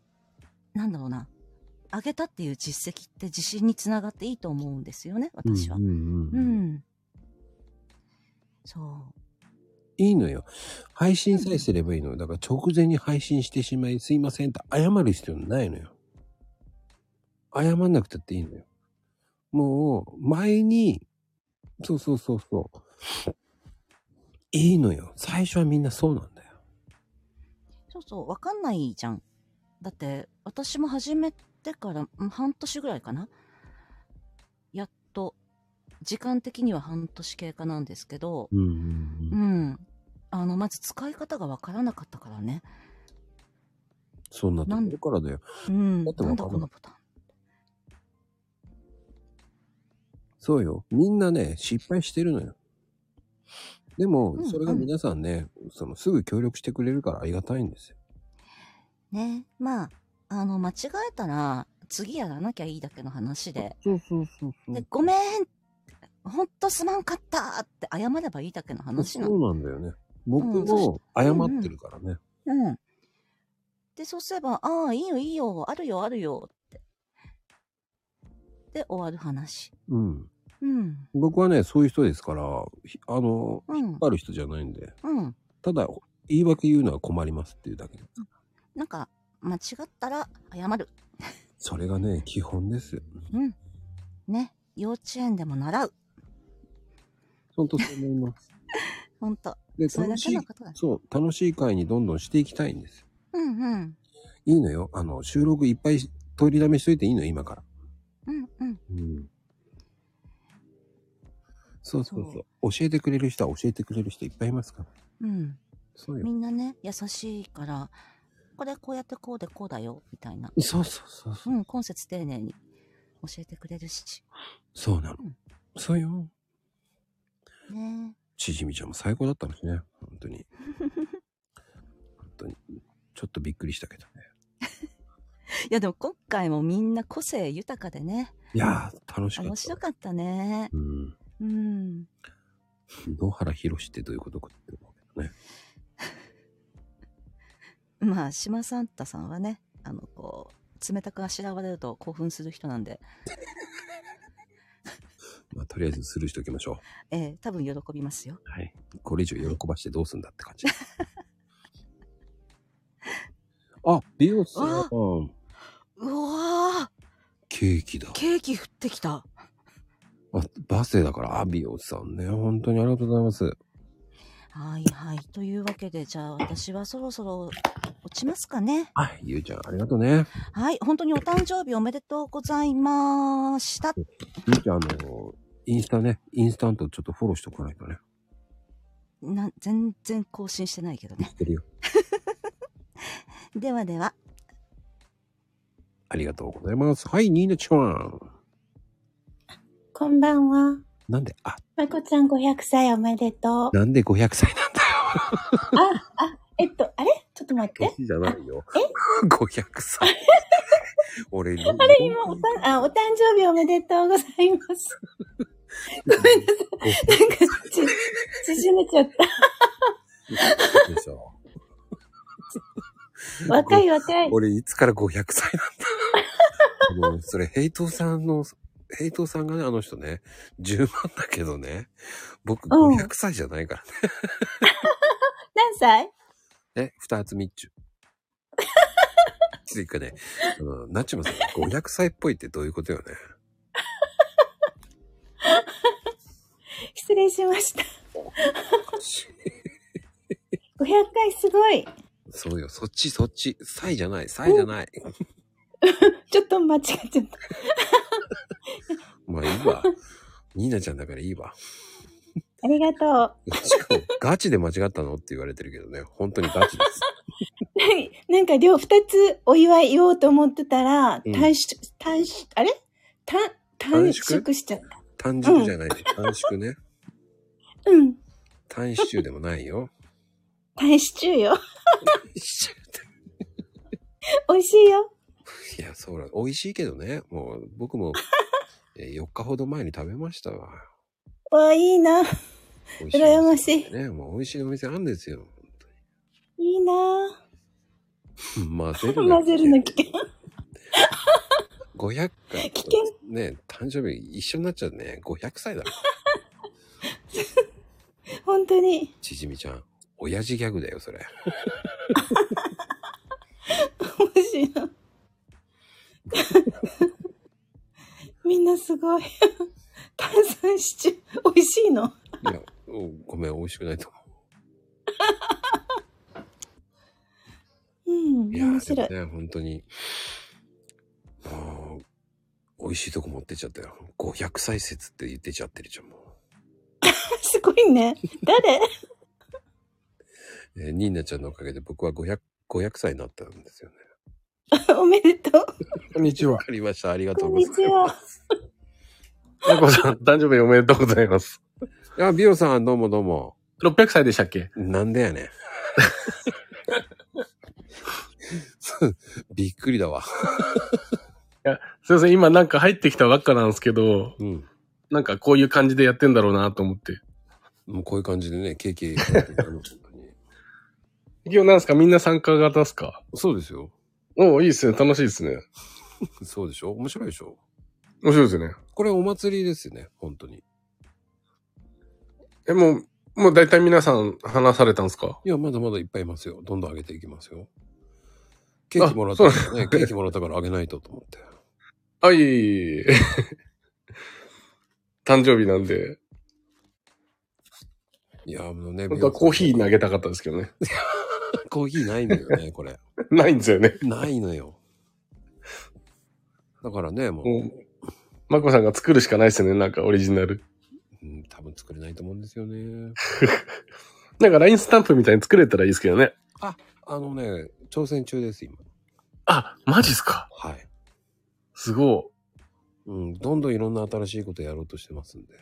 S17: う、なんだろうな、上げたっていう実績って自信につながっていいと思うんですよね、私は。
S2: うんうん
S17: う
S2: うん
S17: ん。そう。
S2: いいのよ。配信さえすればいいのよ。だから直前に配信してしまい、すいませんって謝る必要ないのよ。謝んなくたっていいのよ。もう、前に、そうそうそうそう。いいのよ。最初はみんなそうなんだよ。
S17: そうそう、わかんないじゃん。だって、私も始めてから、うん半年ぐらいかな。やっと、時間的には半年経過なんですけど、
S2: うん
S17: あの、まず使い方がわからなかったからね。
S2: そんなところからだよ。
S17: うん。
S2: だって
S17: な
S2: わ
S17: んだ
S2: か
S17: こ
S2: んな
S17: の
S2: い。そうよ。みんなね、失敗してるのよ。でも
S17: うん、
S2: それが皆さんね、そのすぐ協力してくれるからありがたいんですよ。
S17: ね。まあ、あの、間違えたら、次やらなきゃいいだけの話で。
S2: そうそうそう
S17: で、ごめんほんとすまんかったって謝ればいいだけの話なの。
S2: そうなんだよね。僕
S17: うんそ
S2: も謝ってるからね。
S17: うん。で、そうすれば、ああ、いいよいいよ、あるよあるよって。で、終わる話。
S2: うん。
S17: うん。
S2: 僕はね、そういう人ですから、ひあの、
S17: うん
S2: 引っ張る人じゃないんで、
S17: うん。
S2: ただ、言い訳言うのは困りますっていうだけで。
S17: なんか、間違ったら謝る。
S2: それがね、基本ですよ。
S17: うん。ね。幼稚園でも習う。
S2: ほんとそう思います。
S17: ほんと。
S2: で、
S17: それだ
S2: 楽し
S17: け
S2: い
S17: のことだ、。
S2: そう、楽しい会にどんどんしていきたいんですよ。
S17: うんうん。
S2: いいのよ。あの、収録いっぱいし取りだめしといていいのよ、今から。
S17: うんうん。
S2: うん。そうそうそう。教えてくれる人は教えてくれる人いっぱいいますから。
S17: うん。
S2: そうよ
S17: みんなね、優しいから、これこうやってこうでこうだよ、みたいな。
S2: そうそうそう
S17: そう。うん、今節丁寧に教えてくれるし。
S2: そうなの。そうよ。
S17: ね
S2: ちじみちゃんも最高だったんですね。本当に。本当に。ちょっとびっくりしたけどね。
S17: いやでも今回もみんな個性豊かでね。
S2: いやー、楽しかった
S17: 面。白かったね。
S2: うん。
S17: うん。
S2: 野原ひろしってどういうことかって思うけどね。
S17: まあ、島サンタさんはね、あの、こう、冷たくあしらわれると興奮する人な んで、
S2: まあ、とりあえずスルーしておきましょ
S17: ええ多分喜びますよ。
S2: う。はい。これ以上喜ばしてどうすんだって感じ。 あ、美容師さん
S17: わ。うわ
S2: ケーキだ
S17: ー。ケーキ降ってきた。
S2: あ、バースデーだから、あ、美容師さんね。本当にありがとうございます。
S17: はいはい。というわけで、じゃあ私はそろそろ落ちますかね。
S2: はい。ゆうちゃん、ありがとうね。
S17: はい。本当にお誕生日おめでとうございました。
S2: ゆうちゃん、あの、インスタね、インスタントちょっとフォローしておかないとね。
S17: な、全然更新してないけどね。
S2: てるよ。
S17: ではでは。
S2: ありがとうございます。はい、ニーナちゃん。
S6: こんばんは。
S2: なんで、あ、
S6: まこちゃん500歳おめでとう。
S2: なんで500歳なんだ
S6: あ、あ、えっと、あれちょっと待って。
S2: じゃないよ。500歳。 俺に。
S6: あれ今おたんあ、お誕生日おめでとうござい ます。ごめんなさい。なんか、ち、縮 めちゃった。
S2: でしょ。
S6: 若い若い。
S2: 俺、いつから500歳なんだ もう、それ、ヘイトさんの、ヘイトさんがね、あの人ね、10万だけどね、僕
S6: うん
S2: 500歳じゃないからね。
S6: 何歳
S2: え、二つみっちゅ。つうかね、うん、なっちまさん、500歳っぽいってどういうことよね。
S6: 失礼しました。500回すごい。
S2: そうよ、そっち、そっち、歳じゃない、歳じゃない。
S6: ちょっと間違っちゃった。
S2: まあいいわ。ニーナちゃんだからいいわ。
S6: ありがとう。
S2: しかも、ガチで間違ったのって言われてるけどね、本当にガチ です。
S6: 何 なんか両、二つお祝い言おうと思ってたら、
S2: うん
S6: 短縮、短縮、あれ短、短
S2: 短縮
S6: 縮しちゃった。
S2: 短縮じゃない、短縮ね。
S6: うん。
S2: 短縮でもないよ。
S6: 大シチューよ。美味しいよ。
S2: いや、そうだ。美味しいけどね。もう、僕も、え4日ほど前に食べましたわ。
S6: わあ、いいな。
S2: 美味しい
S6: 羨ましい。
S2: ね。もう美味しいお店あるんですよ。
S6: いいな。
S2: 混ぜるな
S6: 混。ぜるの危険。
S2: 500回。
S6: 危険
S2: ね誕生日一緒になっちゃうね。500歳だ。
S6: 本当に。
S2: ちじみちゃん。親父ギャグだよ、それ。
S6: 面白い。みんなすごい。炭酸シチュー、美味しいの
S2: いや、おごめん、美味しくないと思
S6: うん、
S2: う。いや、
S6: 面白い。
S2: でもね、本当に。もう、美味しいとこ持ってっちゃったよ。500歳説って言ってちゃってるじゃん、も
S6: すごいね。誰
S2: う。えーニーナちゃんのおかげで僕は500、500歳になったんですよね。
S6: おめでとう。
S2: こんにちは。わかりました。ありがと
S6: こ
S2: うんござい
S6: に
S2: ます。
S6: ちは。
S18: まこさん、誕生日おめでとうございます。
S2: いや、ビオさん、どうもどうも。
S18: 600歳でしたっけ
S2: なんでやねん。 びっくりだわ。
S18: いや、すいません、今なんか入ってきたばっかなんですけど、なんかこういう感じでやってんだろうなと思って。
S2: もうこういう感じでね、ケーキ。
S18: 今日なんですかみんな参加型ですか
S2: そうですよ。
S18: おーいいですね。楽しいですね。
S2: そうでしょ面白いでしょ
S18: 面白いですね。
S2: これお祭りですよね、本当に。
S18: え、もう、もう大体皆さん話されたんですか
S2: いや、まだまだいっぱいいますよ。どんどん上げていきますよ。ケーキもらったからね、ケーキもらったからあげないとと思って。
S18: あ、いえいえい え。誕生日なんで。
S2: いや、もうね、
S18: 本当はコーヒー投げたかったですけどね。
S2: コーヒーないのよね、これ。
S18: ないんですよね。
S2: ないのよ。だからね、もう、
S18: もう、マコさんが作るしかないですよね。なんかオリジナル。
S2: うん多分作れないと思うんですよね。
S18: なんか LINE スタンプみたいに作れたらいいですけどね。
S2: あ、あのね、挑戦中です、今。
S18: あ、マジっすか
S2: はい。
S18: すご
S2: うん、どんどんいろんな新しいことやろうとしてますんで。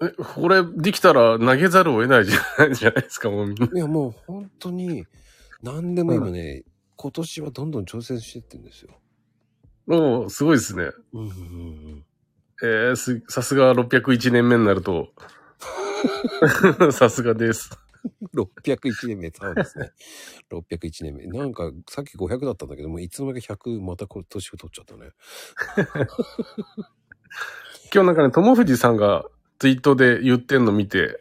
S18: え、これできたら投げざるを得ないじゃないじ ゃないですか、もうみんな。
S2: いや、もう本当に、何でも今ね、今年はどんどん挑戦してってんですよ。
S18: もう、すごいですね。えー、す、さすが601年目になると。 さすがです。
S2: 601年目、そうですね。601年目。なんか、さっき500だったんだけども、いつの間にか100、またこれ年を取っちゃったね。
S18: 今日なんかね、友藤さんがツイートで言ってんの見て、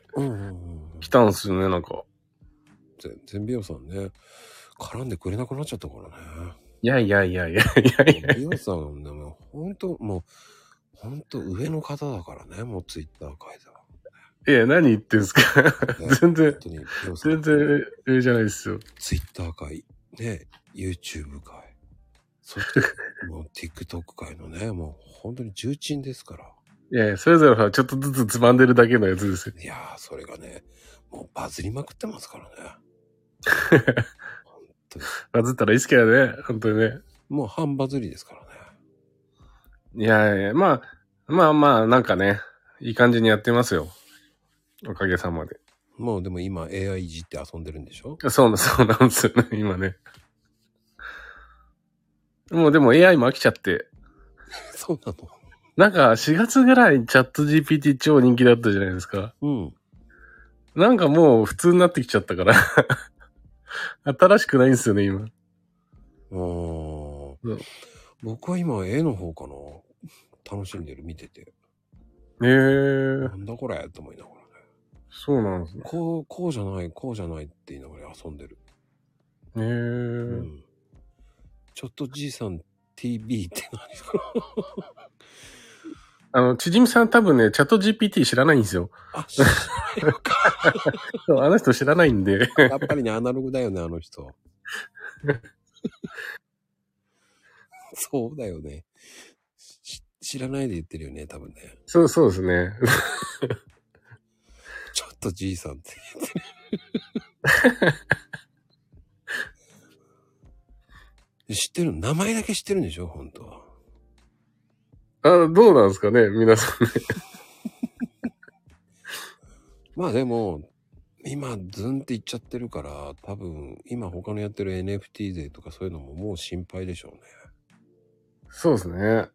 S18: 来たんすよね、なんか。
S2: 全然美容さんね、絡んでくれなくなっちゃったからね。
S18: いやいやいやいやいやいや。
S2: 美容さん、でも、本当もう、本当上の方だからね、もうツイッター書いて
S18: いや、何言ってんすか全然、全然上じゃないですよ。
S2: ツイッター界、ね、YouTube 界、そして、もう TikTok 界のね、もう本当に重鎮ですから。
S18: いやいや、それぞれはちょっとずつつまんでるだけのやつですよ。
S2: いやー、それがね、もうバズりまくってますからね。
S18: バズったらいいっすけどね、本当にね。
S2: もう半バズりですから
S18: ね。いやいや、まあ、まあまあ、なんかね、いい感じにやってますよ。おかげさまで。
S2: もうでも今 AI いじって遊んでるんでしょ
S18: そうな、そうなんですよね、今ね。もうでも AI も飽きちゃって。
S2: そうなの
S18: なんか4月ぐらいチャット GPT 超人気だったじゃないですか。
S2: うん。
S18: なんかもう普通になってきちゃったから。 新しくないんですよね、今。
S2: おー僕は今絵の方かな。楽しんでる、見てて。
S18: へえー。
S2: なんだこれと思いながらね。
S18: そうなんですね。
S2: こう、こうじゃない、こうじゃないって言いながら遊んでる。
S18: へえー
S2: ちょっとじいさん TB って
S18: あの、ちじみさん多分ね、チャット GPT 知らないんですよ。 そうあの人知らないんで。
S2: 何やっぱりね、アナログだよね、あの人。そうだよね。し知らないで言ってるよね、多分ね。
S18: そう、そうですね。
S2: ちょっとじいさんって言ってる。知ってる名前だけ知ってるんでしょ本当は。
S18: あどうなんですかね皆さんね。
S2: まあでも、今、ズンっていっちゃってるから、多分、今他のやってる NFT 税とかそういうのももう心配でしょうね。
S18: そうですね。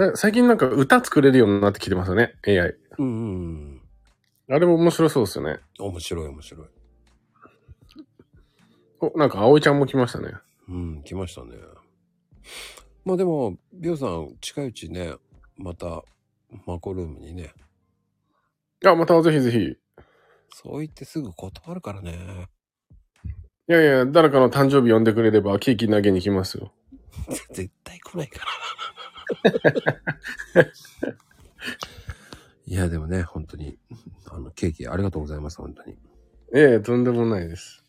S18: え最近なんか歌作れるようになってきてますよね、AI。
S2: うんうん
S18: あれも面白そうですよね。
S2: 面白い面白い。
S18: お、なんか葵ちゃんも来ましたね。
S2: うん、来ましたね。まあでも、ビオさん、近いうちね、また、マコルームにね。
S18: いや、またぜひぜひ。い
S2: そう言ってすぐ断るからね。
S18: やいや、誰かの誕生日呼んでくれればケーキ投げに来ますよ。
S2: 絶対来ないから。 いや、でもね、本当に、あの、ケーキありがとうございます、本当に。
S18: ええ、とんでもないです。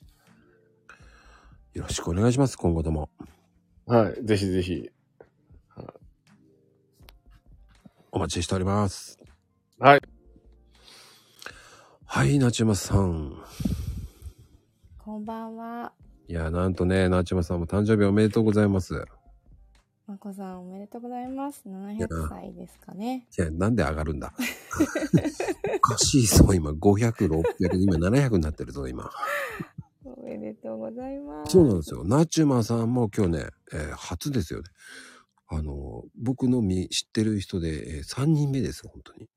S2: よろしくお願いします、今後とも。
S18: はい、ぜひぜひ。
S2: お待ちしております。
S18: はい。
S2: はい、なちまさん。
S9: こんばんは。
S2: いや、なんとね、なちまさんも誕生日おめでとうございます。
S9: まこさんおめでとうございます。700歳ですかね。
S2: いや、なんで上がる んだおかしいぞ、今。500、600、今700になってるぞ、今。
S9: おめでとうございます。
S2: そうなんですよ。ナチュマさんも今日ね、えー初ですよね。あの、僕のみ知ってる人で、え3人目です、本当に。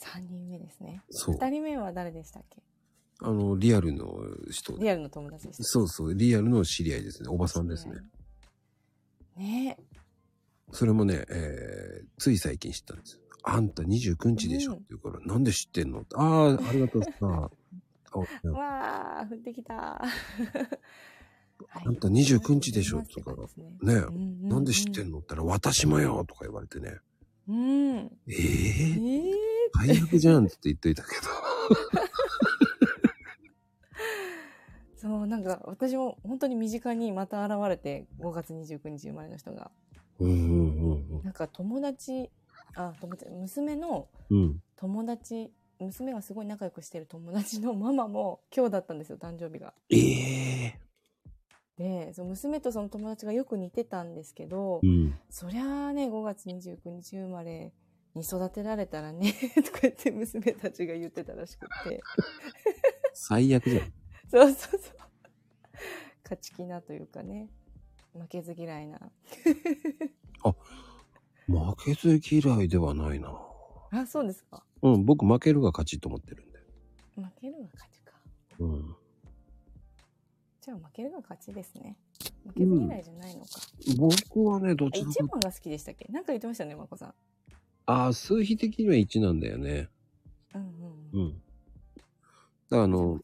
S9: 3人目ですね。
S2: そう
S9: 2人目は誰でしたっけ
S2: あの、リアルの人。
S9: リアルの友達でし
S2: そうそう、リアルの知り合いですね。おばさんですね。
S9: た。ね
S2: それもね、えーつい最近知ったんです。あんた29日でしょって言うから、なんで知ってんのってああ、ありが とうさ。あ
S9: え。わあ、降ってきた。
S2: あんた29日でしょって言うから、ねえ、なんで知ってんのって言ったら、私もよとか言われてね、
S9: うん。え
S2: えー、
S9: え
S2: 最悪じゃんって言っといたけ ど。
S9: そう、なんか私も本当に身近にまた現れて、5月29日生まれの人が。
S2: うんうん
S9: なんか友達、あ、友達、娘の
S2: うんうん。
S9: 友達、娘がすごい仲良くしてる友達のママも今日だったんですよ、誕生日が。
S2: ええ
S9: で、その娘とその友達がよく似てたんですけど、
S2: うん
S9: そりゃあね、5月29日生まれに育てられたらね、 とか言って娘たちが言ってたらしくて。
S2: 最悪じゃん。
S9: そうそうそう。勝ち気なというかね、負けず嫌いな。
S19: 負けず嫌いではないな。
S9: あ、そうですか。
S19: うん、僕負けるが勝ちと思ってるんで。
S9: 負けるが勝ちか。
S19: うん。
S9: じゃあ負けるが勝ちですね。負けず嫌いじゃないのか。
S19: 僕はね、どっ
S9: あ
S19: ちらか
S9: 一番が好きでしたっけなんか言ってましたね、まこさん。
S2: ああ、数比的には1なんだよね。
S9: うんうん
S2: うん。だからあの、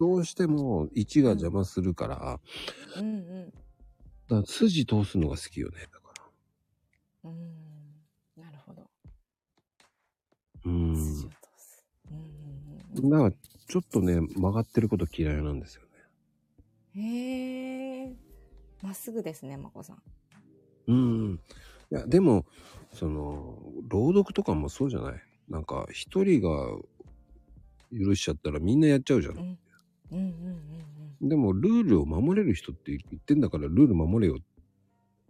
S9: ど
S2: うしても1が邪魔するから、だか
S9: うんうん。
S2: ら筋通すのが好きよね。
S9: なるほど。
S2: うん。だから、ちょっとね、曲がってること嫌いなんですよね。
S9: へえ。まっすぐですね、まこさん。
S2: うん。いや、でも、その、朗読とかもそうじゃないなんか、一人が許しちゃったらみんなやっちゃうじゃん。
S9: うんうん
S2: でも、ルールを守れる人って言ってんだから、ルール守れよ、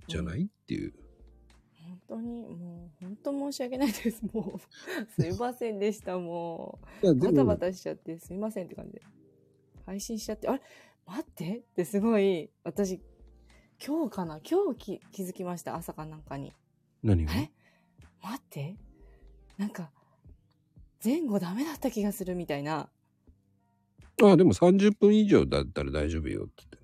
S2: じゃないっていう。
S9: 本当に、もう、本当申し訳ないです。もう、すいませんでした、も
S2: いや
S9: う。
S2: で
S9: バ
S2: も
S9: タバタしちゃって、すいませんって感じで。配信しちゃって、あれ待ってってすごい、私、今日かな今日き気づきました、朝かなんかに。
S2: 何
S9: が待ってなんか、前後ダメだった気がするみたいな。
S2: ああ、でも30分以上だったら大丈夫よって。
S9: い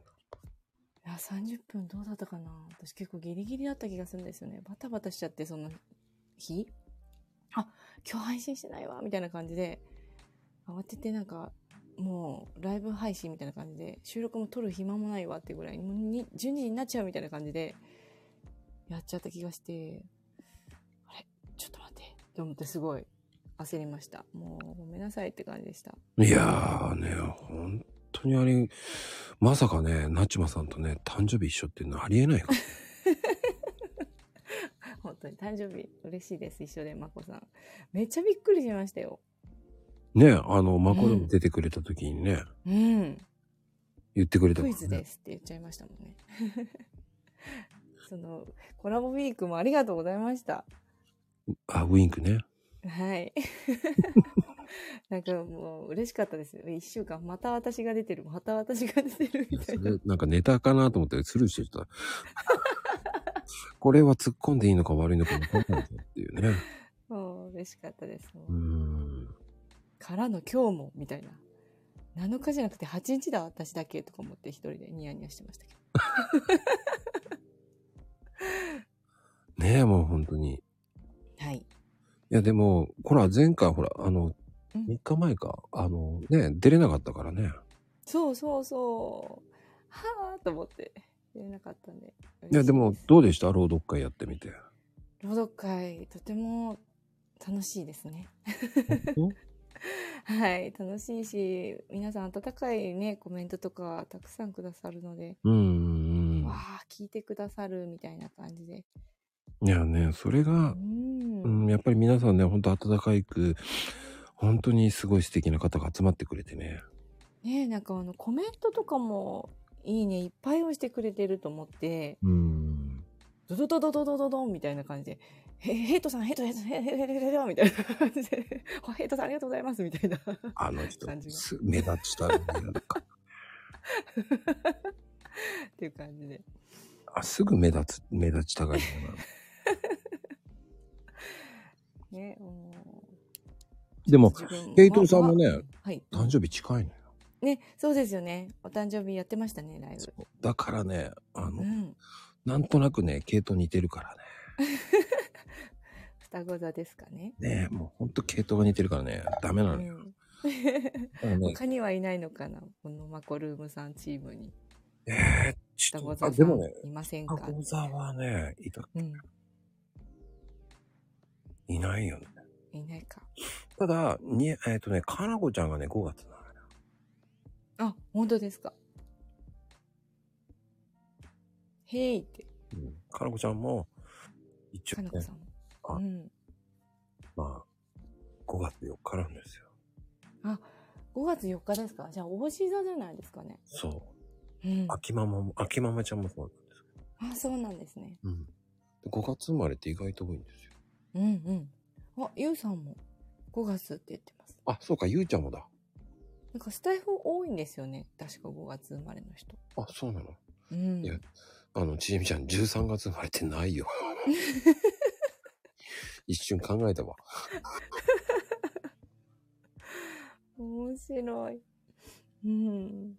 S9: や、30分どうだったかな私結構ギリギリだった気がするんですよね。バタバタしちゃって、その日。あ、今日配信してないわみたいな感じで、慌ててなんか、もうライブ配信みたいな感じで、収録も撮る暇もないわってぐらい、もうに12時になっちゃうみたいな感じで、やっちゃった気がして、あれちょっと待って。って思ってすごい焦りました。もうごめんなさいって感じでした。
S2: いやーね、本当にあれ、まさかね、なっちまさんとね、誕生日一緒っていうのはありえ ないから。
S9: 本当に誕生日嬉しいです。一緒で、まこさん。めっちゃびっくりしましたよ。
S2: ね、あの、マコでも出てくれた時にね、
S9: うん。
S2: 言ってくれたか
S9: クイ
S2: ら
S9: ズですって言っちゃいましたもんね。 その、コラボウィークもありがとうございました。
S2: あ、ウィンクね。
S9: はい。 なんかもう嬉しかったです。一週間、また私が出てる、また私が出てるみたいな。
S2: でなんかネタかなと思ってスルーしてた。これは突っ込んでいいのか悪いのか分かんないぞっていうね。
S9: もう嬉しかったです。もう
S2: うん。
S9: からの今日も、みたいな。7日じゃなくて8日だ、私だけ、とか思って一人でニヤニヤしてましたけど。
S2: ねえ、もう本当に。
S9: はい。
S2: いや、でも、ほら、前回ほら、あの、3日前か、あの、ね、出れなかったからね。
S9: そうそうそう。はぁと思って言えなかったんで。
S2: いや、でも、どうでした朗読会やってみて。
S9: 朗読会、とても楽しいですね。はい、楽しいし、皆さん温かいね、コメントとかたくさんくださるので、
S2: うん。
S9: わあ、聞いてくださるみたいな感じで。
S2: いやね、それが、
S9: うん
S2: うん、やっぱり皆さんね、本当温かいく、本当にすごい素敵な方が集まってくれてね。
S9: ねえ、なんかあの、コメントとかも、いいね、いっぱい押してくれてると思って、ドドドドドドドドンみたいな感じで、へヘイトさん、ヘイト、ヘイト、ヘイト、ヘイト、ヘイト、みたいな感じで、あヘイトさんありがとうございます、みたいな。
S2: あの 人、す目立ちたい、ね。なんか
S9: っていう感じで。
S2: あすぐ目立つ、目立ちたがりだな。
S9: ね、も
S2: でも
S9: 自分、
S2: ヘイトさんもね、
S9: はい
S2: 誕生日近いのよ。
S9: うね、そうですよね。お誕生日やってましたね、ライブ。
S2: だからね、あの、
S9: うん。
S2: なんとなくね、系統似てるから
S9: 双子座ですかね。
S2: ね。ねもうほんと系統が似てるからね、ダメなのよ。うん
S9: 他にはいないのかなこのマコルームさんチームに。
S2: え
S9: 双子
S2: あ
S9: 座
S2: で
S9: さ
S2: も
S9: ん
S2: ね
S9: いませんか
S2: 双子座はね、いた、
S9: うん、
S2: いないよね。
S9: いないか。
S2: ただ、に、えっ、とね、かなこちゃんがね、5月なのよ。
S9: あ、本当ですか。へいって。
S2: うんかなこちゃんも、一応ね、あ
S9: うん。
S2: まあ、5月4日なんですよ。
S9: あ、5月4日ですかじゃあ、大志座じゃないですかね。
S2: そう。
S9: うん、
S2: 秋ママも、秋ママちゃんもそう
S9: あ、そうなんですね。
S2: なんで5月生まれって意外と多いんですよ。
S9: うんうん。あ、ゆうさんも5月って言ってます。
S2: あ、そうか、ゆうちゃんもだ。
S9: なんかスタイフ多いんですよね。確か5月生まれの人。
S2: あ、そうなの。
S9: うん
S2: い。や、あの、ちえみちゃん、13月生まれてない よ。一瞬考えたわ。
S9: 面白い。うん。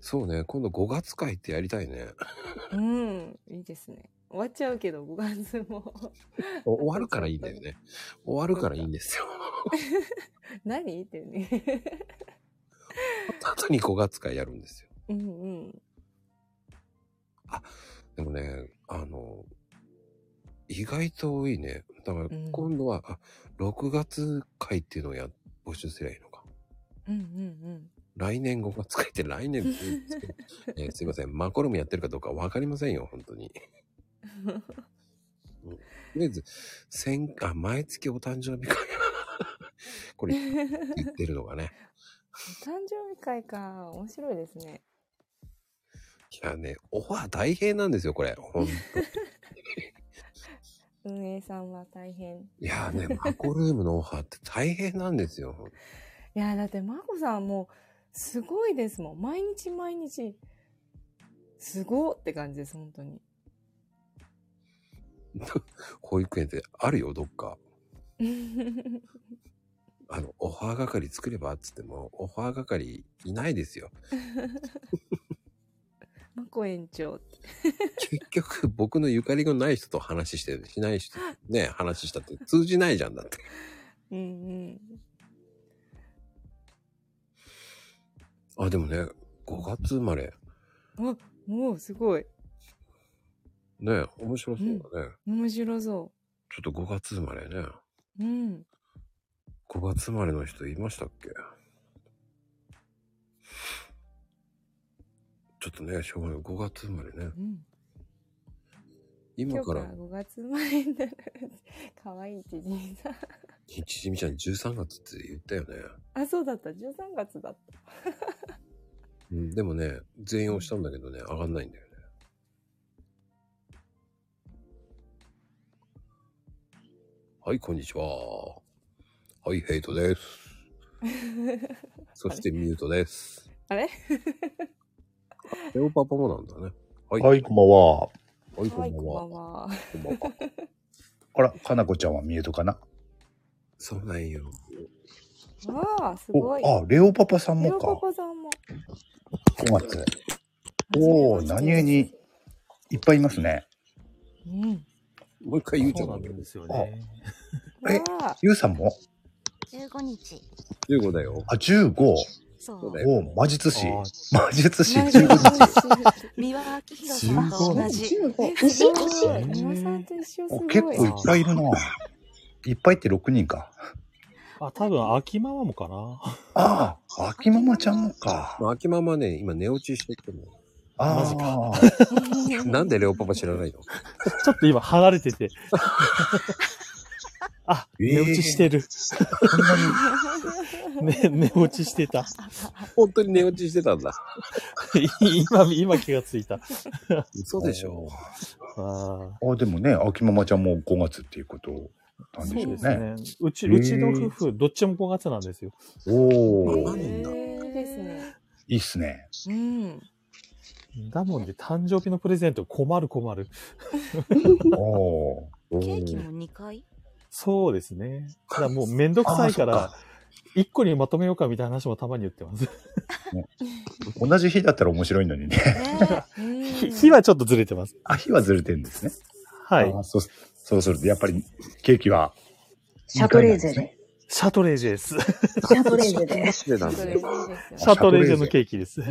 S2: そうね、今度5月会ってやりたいね。
S9: うん。いいですね。終わっちゃうけど、5月も。
S2: お終わるからいいんだよね。終わるからいいんですよ。
S9: 何っていうね。
S2: 後に5月会やるんですよ。
S9: うんうん。
S2: でもね、あの、意外と多いね。だから今度は、あ、6月会っていうのをや、募集すりゃいいのか。
S9: うんうん
S2: 来年5月会って来年って言うんですけど、えーすいません。マコルームやってるかどうかわかりませんよ、本当に。うんとりあえず、先、あ、毎月お誕生日会。こ
S9: うん。
S2: れ言ってるのがね。
S9: お誕生日会か。面白いですね。
S2: いやね、オファー大変なんですよ、これ。ほんと
S9: 運営さんは大変。
S2: いやね、マコルームのオファーって大変なんですよ。
S9: いや、だって、まこさんもう、すごいですもん。毎日毎日、すごっって感じです、本当に。
S2: 保育園ってあるよ、どっか。あの、オファー係作ればっつっても、オファー係いないですよ。
S9: まこ園長って。
S2: 結局、僕のゆかりのない人と話して、しない人、ね、話したって通じないじゃんだって。
S9: うん
S2: あ、でもね、5月生まれ。
S9: うん。あ、もうすごい。
S2: ね、面白そうだね。
S9: 面白そ
S2: ちょっと5月生まれね。
S9: う。うん。
S2: 5月生まれの人いましたっけちょっとね、しょうがない。5月生まれね。
S9: ん
S2: 今
S9: 今日
S2: か
S9: からら、5月生まれになる。 かわいい知人さん。
S2: ちじみちゃん13月って言ったよね。
S9: あ、そうだった。13月だった。
S2: うん、でもね、全員押したんだけどね、上がんないんだよね。はい、こんにちは。はい、ヘイトです。そしてミュートです。
S9: あれ
S2: レオパパもなんだね。はい。
S14: はい、こんばんは。
S2: はい、
S9: かわいい
S2: こ
S9: こ
S2: ん
S9: ん
S2: ば
S9: ば
S2: ん
S9: ん
S2: は。
S9: は。
S14: あら、かなこちゃんはミュートかな。
S2: そうなんよ。
S9: わあ、すごい。
S14: あ、レオパパさん
S9: レ
S14: も
S9: オ
S14: か
S9: パ。パさんも。
S14: 5月。おお、何気にいっぱいいますね。
S9: うん。
S2: もう一回言うちゃうん
S14: ですよね。え、ゆうさんも
S17: 15日。
S2: ?15 だよ。
S14: あ、15。
S17: そう。
S14: おお、魔術師。魔術師
S17: 前
S14: 15
S17: 田
S14: 日。
S17: 三輪明宏さんと同じ。
S9: 15
S17: え
S9: 牛
S17: すごい
S9: 牛三輪さんと一緒す
S14: お
S9: ごい。
S14: 結構いっぱいいるな。いっぱいって6人か。
S20: あ、多分、秋ママもかな。
S14: ああ、秋ママちゃんもか。
S2: 秋ママね、今寝落ちしてるの。
S14: あ
S20: マジか
S2: なんでレオパパ知らないの
S20: ちょっと今離れてて。 あ、寝落ちしてる。 ね、寝落ちしてた。
S2: 本当に寝落ちしてたんだ。
S20: 今、今気がついた。
S2: 嘘でしょ。
S20: あ
S14: あ、でもね、秋ママちゃんも5月っていうことなんで
S20: そ
S14: しょ
S20: う
S14: う
S20: ですね
S14: ね。。
S20: うち、
S14: へー
S20: うちの夫婦、どっちも5月なんですよ。
S14: おお、
S9: いいですね。
S14: いいっすね。
S9: うん。
S20: だもんで、誕生日のプレゼント困る困 る。
S14: お
S20: ケ
S17: ケーキも2回
S20: そうですね。ただもうめんどくさいか
S14: あーそ
S20: ら、一個にまとめようかみたいな話もたまに言ってます。
S14: 同じ日だったら面白いのにね。
S20: 日日はちょっとずれてます。
S14: あ、日はずれてるんですね。
S20: はい
S14: あ。そう、そうすると、やっぱりケーキは。
S20: シャトレーゼで。シャトレーゼです。シャ
S14: トレーゼで
S20: シャ
S14: シャトレー
S20: トレーゼ
S14: ゼですよ
S20: のケーキです。シ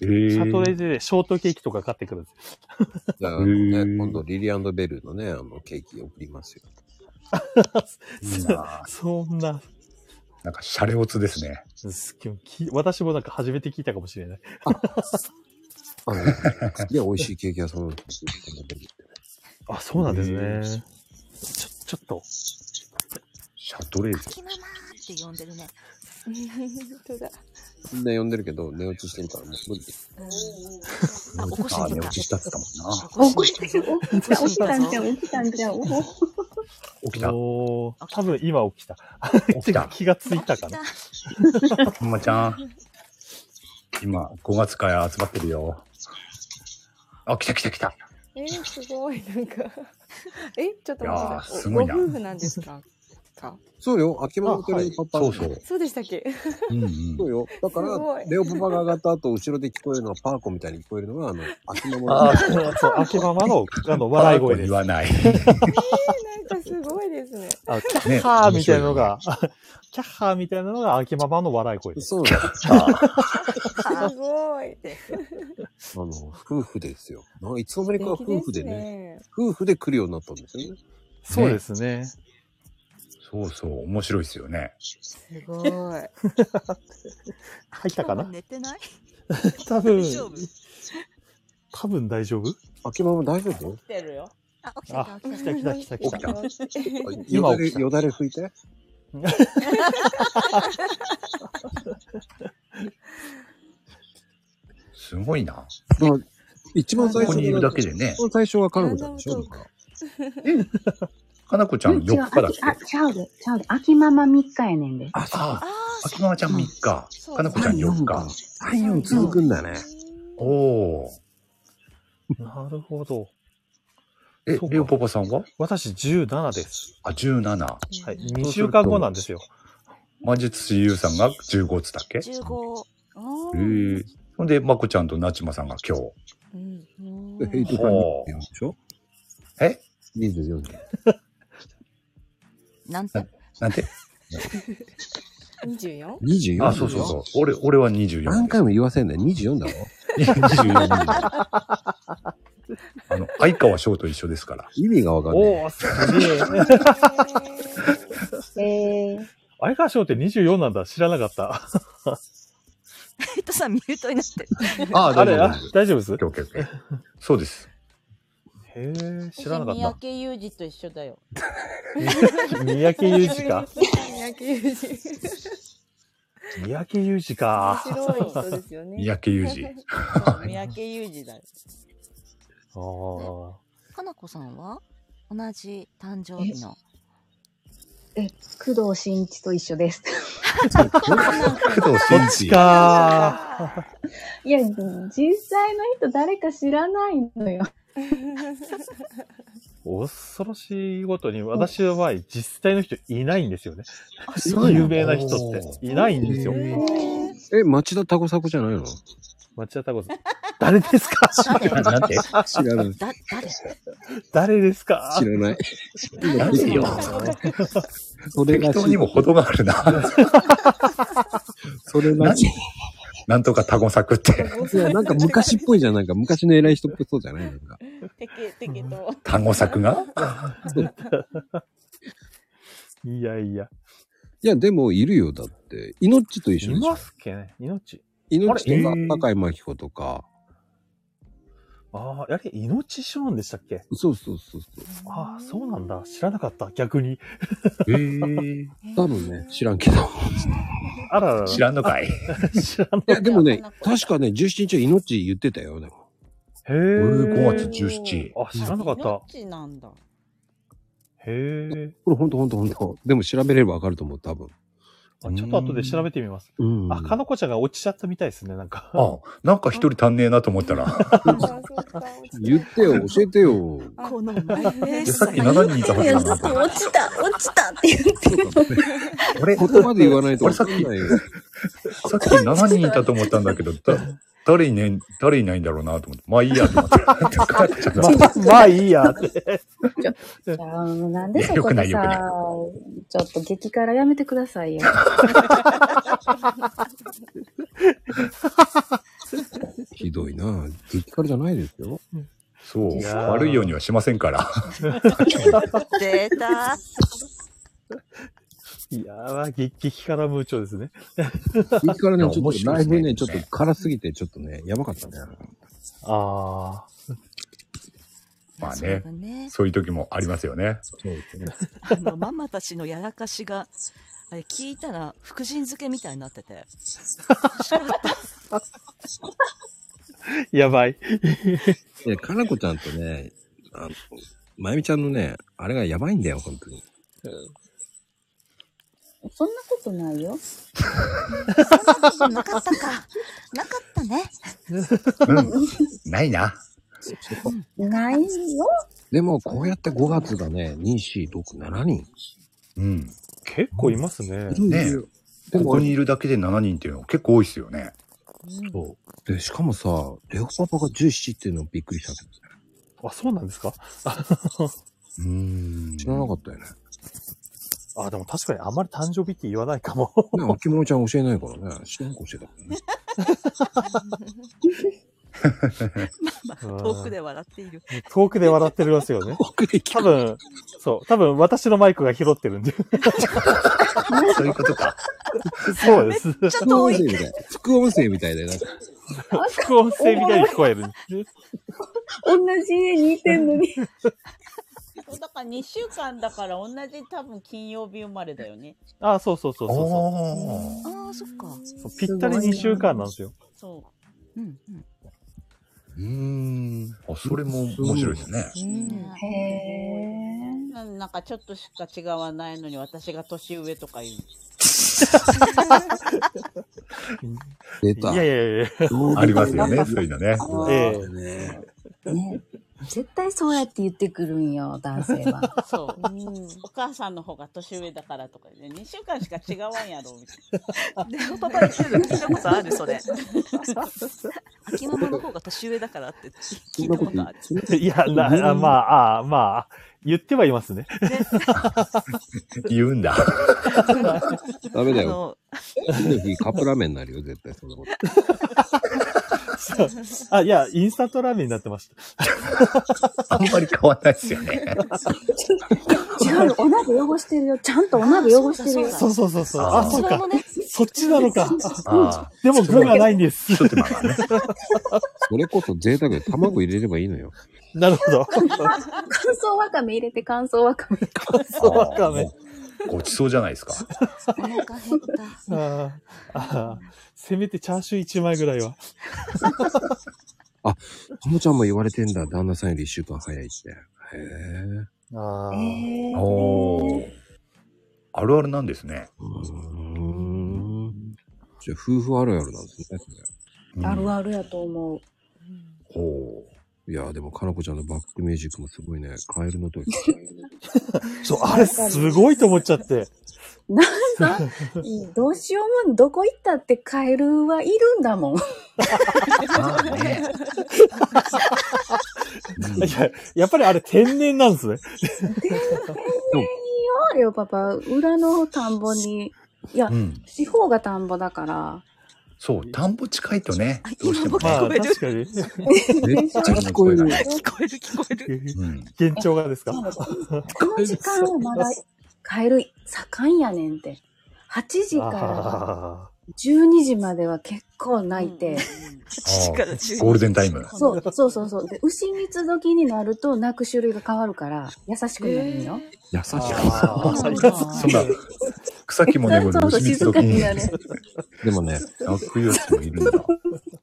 S14: シ
S20: ャトレーゼでショートケーキとか買ってくるんです。
S2: じゃあ、あのね、今度リリアンドベルのね、あの、ケーキ送ります よ。
S20: そんな。
S14: なんか、シャレオツですね。
S20: き私もなんか初めて聞いたかもしれない。
S2: あの、すげえ美味しいケーキ屋さんの。
S20: あ、そうなんですね。ちょ、ちょっと。
S14: シャトレーゼ。
S17: ママーって呼んでるね。
S9: 本当だ。
S2: みんな呼んでるけど、寝落ちしてるからもう無理です。
S17: あ、起こし
S2: あ、
S17: に
S2: 寝
S17: 来
S2: 落
S17: た
S2: ち。したって言ったもんな。
S17: 起こして
S2: 起こして
S16: 起きたんじゃん、起きたんじゃん。おお
S20: 起きた。多分今起きた。気がついたかな。
S21: ほんまちゃん。今、5月から集まってるよ。あ、来た来た来た。
S9: えー、すごい、なんか。え、ちょっと待ってくださ
S21: いやー
S9: い。
S21: すごいな
S9: ご夫婦なんですかか
S2: そうよ、秋葉原のパパ、そうそう。
S9: そうでしたっけ
S2: そうよ。だか
S9: すご
S2: ら、
S9: い
S2: レオパパが上がった後、後ろで聞こえるのはパーコみたいに聞こえるのが、あの、秋葉
S20: ああ、そう、そう秋葉原の、あの、笑い声です。
S21: 言わない。
S9: なんかすごいですね。
S20: あキャッハーみたいなのが、キャッハーみたいなのが秋ママの笑い声です。
S2: そう
S9: すごい。
S2: あの、夫婦ですよ。なんかいつの間にか夫婦でね
S9: ね
S2: 夫婦で来るようになったんですよね。
S20: そうですね。
S21: そうそう、面白いですよね。
S9: すごい。入
S20: ったかな
S17: 寝てない
S20: 多分
S17: 大丈夫
S20: 多分大丈夫
S2: 秋ママ大丈夫
S9: 来てるよ。
S17: あ、起
S20: あ、来た来た来た来た。
S2: よ
S20: 今
S2: だ
S20: 起
S2: れ、
S20: きた
S2: よだれ拭いて。
S21: すごいな。
S2: 一番最初
S21: ここにいるだけでね
S2: 一番最初は彼女ちゃんでしょ
S21: かなこちゃん、
S16: 違う
S21: 4日だっ
S16: あ
S21: け
S16: きあ、ちゃうで、ちゃうで、秋ママ3日やねんで。
S21: あ、そう。秋ママちゃん3日。かなこちゃん4日。
S2: 太陽続くんだね。
S21: おお
S20: なるほど。
S21: ー。え、レオパパさんは
S20: 私17です。
S21: あ、17。
S20: はい。2週間後なんですよ。
S21: 魔術師ゆうさんが15つだっけへ
S17: 15。
S21: えほんで、まこちゃんとなちまさんが今日。
S2: ヘイトさん
S21: ほ
S2: でしょ
S21: え
S2: ?24 で。
S17: なんて
S21: なんて
S9: 24?
S2: 24
S21: あ、そうそうそう。俺、俺は24。
S2: 何回も言わせんね24だろ
S21: 24あの、相川翔と一緒ですから。
S2: 意味がわかんない。
S20: おお、すげえ。
S16: えー、
S20: 相川翔って24なんだ。知らなかった。
S17: ヘイトさんミュートになってる。
S21: あ
S20: あれあ大丈夫です
S21: そうです。
S20: へえ、知らなか
S22: 私
S20: った
S22: 三。宅裕二と一緒だよ。
S20: 三宅裕二か。
S22: 三宅裕二。
S20: 三宅裕二か。
S22: 面白い人ですよね
S21: 三宅裕二。
S22: そう三宅裕二だよ。
S20: あ
S17: かなこさんは同じ誕生日の。
S23: え、工藤新一と一緒です。
S21: 工藤
S20: 新一か。
S23: いや、実際の人誰か知らないのよ。
S20: 恐ろしいごとに、私の場合、実際の人いないんですよね。
S2: そうなの
S20: 有名な人っていないんですよ。
S2: え、町田タコサコじゃないの
S20: 町田タコさん。誰ですか
S2: 誰 なんて知らない
S17: だ、誰
S20: 誰ですか
S2: 知らない。
S21: 誰よ
S2: それが
S21: 適当にも程があるな。
S2: それなし。
S21: なんとかタゴ作って。
S2: いや、なんか昔っぽいじゃん。なんか昔の偉い人っぽそうじゃないなんか。
S22: てけ、てけと。
S21: 単語作が
S20: いやいや。
S2: いや、でもいるよ。だって、イノッチと一緒
S20: い
S2: に。
S20: ますっけね命。
S2: イノッチと
S20: あれ
S2: か、高井真紀子とか。
S20: ああ、あれ、命ショーンでしたっけ
S2: そうそうそうそう。
S20: ああ、そうなんだ。知らなかった。逆に。
S2: え え。多分ね、知らんけど。
S20: あららら。
S2: 知らんのかい
S20: 知らんの
S2: いや、でもね、確かね、17日はイノッチ言ってたよ。でも
S20: へえ。5
S21: 月17。
S20: あ、知らなかった。
S22: どっちなんだ。
S20: へえ。
S2: これほんとほんとほんと。でも調べればわかると思う、多分。
S20: あちょっと後で調べてみます。
S2: うん。
S20: あ、かのこちゃんが落ちちゃったみたいですね、なんか。
S21: あ、なんか一人足んねえなと思ったら。
S2: 言ってよ、教えてよ。
S17: この前
S21: でさっき7人いたはずだ なと思って。
S17: 落ちた、落ちたって言ってる。
S21: 俺、
S2: 言葉で言わないと
S21: 俺さっき、さっき7人いたと思ったんだ けど、だ誰いない、誰いないんだろうなと思って。まあいいやと 思って。
S20: まあまあいいやって。
S23: いやなんでそ
S21: よ
S23: こ
S21: くな
S23: で
S21: い
S23: さ、ち
S21: よくない
S23: ょっと激辛やめてくださいよ。
S2: ひどいな激辛じゃないですよ。
S21: そう
S2: いやー
S21: 悪いようにはしませんから。
S17: 出た。
S20: いやー、激激辛ムーチョですね。
S2: 激辛ね、ちょ
S20: 面
S2: っと
S20: 白
S2: ラ
S20: い
S2: イ
S20: です
S2: ブ
S20: ね
S2: ね、ちょっと辛すぎて、ちょっとね、やばかったね。
S20: あ
S21: まあ
S17: そう
S21: ね
S17: だね、
S21: そういう時もありますよね。
S17: あの、ママたちのやらかしが、あれ聞いたら、福神漬けみたいになってて。
S20: あ、 やばい。
S2: いや、かなこちゃんとね、あの、まゆみちゃんのね、あれがやばいんだよ、本当に。
S22: そんなことないよ。
S17: そんなことなかったか。なかったね。
S21: ないな。
S22: ないよ。
S2: でも、こうやって5月がね、2、4、6、7人。
S21: うん。結構いますね
S2: ね
S21: ねえここにいるだけで7人っていうのは結構多いですよね。
S2: そう。で、しかもさ、レオパパが17っていうのびっくりしたけ
S20: あ、そうなんで すか
S2: ど。知らなかったよね。
S20: あ、でも確かにあまり誕生日って言わないかも。
S2: ね、秋物ちゃん教えないからね。知らんか教えたからね。
S20: 遠くで
S22: 笑っている。
S20: 遠くで笑ってるますよね。多分、そう、多分私のマイクが拾ってる んで。そういうことか。そうです。
S2: ちょっと多い。副音声みたいで、なんか。
S20: 副音声みたいに聞こえる。
S23: 同じ家にいてんのに。
S22: そう だから2週間だから同じ多分金曜日生まれだよね。
S20: あ、そうそうそうそう
S22: あ
S20: そ
S22: あ、そっか。
S20: うそう。ぴったり2週間なんですよ。
S22: そう。うんうん。
S21: うーん。あ、それも面白いですね。
S22: へえ。なんかちょっとしか違わないのに私が年上と か言う。
S2: 出た。
S20: いやいやいや
S21: ありますよね、そういうのね。
S20: え
S22: ね、
S1: 絶対そうやって言ってくるんよ、男性は。
S22: そう、お母さんの方が年上だからとかね、2週間しか違わんやろ、みたいな。
S1: パパに聞いたの聞いたことあるそれ
S22: 秋ママの方が年上だからって聞
S20: いや、な、あまあ、ああまあ、言ってはいますね。
S21: 言うんだ。
S2: ダメだよ。次の日カップラーメンになるよ、絶対そんなこと。
S20: そうあ、いや、インスタントラーメンになってました。あんまり変わらないですよね。
S1: 違うよ、お鍋汚してるよ。ちゃんとお鍋汚してるよ。
S20: そうそうそうそう。あ、そうか。そっちなのか。
S2: あ
S20: でも具がないんです。
S2: それこそ贅沢で卵入れればいいのよ。
S20: なるほど。
S23: 乾燥わかめ入れて乾燥わかめ。
S20: そうかね。
S21: ごちそうじゃないですか。
S20: あーあー、せめてチャーシュー1枚ぐらいは。
S2: あ、ともちゃんも言われてんだ。旦那さんより1週間早いって。へえ。
S20: ああ。
S21: おーあるあるなんですね。
S2: じゃあ、夫婦あるあるなんですね。
S1: あるあるやと思う。
S2: ほう。いやーでも、かなこちゃんのバックミュージックもすごいね。カエルの時。
S20: そう、あれすごいと思っちゃって。
S1: なんか、どうしようもん、どこ行ったってカエルはいるんだもん。
S20: いや、やっぱりあれ天然なんですね。
S1: いいよ、レオパパ。裏の田んぼに。いや、
S21: うん
S1: 四方が田んぼだから。
S21: そう、田んぼ近いとね、どうしても、ね。
S20: まあ、確かに。
S21: めっちゃ聞こえる
S1: こえる聞こえる。
S20: 幻聴がですか
S1: この時間はまだカエル盛んやねんって。8時から
S21: あ
S1: 12時までは結構泣いて。
S21: ーゴールデンタイム。
S1: そうそうそうそう。で、牛蜜時になると泣く種類が変わるから、優しくなるんよ。
S2: 優しい。
S21: あーそんな、草木もね、
S1: そうそう
S21: 虫
S1: 静
S21: 蜜
S1: か
S21: 時
S1: に
S21: に。
S1: なる。
S2: でもね、
S21: 悪用もいるんだ。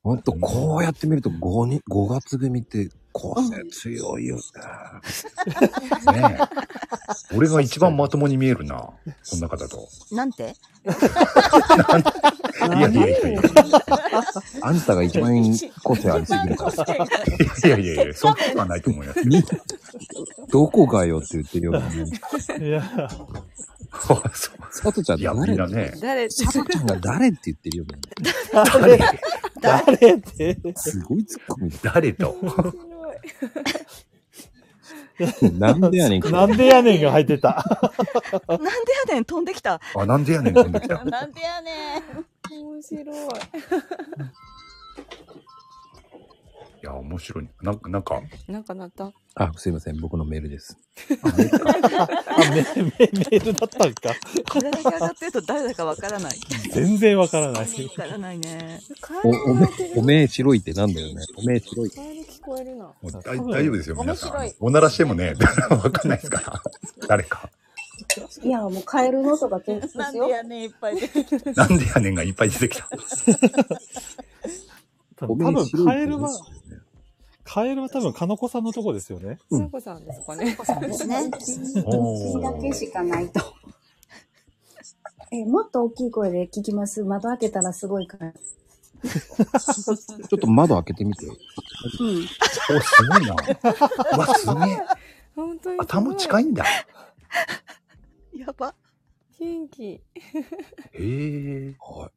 S2: ほんと、こうやって見ると5に、5月組って、これ強いよね。
S21: ねえ俺が一番まともに見えるな、この中だと。
S17: なんて
S21: いやいやいやいや。
S2: あんたが一番個性ありすぎるから。
S21: いやいやいや、そんなことはないと思いますよ。
S2: どこがよって言ってるような。
S20: いや、
S2: さとちゃん誰だ
S21: ね
S2: 誰さとちゃんが誰って言ってるような。
S20: 誰誰って。
S2: すごいツッコミ。
S21: 誰と。
S2: なんでやねん。
S20: なんでやねんが入ってた。
S5: なんでやねん飛んできた。
S21: あ、なんでやねん飛んできた。
S5: なんでやねん。面白い。
S21: いや、面白い。なんか、なんか、
S9: なんかなった。
S2: あ、すいません。僕のメールです。
S20: メールだったんか。
S5: これだけ上がってると誰だかわからない。
S20: 全然わからない。
S5: わからないね。
S2: お、おめ、おめえ白いってなんだよね。おめえ白い。
S5: 聞こえるな。
S21: もう大大丈夫ですよ、皆さ
S1: 面白
S21: ん
S1: い。
S21: おならしてもね、 わかんないですから。誰か。
S1: いや、もうカエルの音が結構
S5: な
S1: です
S5: んで
S1: よ。
S5: やねんいっぱい出てきた。
S21: なんでやねんがいっぱい出てきた。
S20: 多分、カエルは、カエルは多分、かのこさんのとこですよね。
S9: つのこさんですかね。
S1: そうですね。
S20: おー
S1: だけしかないと。え、もっと大きい声で聞きます。窓開けたらすごいから。
S4: ちょっと窓開けてみて。
S1: うん。
S4: お、すごい な。うわ、すげえ。
S9: 本当に。
S4: 頭近いんだ。
S9: やば。元気。
S21: へえ。はい。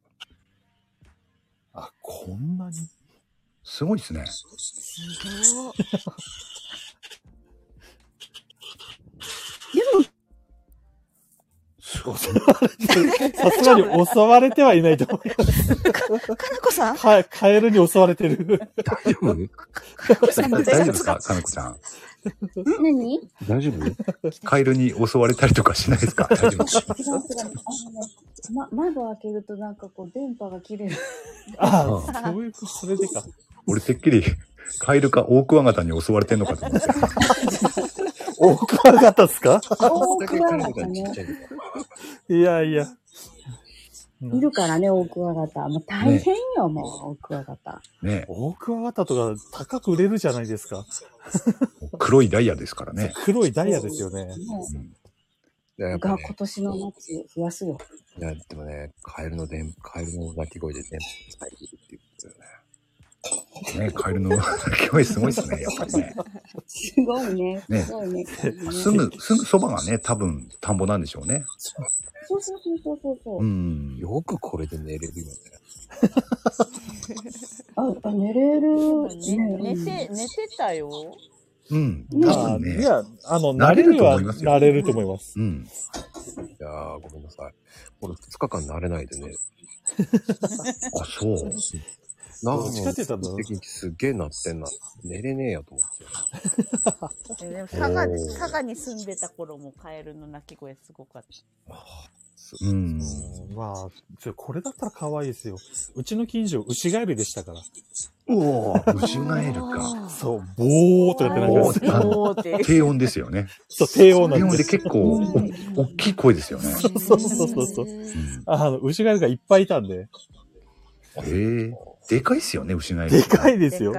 S21: あ、こんなに。すごいですね。
S9: すごい。
S1: でも、
S21: すご い。
S20: さすがに襲われてはいないと思います。
S6: かなこさん
S20: か、カエルに襲われてる。
S21: 大丈夫
S1: 大丈夫
S21: 大丈夫ですかかなこちゃん。
S1: 何
S21: 大丈夫カエルに襲われたりとかしないですか大丈夫
S1: 違う違う。あのね、ま、窓開けるとなんかこう電波が切れる。
S21: あ
S20: そういうこと、それでか。
S21: 俺てっきり、 カエルかオオクワガタに襲われてんのかと思って。
S20: オオクワガタっすか
S1: 大クワガタね。
S20: いやいや。
S1: いるからね、大クワガタ。もう大変よ、もう、大クワガタ。
S21: ね
S20: オオクワガタとか高く売れるじゃないですか。
S21: 黒いダイヤですからね。
S20: 黒いダイヤですよね。
S2: ややっぱ
S1: が今年の夏増やすよ。
S2: いや、でもね、カエルの電、カエルの鳴き声で電波が入るっていうことだよね。
S21: ねカエルの 鳴き声すごいですね、やっぱりね。
S1: すごいね。
S21: ね
S1: すごいね。
S21: すぐ、すぐそばがね、多分田んぼなんでしょうね。
S1: そうそうそうそうそうう。
S21: ん。
S2: よくこれで寝れるよね。
S1: あ、あ寝れる。
S22: 寝て、寝てたよ。
S21: うん。
S20: 多
S21: 分ね
S20: いや、あの、
S21: 慣れると思
S20: 慣れ
S21: い
S20: る
S21: ます
S20: は
S21: よ
S20: 慣れると思います。
S21: うん。
S2: いやー、ごめんなさい。俺2日間慣れないでね。
S21: あ、そう。
S2: なんか
S20: どっちかって言ったら
S2: もう一日すっげえなってんな。寝れねえやと思って。
S22: えでも佐賀
S2: おー
S22: 佐賀に住んでた頃もカエルの鳴き声すごかった。
S21: うん。
S20: まあ、ちょこれだったら可愛いですよ。うちの近所、牛ガエルでしたから。
S21: おお、牛ガエルか。
S20: そう、ボーっとやってなんか
S21: ボーって低音ですよね。
S20: そう、低音なん
S21: 低
S20: で
S21: 音
S20: す。
S21: で結構、お大きい声ですよね。
S20: そうそうそうそうそう。あの、牛ガエルがいっぱいいたんで。
S21: へえ。でかいっすよね、牛ガエル。
S20: でかいですよ。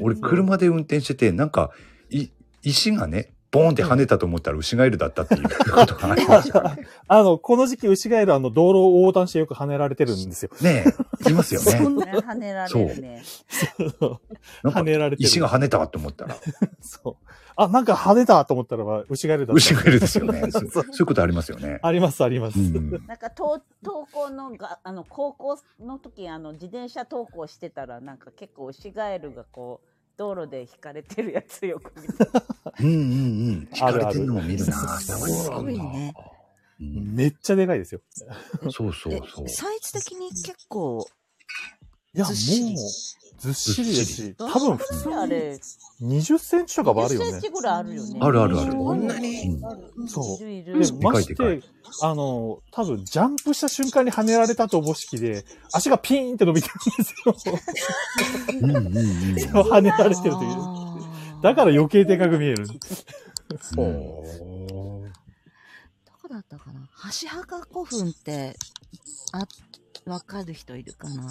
S21: 俺、車で運転してて、なんか、い、石がね、ボーンって跳ねたと思ったら牛ガエルだったっていうことがありました。
S20: あの、この時期、牛ガエル、あの、道路を横断してよく跳ねられてるんですよ。
S21: ねえ、いますよね。
S22: 跳ねられるね。
S21: なんか、
S20: る
S21: 石が跳ねたと思ったら、
S20: そう。あ、なんか跳ねたと思ったらば、牛ガエルだった。
S21: 牛ガエルですよ ね。そ
S20: そう
S21: うそういうことありますよね。
S20: あります、あります。
S22: なんか登登校のがあの高校の時あの自転車登校してたらなんか結構牛ガエルがこう道路で引かれてるやつよく見た。
S21: うんうんうん。
S20: ある
S21: 引か
S20: あ
S21: れて
S20: る
S21: るのを見るな
S20: すご
S17: すごいね。
S20: めっちゃでかいですよ。
S21: そうそう
S17: えサイズ的に結構、
S20: いや、も
S17: ず
S20: う
S17: っしり、
S20: ずっしりですし、
S17: ど
S20: 多
S17: ん
S20: 分普
S17: く
S20: 通
S17: らいあれ
S20: に20センチとかはあるよ
S22: 10セ
S20: ね
S22: ンチ。ぐらいあるよね。
S20: あるあるある
S22: こんな
S21: に。
S20: そ
S22: い
S20: う。
S22: るい
S20: で
S22: る、
S20: まして、あの、多分ジャンプした瞬間に跳ねられたとおぼしきで、足がピーンって伸びてるんですよ。そう跳ねられてるという。だから余計でかく見える。
S17: どこだったかな箸墓古墳って、あ、わかる人いるかな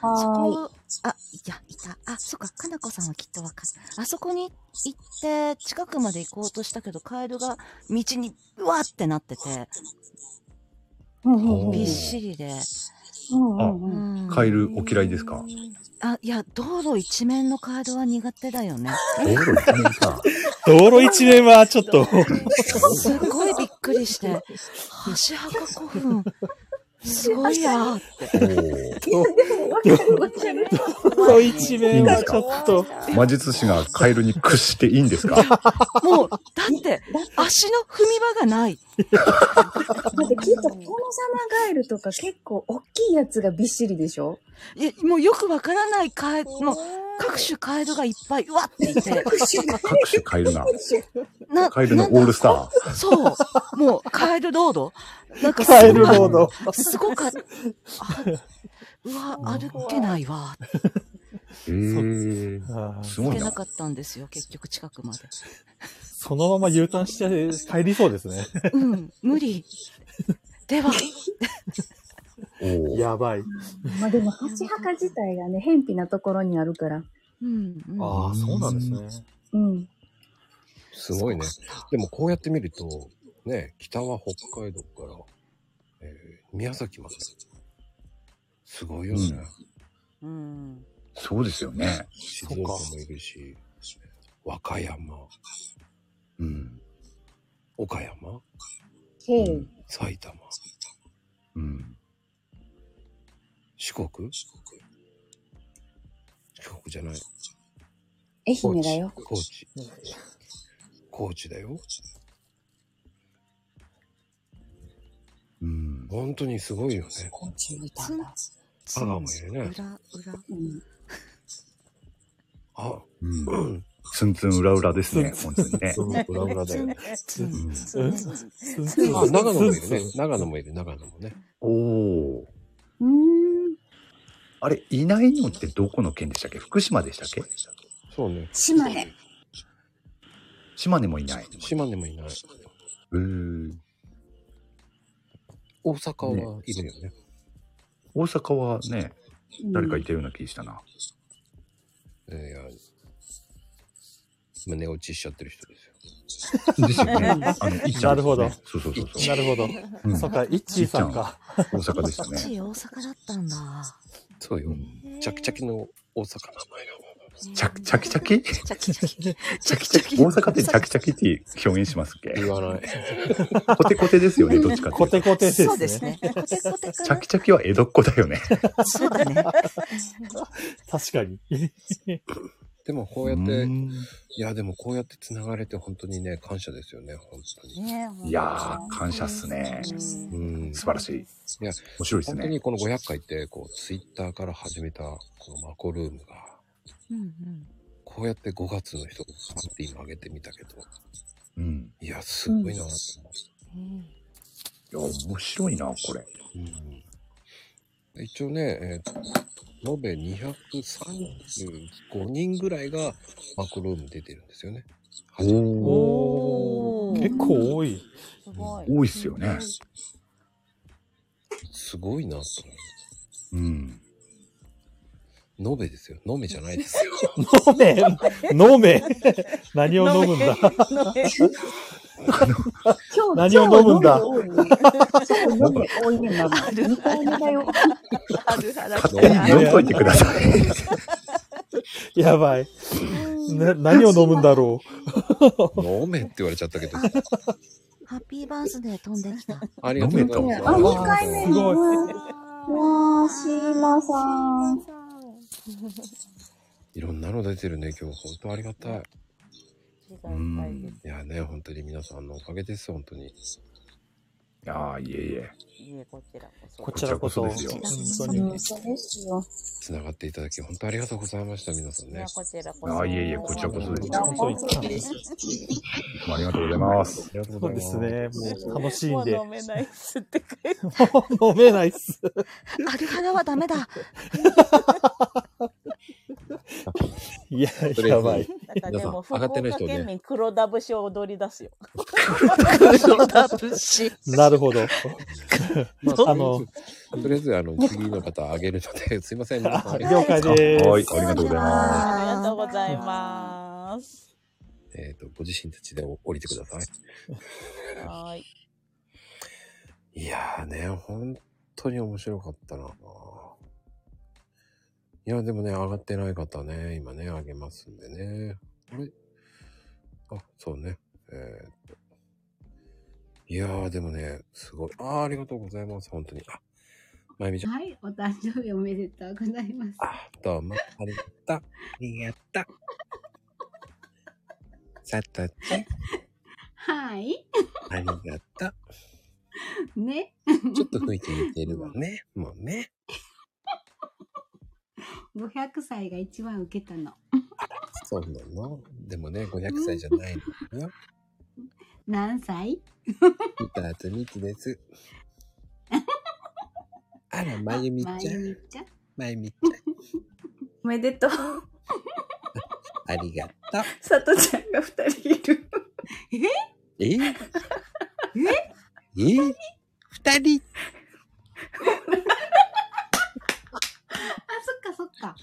S1: はーい
S17: そこ、あ、いや、いた。あ、そっか、かなこさんはきっとわかる。あそこに行って、近くまで行こうとしたけど、カエルが道に、うわーってなってて、
S21: うん
S17: びっしりで。
S21: あ、カエルお嫌いですか
S17: あ、いや、道路一面のカエルは苦手だよね。
S21: 道路一面か。
S20: 道路一面はちょっと。
S17: すっごいびっくりして、箸墓古墳、すごいやーって。
S20: 道路一面はちょっと。
S21: 魔術師がカエルに屈していいんですか
S17: もう、だって、足の踏み場がない。
S1: だってきっと、殿様ガエルとか結構大きいやつがびっしりでしょ
S17: いや、もうよくわからないカエル、もう、各種カエルがいっぱい、うわっていて。
S21: 各種カエルが。
S17: な
S21: カエルのオールスター。
S17: そう。もう、カエルロードなんか
S21: カエルロード
S17: すごかった。あうわ、歩けないわ。
S21: へえ。す
S17: 歩
S21: ごい
S17: けな
S21: な。
S17: かったんですよ、結局近くまで。
S20: そのまま U ターンして帰りそうですね。
S17: うん、無理。では、
S20: やばい。
S1: まあでも、箸墓自体がね、偏僻なところにあるから。
S17: うんうん
S2: ああ、そうなんですね。
S17: うん。
S2: すごいね。でもこうやって見ると、ね、北は北海道から、えー宮崎まで。すごいよね。
S22: うん。
S21: そうですよね。
S2: 静岡もいるし、和歌山、
S21: うん、
S2: 岡山、
S22: ほ
S2: 埼玉、
S21: うん、
S2: 四国四国じゃない。
S1: 愛媛だよ。
S2: 高知。高知だよ。
S21: うん。
S2: 本当にすごいよね。
S1: 高知もいたんだ。
S2: 香川もいるね。
S17: 裏、裏。
S2: あ、
S21: うん。ツンツン裏裏ですね、本当にね。
S2: 裏裏だよね。
S21: うん
S2: あ、長野もいるね。長野もいる、長野もね。
S21: おお。あれ、いないのってどこの県でしたっけ福島でしたっけ
S2: そうね。
S1: 島根。
S21: 島根もいない。
S2: 島根もいない。
S21: うー
S2: 大阪はいるよね。
S21: 大阪はね、
S2: うん
S21: 誰かいたような気したな。
S2: いや、胸落ちしちゃってる人ですよ。
S21: ですよね。あの、いっちゃ
S20: な
S21: んですね
S20: るほど
S21: そうそうそうそう。
S20: なるほど
S21: うん
S20: そっかいっちーさんか
S21: いっちゃん大阪でし
S17: こ
S21: た
S17: っ
S21: ね。
S17: ち大阪だったんだ。
S2: そうよ。チャキチャキの大阪
S21: チャキチャキチャキ チ
S17: ャキチャキ。チ
S21: ャキチャキ。大阪ってチャキチャキって表現しますっけ
S2: 言わない。
S21: コテコテですよね、どっちかっていうと。コテ
S20: コ
S17: テですねそうです ねコテコテかな
S21: チャキチャキは江戸っ子だよね。
S17: そうだね。
S20: 確かに。
S2: でもこうやって、いやでもこうやって繋がれて本当にね、感謝ですよね、本当に。
S22: ね
S21: いやー、感謝っすね。
S2: うん、
S21: 素晴らしい。
S2: いや、
S21: 面白いですね
S2: 本当にこの500回って、こう、ツイッターから始めた、このマコルームが、こうやって5月の人を使って今上げてみたけど、
S21: うん。
S2: いや、すごいなと思
S21: いや、面白いな、これ。
S2: う。一応ね、えーと延べ235人ぐらいがマコルーム出てるんですよね。
S20: おー結構多い。
S2: すご
S21: 多いっすよね。
S2: すごいなと
S21: うん。
S2: 延べですよ。延べじゃないですよ。
S20: 飲め飲め何を飲むんだ
S2: 飲め飲
S23: 今日
S20: 何を飲むんだ
S23: 今日飲む多いね今日飲む多いねまだ2回目だよ。あるあ
S21: 勝手に飲んどいてくださ
S20: い。 やばい。な 何を飲むんだろう。
S2: 飲めって言われちゃったけど。
S17: ハッピーバースデー飛んできた。
S2: ありがとうございます。
S23: あ、2回目
S2: す
S23: だ。
S2: ご
S23: わ
S2: い
S23: ー、シーマさん。
S2: いろんなの出てるね、今日。本当ありがたい。いやね、本当に皆さんのおかげです、本当に。い
S21: やいえいえ。
S22: いえ、こちらこそ。
S2: こちらこそですよ
S23: 本当ですよ。
S2: つながっていただき、本当ありがとうございました、皆さん
S22: い
S2: ね
S22: や、。こちらこそ。
S21: あ、いえいえ、こちらこそです。どうもありがとうございま
S20: そ
S21: す。
S20: うですね。もう楽しいんで。
S22: もう飲めないっすって書いて
S20: もう飲めないっす。
S17: アルハラはダメだ。
S20: いや、
S2: とりあえ
S20: や
S2: ず
S20: ばい。
S22: なんかでも、福
S2: 上がって
S22: 岡
S2: ない人ね
S22: 県民黒ダブシを踊り出すよ。
S20: 黒
S22: ダブシ。
S20: なるほど。 あの、
S2: とりあえず、あの、次の方あげるので、すい ません、皆さんありがとう
S20: 了
S2: ございます。
S20: 解です。
S22: ありがとうございます。
S2: えっ、と、ご自身たちで降りてください。
S22: はーい。
S2: いやーね、本当に面白かったな。いや、でもね、上がってない方ね、今ね、上げますんでね。あれあ、そうね。えーっと。いやー、でもね、すごい。あー、ありがとうございます、本当に。あ、まゆみちゃん、
S8: はい、お誕生日おめでとうございます。
S2: どうも、ありがとう。ありがとう。さとちゃん、
S8: はい。
S2: ありがとう。
S8: ね。
S2: ちょっと吹いて似てるわね。もうね。
S8: 500歳が一番受けたの。
S2: そうなの。でもね、500歳じゃないのよ。
S8: 何歳
S2: ピターとミツ です。あら、まゆみちゃん。
S8: ちゃん
S2: まゆみち
S8: おめでとう。
S2: ゃん、ありがと
S8: さとちゃんが2人いる。
S2: う。ええ
S8: え
S2: え二人
S8: あ、そっかそっか。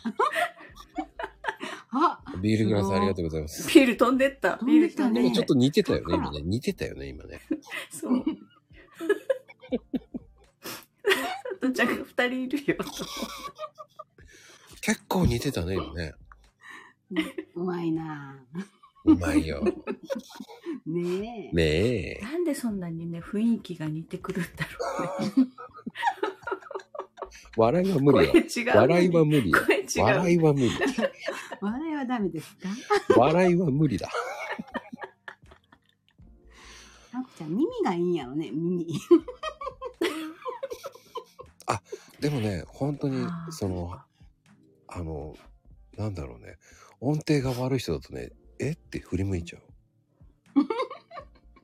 S2: ビールグラスありがとうございます。
S6: ビール飛んでった。ビール飛ん
S2: で
S6: でっ
S2: もち
S6: た。
S2: ょっと似てたよね、今ね。似てたよね、今ね。
S6: そう。 さとちゃんが二人いるよ。
S2: 結構似てたね、今ね。
S6: うまいな
S2: うま いよ。
S6: ね
S2: ねえ。
S6: なんでそんなにね、雰囲気が似てくるんだろうね。
S2: 笑い は無理よ
S6: 声違う。のに
S2: 笑いは無理よ
S6: 声違。う
S2: 笑いは無理。
S6: 笑いはダメですか
S2: 笑いは無理だ。
S6: なこちゃん、耳がいいんやろね、耳。
S2: でもね、本当に、その、あの、なんだろうね。音程が悪い人だとね、えって振り向いちゃう。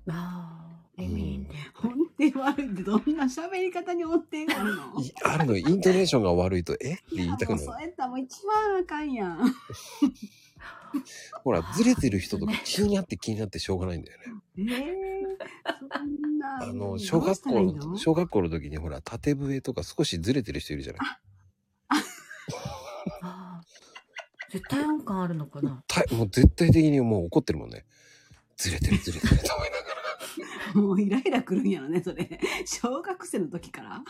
S6: 音程悪いってどんな喋り方に音 程があるの
S2: いあるの、イントネーションが悪いと、えって言いたく
S6: もう
S2: なる
S6: そ。れったらもう一番あかんやん。
S2: ほら、ずれてる人とか気になって気になってしょうがないんだよね。
S6: ええそんな。
S2: あの、小学校の、小学校の時にほら、縦笛とか少しずれてる人いるじゃない。
S6: 絶対音感あるのかな
S2: たもう絶対的にもう怒ってるもんね。ずれてるずれてる と思いながら。
S6: もうイライラくるんやろね、それ。小学生の時から。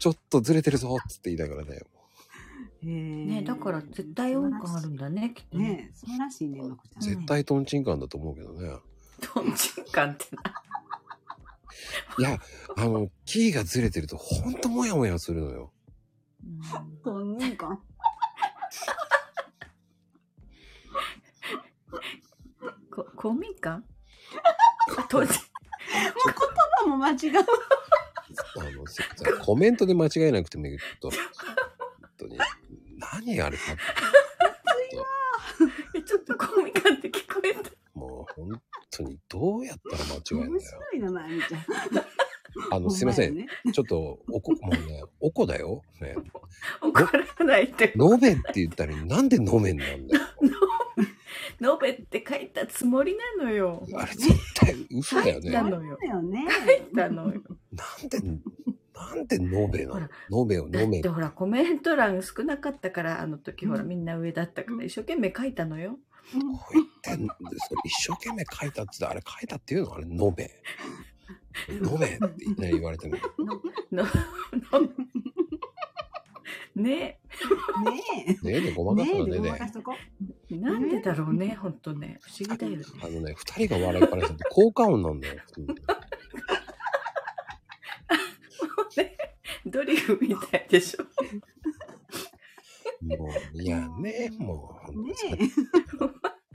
S2: ちょっとずれてるぞっつって言いながらね。
S5: ねだから絶対音感あるんだね、きっとね。
S6: 素晴らしいね、まこち
S2: 絶対トンチンカンだと思うけどね。
S6: トンチンカンって
S2: いや、あの、キーがずれてるとほんとモヤモヤするのよ。
S6: トンチンカン。
S5: こ公民 館あ、当時。
S6: 言葉も間違う。
S2: あの、せコメントで間違えなくてもいいけ ど、本当に、何あれか
S6: ちょっとコミカルって聞こえた。
S2: もう本当にどうやったら間違え ない
S6: 面白いな、まゆみちゃん。
S2: あの、すいません。
S6: ほんまやね
S2: ちょっと、お こ、もうね、おこだよ。ね。
S6: 怒らないで。
S2: 飲めって言ったり、なんで飲めんなんだよ。
S5: ノベって書いたつもりなのよ。
S2: あれ絶対嘘だよね。
S5: 書い
S2: な
S5: た
S2: ん
S5: のよ。
S6: 書
S5: いたのよ。
S2: で、なんで飲めなの飲めを飲め
S5: で、。ほら、コメント欄少なかったから、あの時ほら、みんな上だったから、一生懸命書いたのよ。
S2: ってんそれ一生懸命書いたっつって、あれ書いたっていうのあれ飲め。飲めっていきなり言われても。
S5: のね
S6: ね
S2: ねえでごまかすのねね
S5: しとこなんでだろうね、ほんとね。不思議だよね。
S2: あのね、二人が笑いっぱなしだと効果音なんだよ。
S5: ドリフみたいでしょ。
S2: もう、いやね、もう、
S6: ね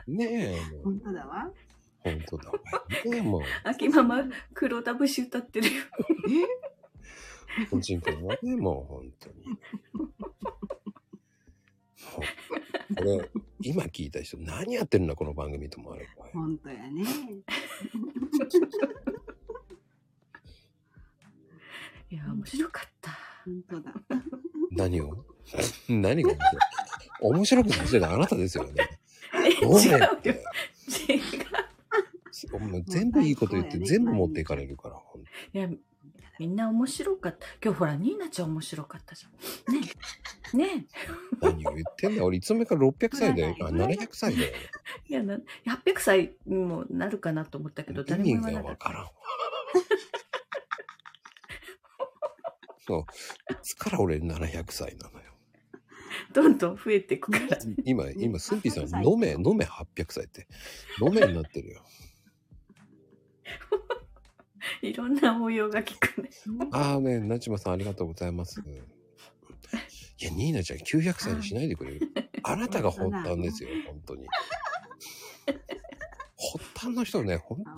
S2: ねえ、
S6: え。本当だわ。
S2: 本当だわ。ねえ、もう、
S5: 秋ママ、黒田節歌ってるよ。
S2: おちんくんはね、もう本当に。これ、今聞いた人、何やってるんだ、この番組と思われる。
S6: 本当やね。
S5: いや、面白かった。
S6: 本当だ。
S2: 何を何が面白い面白くさせてるのあなたですよね。
S5: え
S2: どう
S5: 違
S2: ね
S5: うよ。違う。
S2: お前全部いいこと言って、全部持っていかれるから。ほんと
S5: いや、みんな面白かった。今日ほら、ニーナちゃん面白かったじゃん。ねえ。ね
S2: 何を言ってんだ俺いつの間にか600歳だよ。あ、700歳だよ。
S5: え。いや、な800歳にもなるかなと思ったけど、誰も言わなかった。
S2: そう。いつから俺700歳なのよ。
S5: どんどん増えていくから。
S2: 今、今、スンピーさん、飲め、飲め800歳って。飲めになってるよ。
S5: いろんな応用が効くね。
S2: ああね、なちまさんありがとうございます。いや、ニーナちゃん900歳にしないでくれる。あなたが発端ですよ、本当に。発端の人ね、ほんと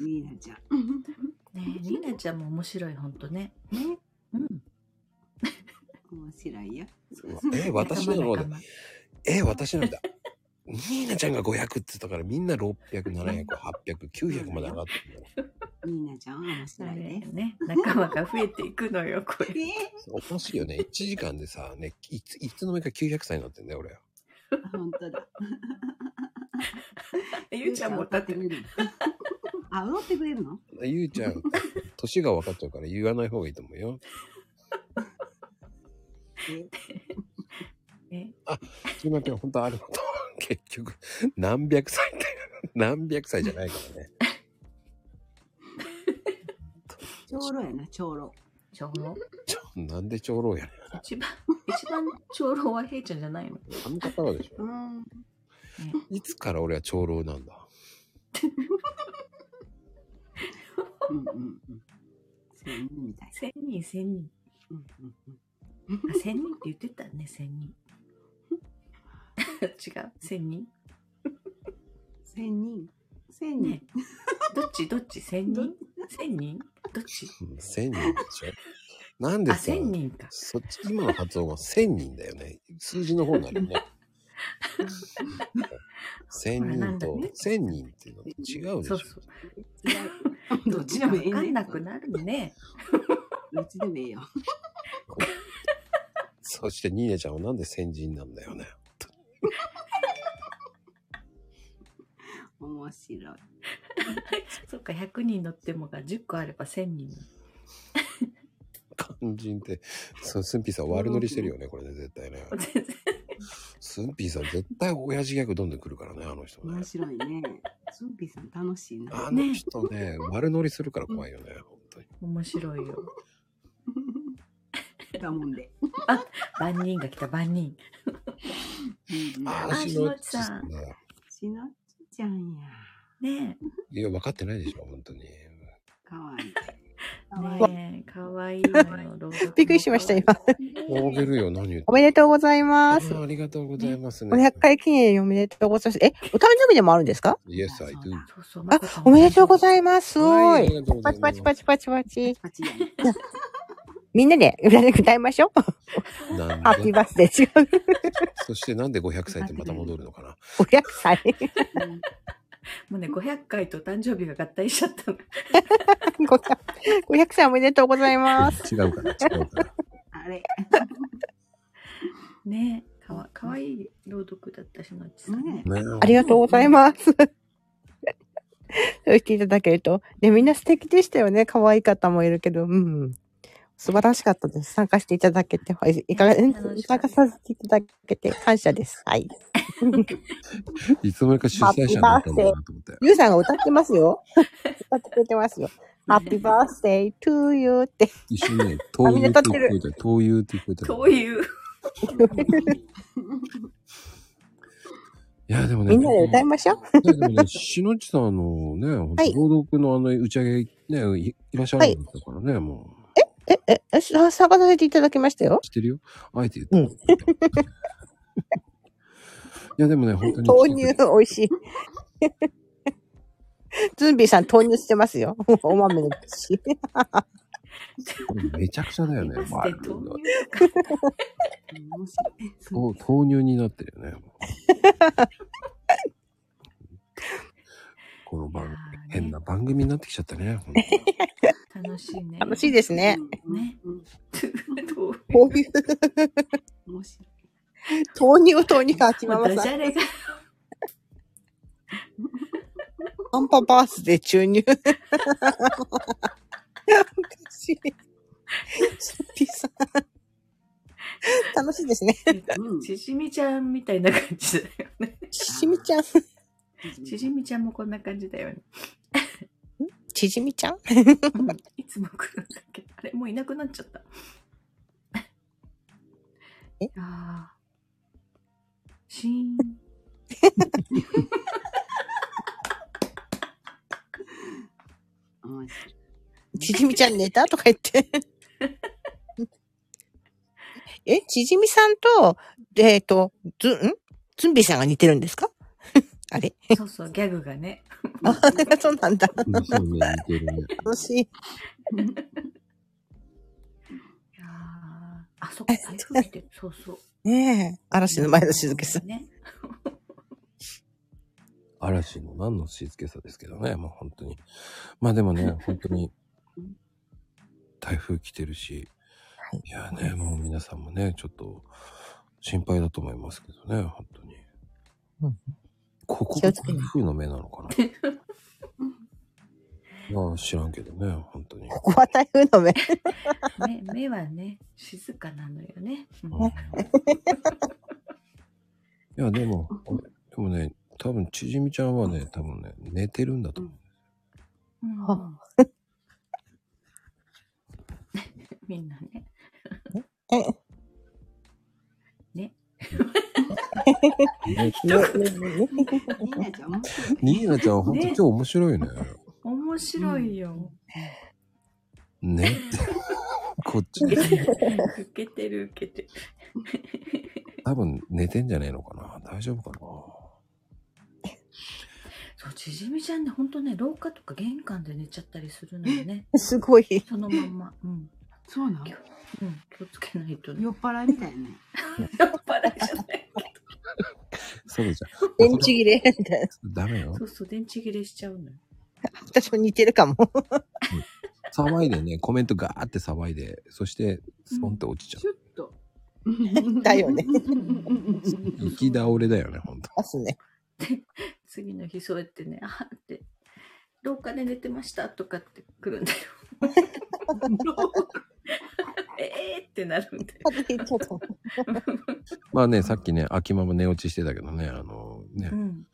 S6: ニーナちゃん。
S5: ねえ、ニーナちゃんも面白い、ほんとね。
S6: ね。
S5: うん。
S6: 面白いよ。
S2: え、私なの
S6: 仲
S2: で
S6: 間仲間、
S2: え、私なんだ。ニーナちゃんが500って言ったからみんな600、700、800、900まで上がってるんだよ。
S6: ニーナちゃんは面白いね。
S5: ね、仲間が増えていくのよ、これ。
S2: おかしいよね。1時間でさ、ね、いつ、いつの間にか900歳になってんだよ、俺。
S6: 本当だ。
S5: ゆうちゃんも歌って
S6: くれるの。あ、踊ってくれるの
S2: ゆうちゃん、年が分かっちゃうから言わない方がいいと思うよ。
S6: え
S5: え
S2: あ、すいません、本当ありがとう。何百歳って、何百歳じゃないから ね。
S24: 長老やな、長老。
S6: 長老
S2: ちょなんで長老やね
S6: 一番、一番長老は平ちゃんじゃないの
S2: ん。あの方はでしょ。
S6: うん。
S2: いつから俺は長老なんだ。
S24: うんうんうん。千人みたい。
S6: 千人、千人。
S24: うんうんうん。
S6: あ千人って言ってたね、千人。 違う、千人。
S24: 千人。千人。
S6: どっちどっち千人千人どっち
S2: 千人でしょ。なんで
S6: あ
S2: さ
S6: 千人、
S2: そっち、今の発音が千人だよね。数字の方になるよ ね。千人と千人っていうのと違うでしょ。
S6: どっちでもいいわかんなくなるね。
S24: どっちでもいいよ。
S2: そして、ニーネちゃんはなんで先人なんだよね。
S24: 面白い。
S6: そっか、100人乗ってもが10個あれば1000人。
S2: 肝心って、そうスンピーさん悪乗りしてるよね、これね、絶対 ね。スンピーさん絶対親父ギャグどんどん来るからね、あの人ね。
S24: 面白いね。スンピーさん楽しいな。
S2: あの人ね、悪乗りするから怖いよね。
S6: 面白いよ。
S24: だもんで。
S6: あ、万人が来た、万人。
S2: あ
S6: あ、しのち
S2: ち
S6: さん。
S2: ね
S24: しのっちちゃんや。
S6: ね
S2: いや、分かってないでしょ、本当に。
S24: え。かわいい。
S6: ねえ、かわいいのよ。び
S22: っくりしました、今。
S2: 大げるよ、何言って
S22: おめでとうございます。
S2: ありがとうございますね。
S22: 500回記念おめでとうございます。え、お誕生日でもあるんですか
S2: Yes, I do.
S22: あ、おめでとうございます。すご
S2: はいあ
S22: い
S2: りがとうござ。
S22: パ
S2: い
S22: チ
S2: ま
S22: パ
S2: す
S22: チパチパチパチ。みんなで歌いましょう。
S2: なん
S22: ハッピー
S2: で
S22: バースデー違う。
S2: そしてなんで500歳ってまた戻るのかな。
S22: 500歳。
S6: もうね、500回と誕生日が合体しちゃったの。
S22: 500歳おめでとうございま す。
S2: 違うから、違うから。
S24: あ れ。
S6: ねえ、かわかわいい朗読だったしのちさんね。
S22: ありがとうございます。そうしていただけると。で、みんな素敵でしたよね。可愛い方もいるけど、うん。素晴らしかったです。参加していただけて、はいいかが、参加させていただけて感謝です。はい。
S2: いつの間にか 主催者になったんだなと思って。
S22: ゆうさんが歌ってますよ。歌ってくれてますよ。ハッピーバースデー to you って。
S2: 一緒にね、灯油って聞こえた。灯油って聞こえた。
S22: ういう。
S2: いや、でもね、
S22: みんなで歌いましょう。
S2: いやでもね、しのちさんのね、ほんと朗読のあの打ち上げ、ね、いいらっしゃるんだったからね、もう、
S22: え、え、え、さ参加させていただきましたよ
S2: し。てるよ。あえて言った。いや、でもね、本当に
S22: 豆乳美味しい。 ズンビーさん豆乳してます よ。お豆の口。
S2: めちゃくちゃだよね。まあ、
S24: 面白い。
S2: 豆豆乳になってるよね。 この番組、変な番組になってきちゃったね。ほんと
S6: 楽しいね。
S22: 楽しいですね。
S6: ね。
S22: 豆乳。豆乳、豆乳、秋ママ
S6: ダジ
S22: さ
S6: ャ
S22: ん。
S6: レが
S22: アンパバースデー注 入。おかしい。ズンビーさん。楽しいですね。
S6: ちしみちゃんみたいな感じだよね。
S22: ちしみちゃん。
S6: ちしみちゃんもこんな感じだよね。
S22: ちじみちゃん
S6: いつも来るんだけど、あれもういなくなっちゃった。
S22: え
S6: あーシー ン。
S22: ちじみちゃん寝たとか言って。 え、ちじみさんと、えっ、と、ず、んズンビーさんが似てるんですか あれ
S6: そうそう、ギャグがね。
S22: あ、そうなんだ。
S2: そうね、似てるね。
S22: 楽しい。
S6: あ、そっか、台風来てる。そう そう。
S22: ねえ、嵐の前田静けさん。
S6: ね。
S2: 嵐の何の静けさですけどね、もう本当に。まあでもね、本当に、台風来てるし、いやね、もう皆さんもね、ちょっと心配だと思いますけどね、本当に。ここが台風の目なのかなまあ知らんけどね、本当に。
S22: ここは台風の目。
S6: ね目はね、静かなのよね。
S2: いや、でも、でもね、多分、ちじみちゃんはね、多分ね、寝てるんだと思う。
S6: みんなね。ね。
S2: ニーナちゃん、ほんと今日面白いね。
S6: 面白いよ。
S2: ね。こっ ち、
S6: 受けてる受けてる。
S2: 多分寝てんじゃねえのかな大丈夫かな
S6: そう、ちじみちゃんね、ほんとね、廊下とか玄関で寝ちゃったりするのよね。
S22: すごい。
S6: そのまんま。うん。
S22: そうなの
S6: うん、気をつけないとね。
S22: 酔っ払いみたいね。
S6: 酔っ払いじゃない。
S2: そうじゃん。
S22: 電池切れみたいな。
S2: ダメよ
S6: そ。うそう、電池切れしちゃうのよ。
S22: 私も似てるかも。
S2: 騒いでね、コメントガーって騒いで、そして、スポンって落ちちゃ
S22: だよね。
S2: う。行き倒れだよね、ほんと。
S22: ますね。
S6: 次の日そうやってね、あーって、廊下で寝てましたとかって来 るんだよ。 えーってなるんだよ。
S2: まあね、さっきね、秋ママ寝落ちしてたけどね、あのね、
S6: うん。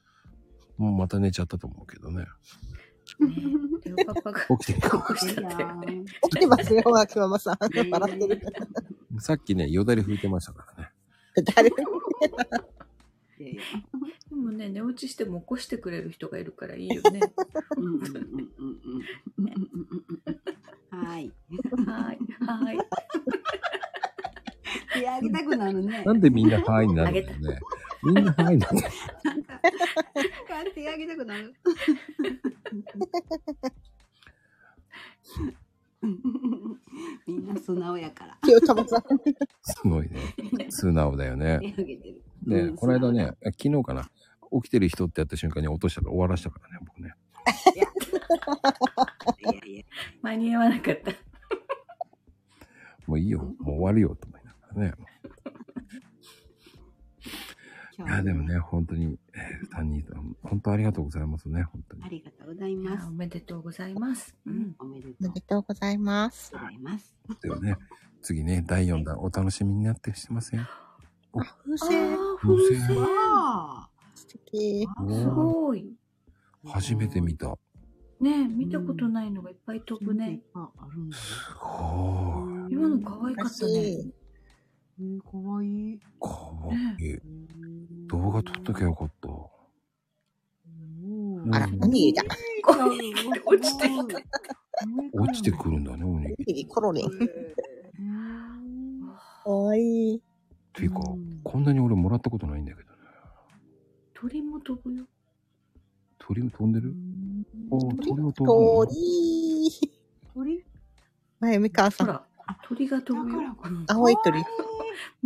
S2: もうまた寝ちゃったと思うけどね。
S6: ねえ、パパが
S2: 起きてる
S6: 起こしたんだよね。
S22: 起きてますよ、秋ママさん。笑ってる。
S2: さっきね、よだれ拭いてましたからね。
S22: 誰
S6: でもね、寝落ちしても起こしてくれる人がいるからいいよね。
S16: 嗯
S22: はい。
S6: はい。 はい。
S22: いや、あげたくなるね。
S2: なんでみんなハイになるんだよ ね。みんなハイになる。
S22: 買ってあげたく なる。みんな素直やから。
S25: 気を保 つ。
S2: すごいね。素直だよね。
S25: 手をげてる。
S2: ね、
S25: うん
S2: この間ね、昨日かな。起きてる人ってやった瞬間に落としたから終わらしたからね、僕ね。
S6: 間に合わなかった。
S2: もういいよ、もう終わるよ、と思いなが らね。いや、でもね、本当に、えー、3人と、本当ありがとうございますね、本当に。
S22: ありがとうございます。
S6: おめでとうございます。
S22: おめでとうございます。ございます。
S2: ではね、次ね、第4弾お楽しみになってしてますよ。
S22: 風船。
S2: 風船
S22: わあ素敵。
S2: おー
S6: すごい。
S2: 初めて見た。
S6: ねえ、見たことないのがいっぱい飛ぶね。
S22: あ、あるんだ。
S6: 今の可愛かったね。
S22: うん、かわいい。
S2: かわいい。動画撮っときゃよかった。うん
S22: あら、おにぎりだ。
S6: おにぎり落ちてきた。
S2: 落ちてくるんだね、おにぎり。
S22: おにぎりコロリン。かわいい。
S2: ていうか、こんなに俺もらったことないんだけど。
S6: 鳥も飛ぶよ。
S2: 鳥も飛んでるおー鳥も飛ぶの
S22: 鳥。鳥まゆみかあさん。
S6: 鳥が飛ぶよ。
S22: 青い鳥。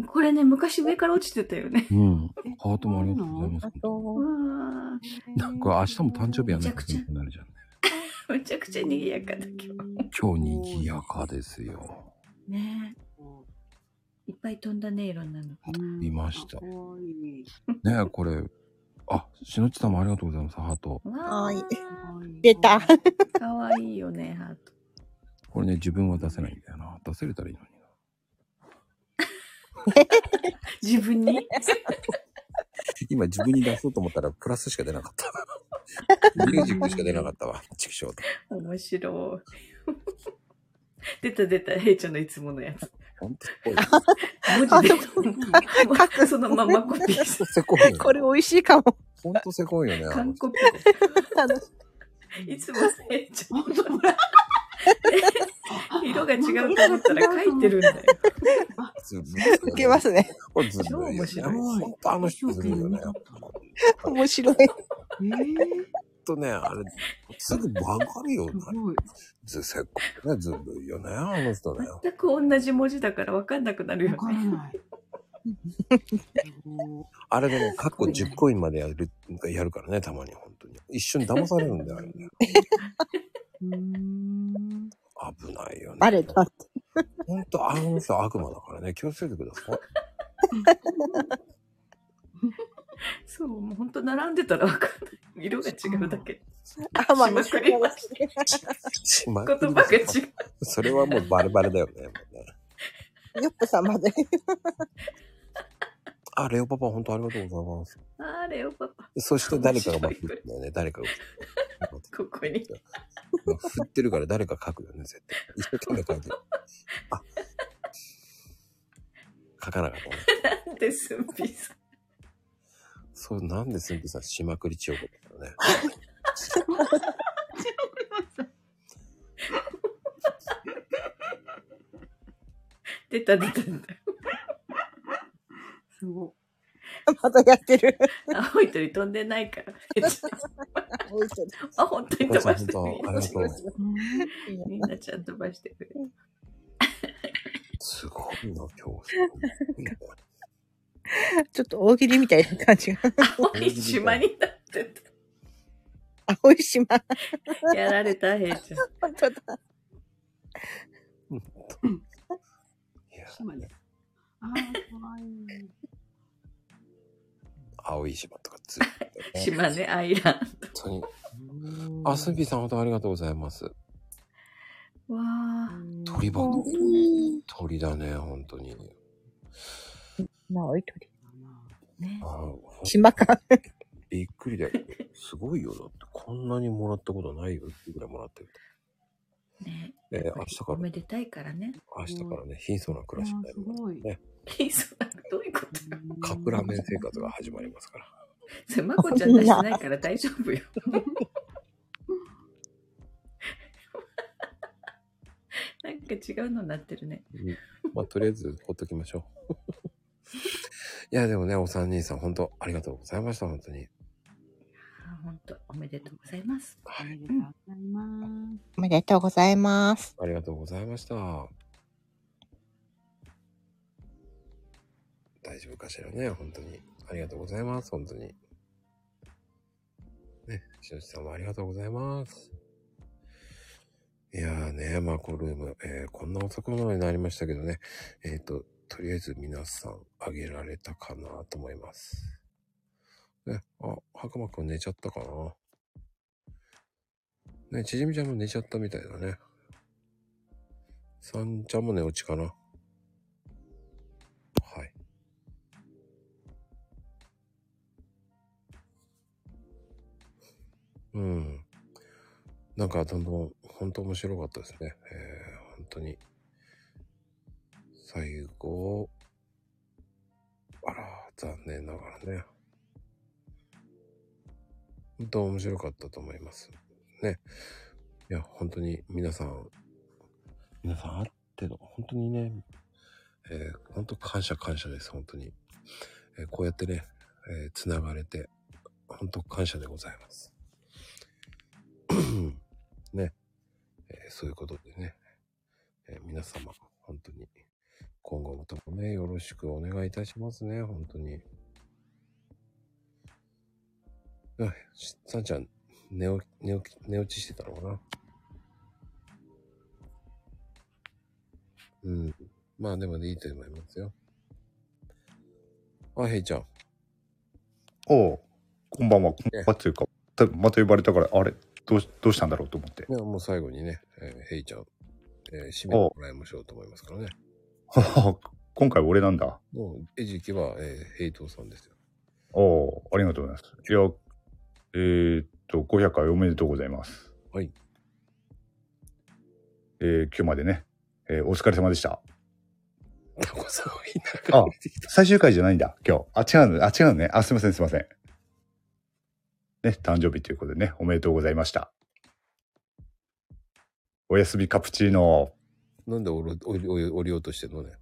S6: これね、昔上から落ちてたよね。
S2: うん。ハートもありがとうございます。
S6: うわ
S2: なんか明日も誕生日やんなきゃいけなくなるじゃん。
S6: ーめちゃくちゃ賑やかだけど。
S2: 今日賑やかですよ。
S6: ねえ。いっぱい飛んだね、いろんなの。
S2: 見ました。ねえ、これ。あ、しのちさんもありがとうございます、ハート。
S6: わーい。
S22: 出た。
S6: かわいいよね、ハート。
S2: これね、自分は出せないんだよな。出せれたらいいのに。
S6: 自分に
S2: 今自分に出そうと思ったらプラスしか出なかった。ミュージックしか出なかったわ。畜生と。
S6: 面白い。出た出た、ヘイちゃんのいつものやつ。
S2: 本当
S6: 文字で。書くそのままコピーし
S2: せこいよ。
S22: これ美味しいかも。
S2: ほんとせこいよね。あの
S6: 韓国いつもヘイちゃん。色が違うと思ったら書いてるんだよ。
S2: ずる
S22: 受けますね。
S2: これずるいよね。
S6: 超面白い
S2: ほんとあの人ずるいよね。ほん
S22: 面白い。
S2: とね、あれ、すぐわかるよね。ずせっこいね。ずるいよね、あの人ね。
S6: 全く同じ文字だから分かんなくなるよね。
S2: あれでね、カッコ10コインまでやる、やるからね、たまに、本当に。一瞬騙されるんだよ、あれ ね。危ないよね。
S22: バレ たって。
S2: 本当あの人は悪魔だからね、気をつけてください。
S6: そう、もう本当並んでたら分かんない。色が違うだけ。
S22: あ、まあ、
S6: しまくりまし
S2: しまくりだよ
S6: 言葉が違う
S2: それはもうバレバレだよね。もうね
S22: ヨップさんまで。
S2: あ、レオパパ、本当ありがとうございます。
S6: あれよ、パパ。
S2: そして誰かが巻くんだよね、誰かが。
S6: ここに。
S2: まあ振ってるから誰か書くよね、絶対。一生懸命書いてる。あ、書かなかったね。
S6: なんでスンピさん。
S2: そう、なんでスンピさん、しまくり千代子だったね。
S6: 出た出た 出た。
S22: すご
S6: またやってる。青い鳥飛んでないから。あ、本当に飛ばしてくれ
S2: ありが とう
S6: る。みんなちゃんと飛ばしてくれる。
S2: すごいな、今
S22: ちょっと大喜利みたいな感じが。
S6: 青い島になってた。
S22: 青い島。
S6: やられた、平ちゃん。
S22: 本当だ。
S26: 島で。ああ、かわいい。
S2: 青い島とかついてるよ
S6: 島ねアイランド。
S2: 本当に。あ、スンピさん、本当ありがとうございます。
S6: わあ。
S2: 鳥ばっか鳥だね、本当に。
S22: まあ、青い鳥。
S2: あ
S22: 島か。
S2: びっくりだよ。すごいよ。だってこんなにもらったことないよっていうぐらいもらってる。
S6: ね、
S2: えー明日か
S6: お
S2: ら、
S6: めでたいからね。
S2: 明日からね、貧相な暮らしになりますね。
S6: 貧相な、どういうこと
S2: カップラーメン生活が始まりますから。
S6: それ、まこちゃん出してないから大丈夫よ。 なんか違うのになってるね。
S2: うんまあ、とりあえず、ほっときましょう。 いや、でもね、お三人さん、本当ありがとうございました、本当に。
S6: あ本当おめでとうございます。
S2: あ
S6: りが
S22: とうございます。おめでとうございます。
S2: ありがとうございました。大丈夫かしらね、本当に。ありがとうございます、本当に。ね、しのちさんもありがとうございます。いやーね、マコルーム、えーこんな遅くまでになりましたけどね、えっ、と、とりあえず皆さん、あげられたかなと思います。ね、あ、白馬くん寝ちゃったかなね、ちじみちゃんも寝ちゃったみたいだね。さんちゃんも寝落ちかなはい。うん。なんか、どんどん、本当面白かったですね。えー、本当に。最後、あら、残念ながらね。本当面白かったと思います。ね。いや、本当に皆さん、皆さんあっての、本当にね、えー本当感謝感謝です、本当に。えーこうやってね、えー繋がれて、本当感謝でございます。 ね、えーそういうことでね、えー皆様、本当に、今後もともね、よろしくお願いいたしますね、本当に。あ、しさんちゃん、寝起き、寝起き、寝落ちしてたのかなうん。まあでもいいと思いますよ。あ、へいちゃん。
S21: おうこんばんは、こんばんはというか、たまた呼ばれたから、あれ、どうしどうしたんだろうと思って。
S2: ね、もう最後にね、えー、へいちゃん、えー、締めてもらいましょうと思いますからね。
S21: 今回俺なんだ。
S2: もう、餌食は、えー、ヘイトさんですよ。
S21: おおうありがとうございます。いや、えー、っと、500回おめでとうございます。
S2: はい。
S21: えー、今日までね、えーお疲れ様でした。
S2: タコさんはい
S21: あ、最終回じゃないんだ、今日。あ、違うの、あ、違うのね。あ、すいません、すいません。ね、誕生日ということでね、おめでとうございました。おやすみカプチーノ。
S2: なんで折ろ折り折り折り落としてんのね。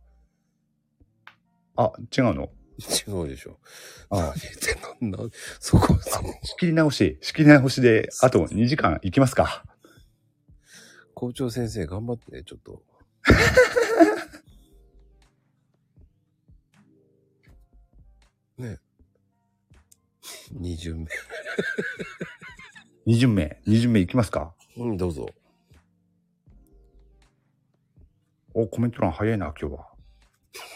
S21: あ、違うの
S2: 違うでしょ。
S21: あ
S2: な、そこ、そこ。
S21: 仕切り直し、仕切り直しで、あと2時間行きますか。
S2: 校長先生、頑張って、ちょっと。 ね二巡目。
S21: 2巡目、2巡目行きますか。
S2: うん、どうぞ。
S21: お、コメント欄早いな、今日は。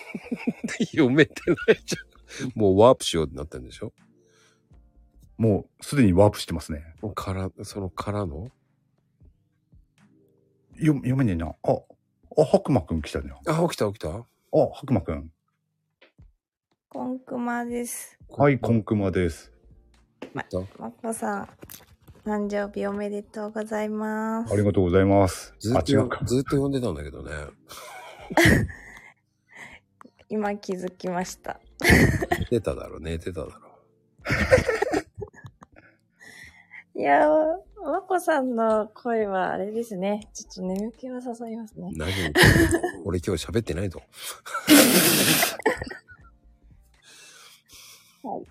S2: 読めてないじゃん。もうワープしようってなったんでしょ
S21: もう、すでにワープしてますね。
S2: から、そのからの
S21: よ読めねえな。あ、あ、白馬くん来たね。
S2: あ、起きた起きた
S21: あ、白馬くん。
S12: コンクマです。
S21: はい、コンクマです。
S12: マコさん、誕生日おめでとうございます。
S21: ありがとうございます。
S2: ずっと
S21: あ、違うか。
S2: ずっと呼んでたんだけどね。
S12: 今気づきました。
S2: 寝てただろ、寝てただろ。
S12: いやー、マコさんの声はあれですね。ちょっと眠気を誘いますね。
S2: 何俺今日喋ってないぞ。
S12: はい。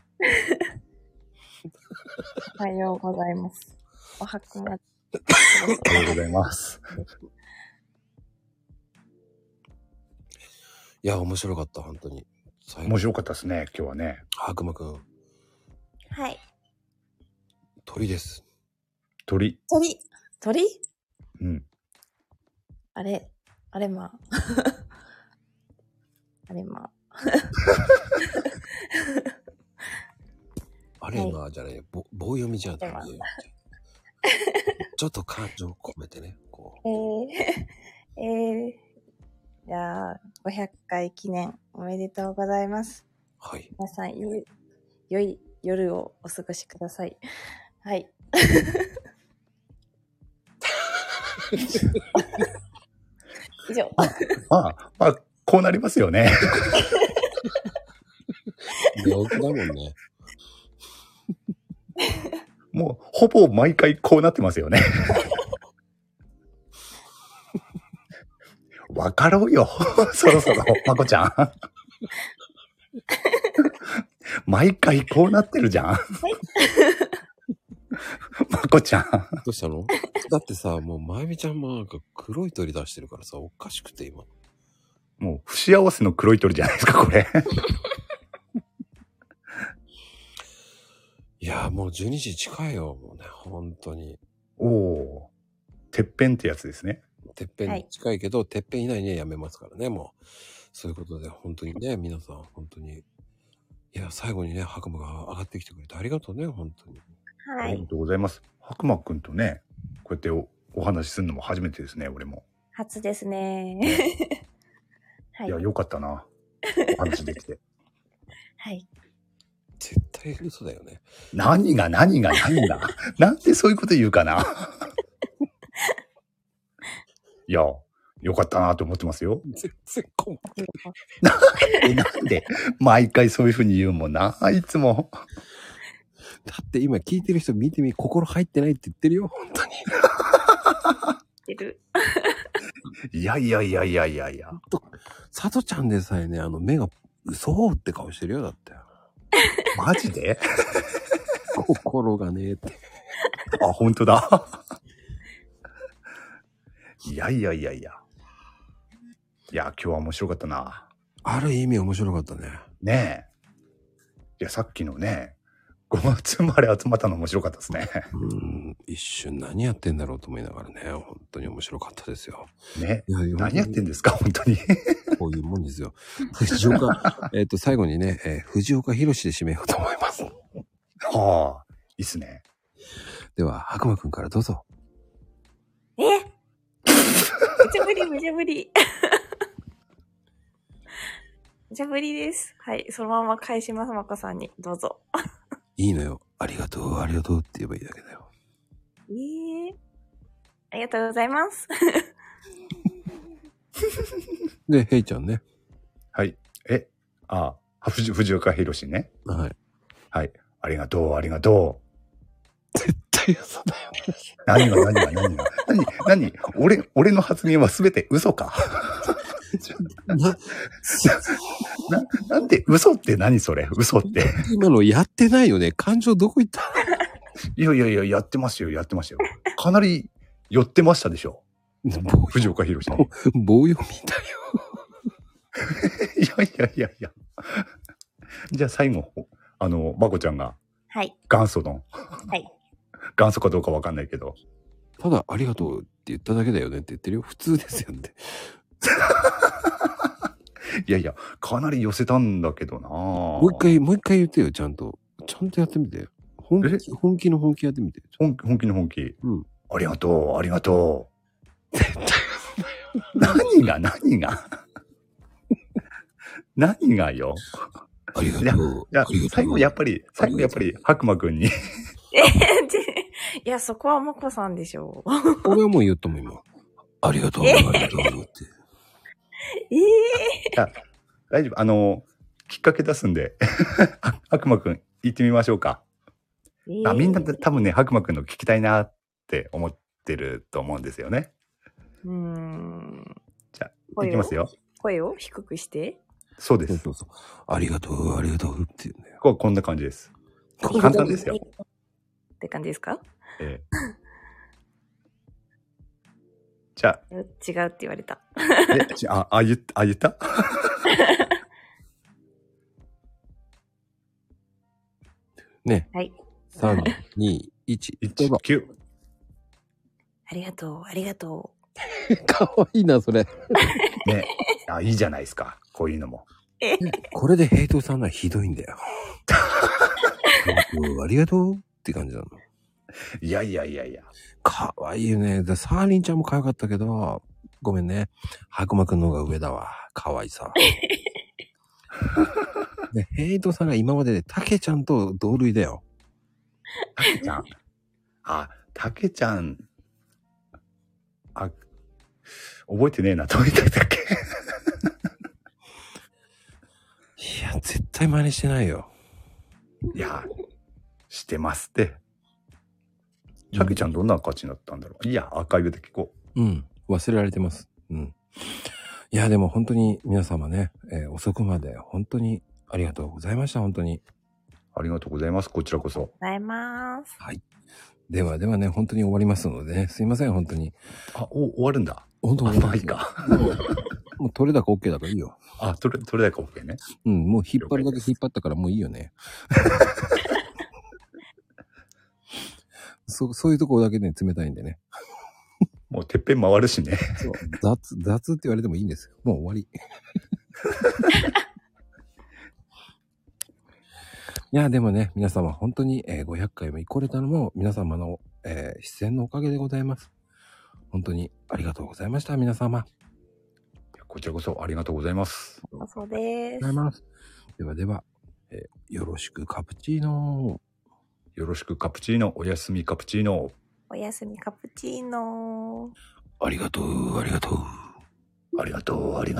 S12: おはようございます。おはくま。
S21: ありがとうございます。
S2: いや、面白かった、本当に。面
S21: 面白かったですね、今日はね。
S2: 白馬くん、
S12: はい。
S2: 鳥です。
S21: 鳥。
S12: 鳥鳥
S21: うん。
S12: あれあれまあ。あれまあ。
S2: あれが、じゃない、ぼ棒読みじゃん。多 分ねちょっと感情込めてね。
S12: えー、えー、じゃあ、500回記念おめでとうございます。
S2: はい。
S12: 皆さん、よい、良い夜をお過ごしください。 はい。以上。
S21: まあ、まあ、こうなりますよ ね。
S2: 病気だもんね。
S21: もう、ほぼ毎回こうなってますよね。 わかろうよ。 そろ そろ、まこちゃん。毎回こうなってるじゃん。まこちゃん。
S2: どうしたのだってさ、もう、まゆみちゃんもなんか黒い鳥出してるからさ、おかしくて今。
S21: もう、不幸せの黒い鳥じゃないですか、これ。
S2: いや、もう12時近いよ、もうね、本当に。
S21: おおー。てっぺんってやつですね。
S2: てっぺんに近いけど、てっぺん以内にはやめますからね、もう。そういうことで、本当にね、皆さん、本当に。いや、最後にね、白馬が上がってきてくれてありがとうね、本当に。
S21: ありがとうございます。白馬くんとね、こうやっておお話しするのも初めてですね、俺も。
S12: 初ですね。はい
S21: い、や、よかったな。お話できて。
S12: はい。
S2: 絶対嘘だよね。
S21: 何が何が何 が。なんでそういうこと言うかな。いや、よかったなと思ってま すよ。
S2: 全然困
S12: って
S21: え、なんで、毎回そういうふうに言うもんな、いつも。
S2: だって今聞いてる人見てみ、心入ってないって言ってるよ、本当に。
S12: いる。
S21: いやいやいやいやいやいや。
S2: さとちゃんでさえね、あの目が、嘘ーって顔してるよ、だって。
S21: マジで
S2: 心がねえって。
S21: あ、本 当だ。いやいやいやいや。いや、今日は面白かったな。
S2: ある意味面白かったね。
S21: ねえ。いや、さっきのね、5月生まれ集まったの面白かったですね。
S2: うん、一瞬何やってんだろうと思いながらね、本当に面白かったですよ。
S21: ね。
S2: 何
S21: やってんですか、 本当に。
S2: こういうもんですよ。藤岡、 えっと、最後にね、えー藤岡弘で締めようと思います。
S21: はあ、いいっすね。
S2: では、白馬くんからどうぞ。
S12: えめちゃぶり、めちゃぶり。めちゃぶりです。はい。そのまま返します、まこさんに。どうぞ。
S2: いいのよ。ありがとう、ありがとうって言えばいいだけだよ。
S12: えー、ありがとうございます。
S2: で、ヘイちゃんね。
S21: はい。え、あ、あ藤藤岡弘ね。
S2: はい。
S21: はい。ありがとう、ありがと
S2: 絶対嘘だよ。
S21: う。何が何が何が。 何、何、俺、俺の発言は全て嘘か。
S2: な、
S21: な、なんで嘘って何それ嘘って。
S2: 今のやってないよね。感情どこ行った
S21: いやいやいや、やってますよ、やってましたよ。かなり寄ってましたで しょ。藤岡弘ね。
S2: 棒読みだ
S21: よ。いやいやいやいや。じゃあ最後、あの、まこちゃんが
S12: はい。
S21: 元祖の、
S12: はい。
S21: 元祖かどうかわかんないけど。
S2: ただ、ありがとうって言っただけだよねって言ってるよ。普通ですよって。
S21: いやいや、かなり寄せたんだけどな
S2: も
S21: も
S2: う一回、もう一回言ってよ、ちゃんと。ちゃんとやってみて。本気本気の本気やってみて。
S21: 本本気の本気。
S2: うん。
S21: ありがとう、ありがとう。何が、何が。何がよ。ありがとう。いや、最後やっぱり、最後やっぱり、白馬くんに。
S7: えーで いや、そこはもこさんでしょう。
S2: 俺はもう言ったもん、今。
S21: ありがと
S7: うえーあ
S21: りがとう。い
S7: ええ
S21: や、大丈夫。あの、きっかけ出すんで、 あ白馬くん、行ってみましょうか。あみんな多分ね、白馬くんの聞きたいなって思ってると思うんですよね。
S7: うーん。
S21: じゃあ、いきますよ。
S7: 声を低くして。
S21: そうです。そうそうありがとう、ありがとうっていうね。こうこんな感じです。簡単ですよ。
S7: って感じですか
S21: ええじゃ
S7: 違うって言われた。
S21: あ、えじゃあ、あ、言った、あ、言った
S2: ね。
S7: はい。
S2: 3、2、1、1、9。
S7: ありがとう、ありがと
S2: かわいいな、それ。
S21: ね。あ、いいじゃないですか。こういうのも。
S2: これでヘイトさんならひどいんだよ。 うんありがとうって感じなの。
S21: いやいやいやいや。
S2: かわいいよね。でサーリンちゃんも可愛かったけど、ごめんね。白馬くんの方が上だわ。可愛さ。で、ヘイトさんが今まででタケちゃんと同類だよ。
S21: タケちゃん。あ、タケちゃん。あ、覚えてねえな、どう言った っけ。
S2: いや、絶対真似してないよ。
S21: いや、してますって。タケちゃんどんな価値になったんだろう。いや、アーカイブで聞こ
S2: うん。忘れられてます。うん。いや、でも本当に皆様ね、えー遅くまで本当にありがとうございました。本当に。
S21: ありがとうございます。こちらこそ。
S7: う。ございます。
S2: はい。ではではね、本当に終わりますのでね、すいません、本当に。
S21: あ、お、終わるんだ。
S2: 本当終わります。
S21: まいか。
S2: もう取れ高 OK だからいいよ。
S21: う。あ、取れ、取れだけ OK ね。
S2: うん、もう引っ張るだけ引っ張ったからもういいよね。 そそういうところだけね、冷たいんでね。
S21: もうてっぺん回るしね。
S2: 雑、雑って言われてもいいんですよ。もう終わ り。いや、でもね、皆様本当に、えー500回も来れたのも皆様の、えー出演のおかげでございます。本当にありがとうございました、皆様。あり
S21: こちらこそありがとうございます。
S7: そうで
S2: がとうございます。ではでは、えーよろしくカプチーノ
S21: よろしくカプチーノ、おやすみカプチーノ。
S7: おやすみカプチーノ
S21: ありがとう、ありがとう。ありがとう、ありがとう。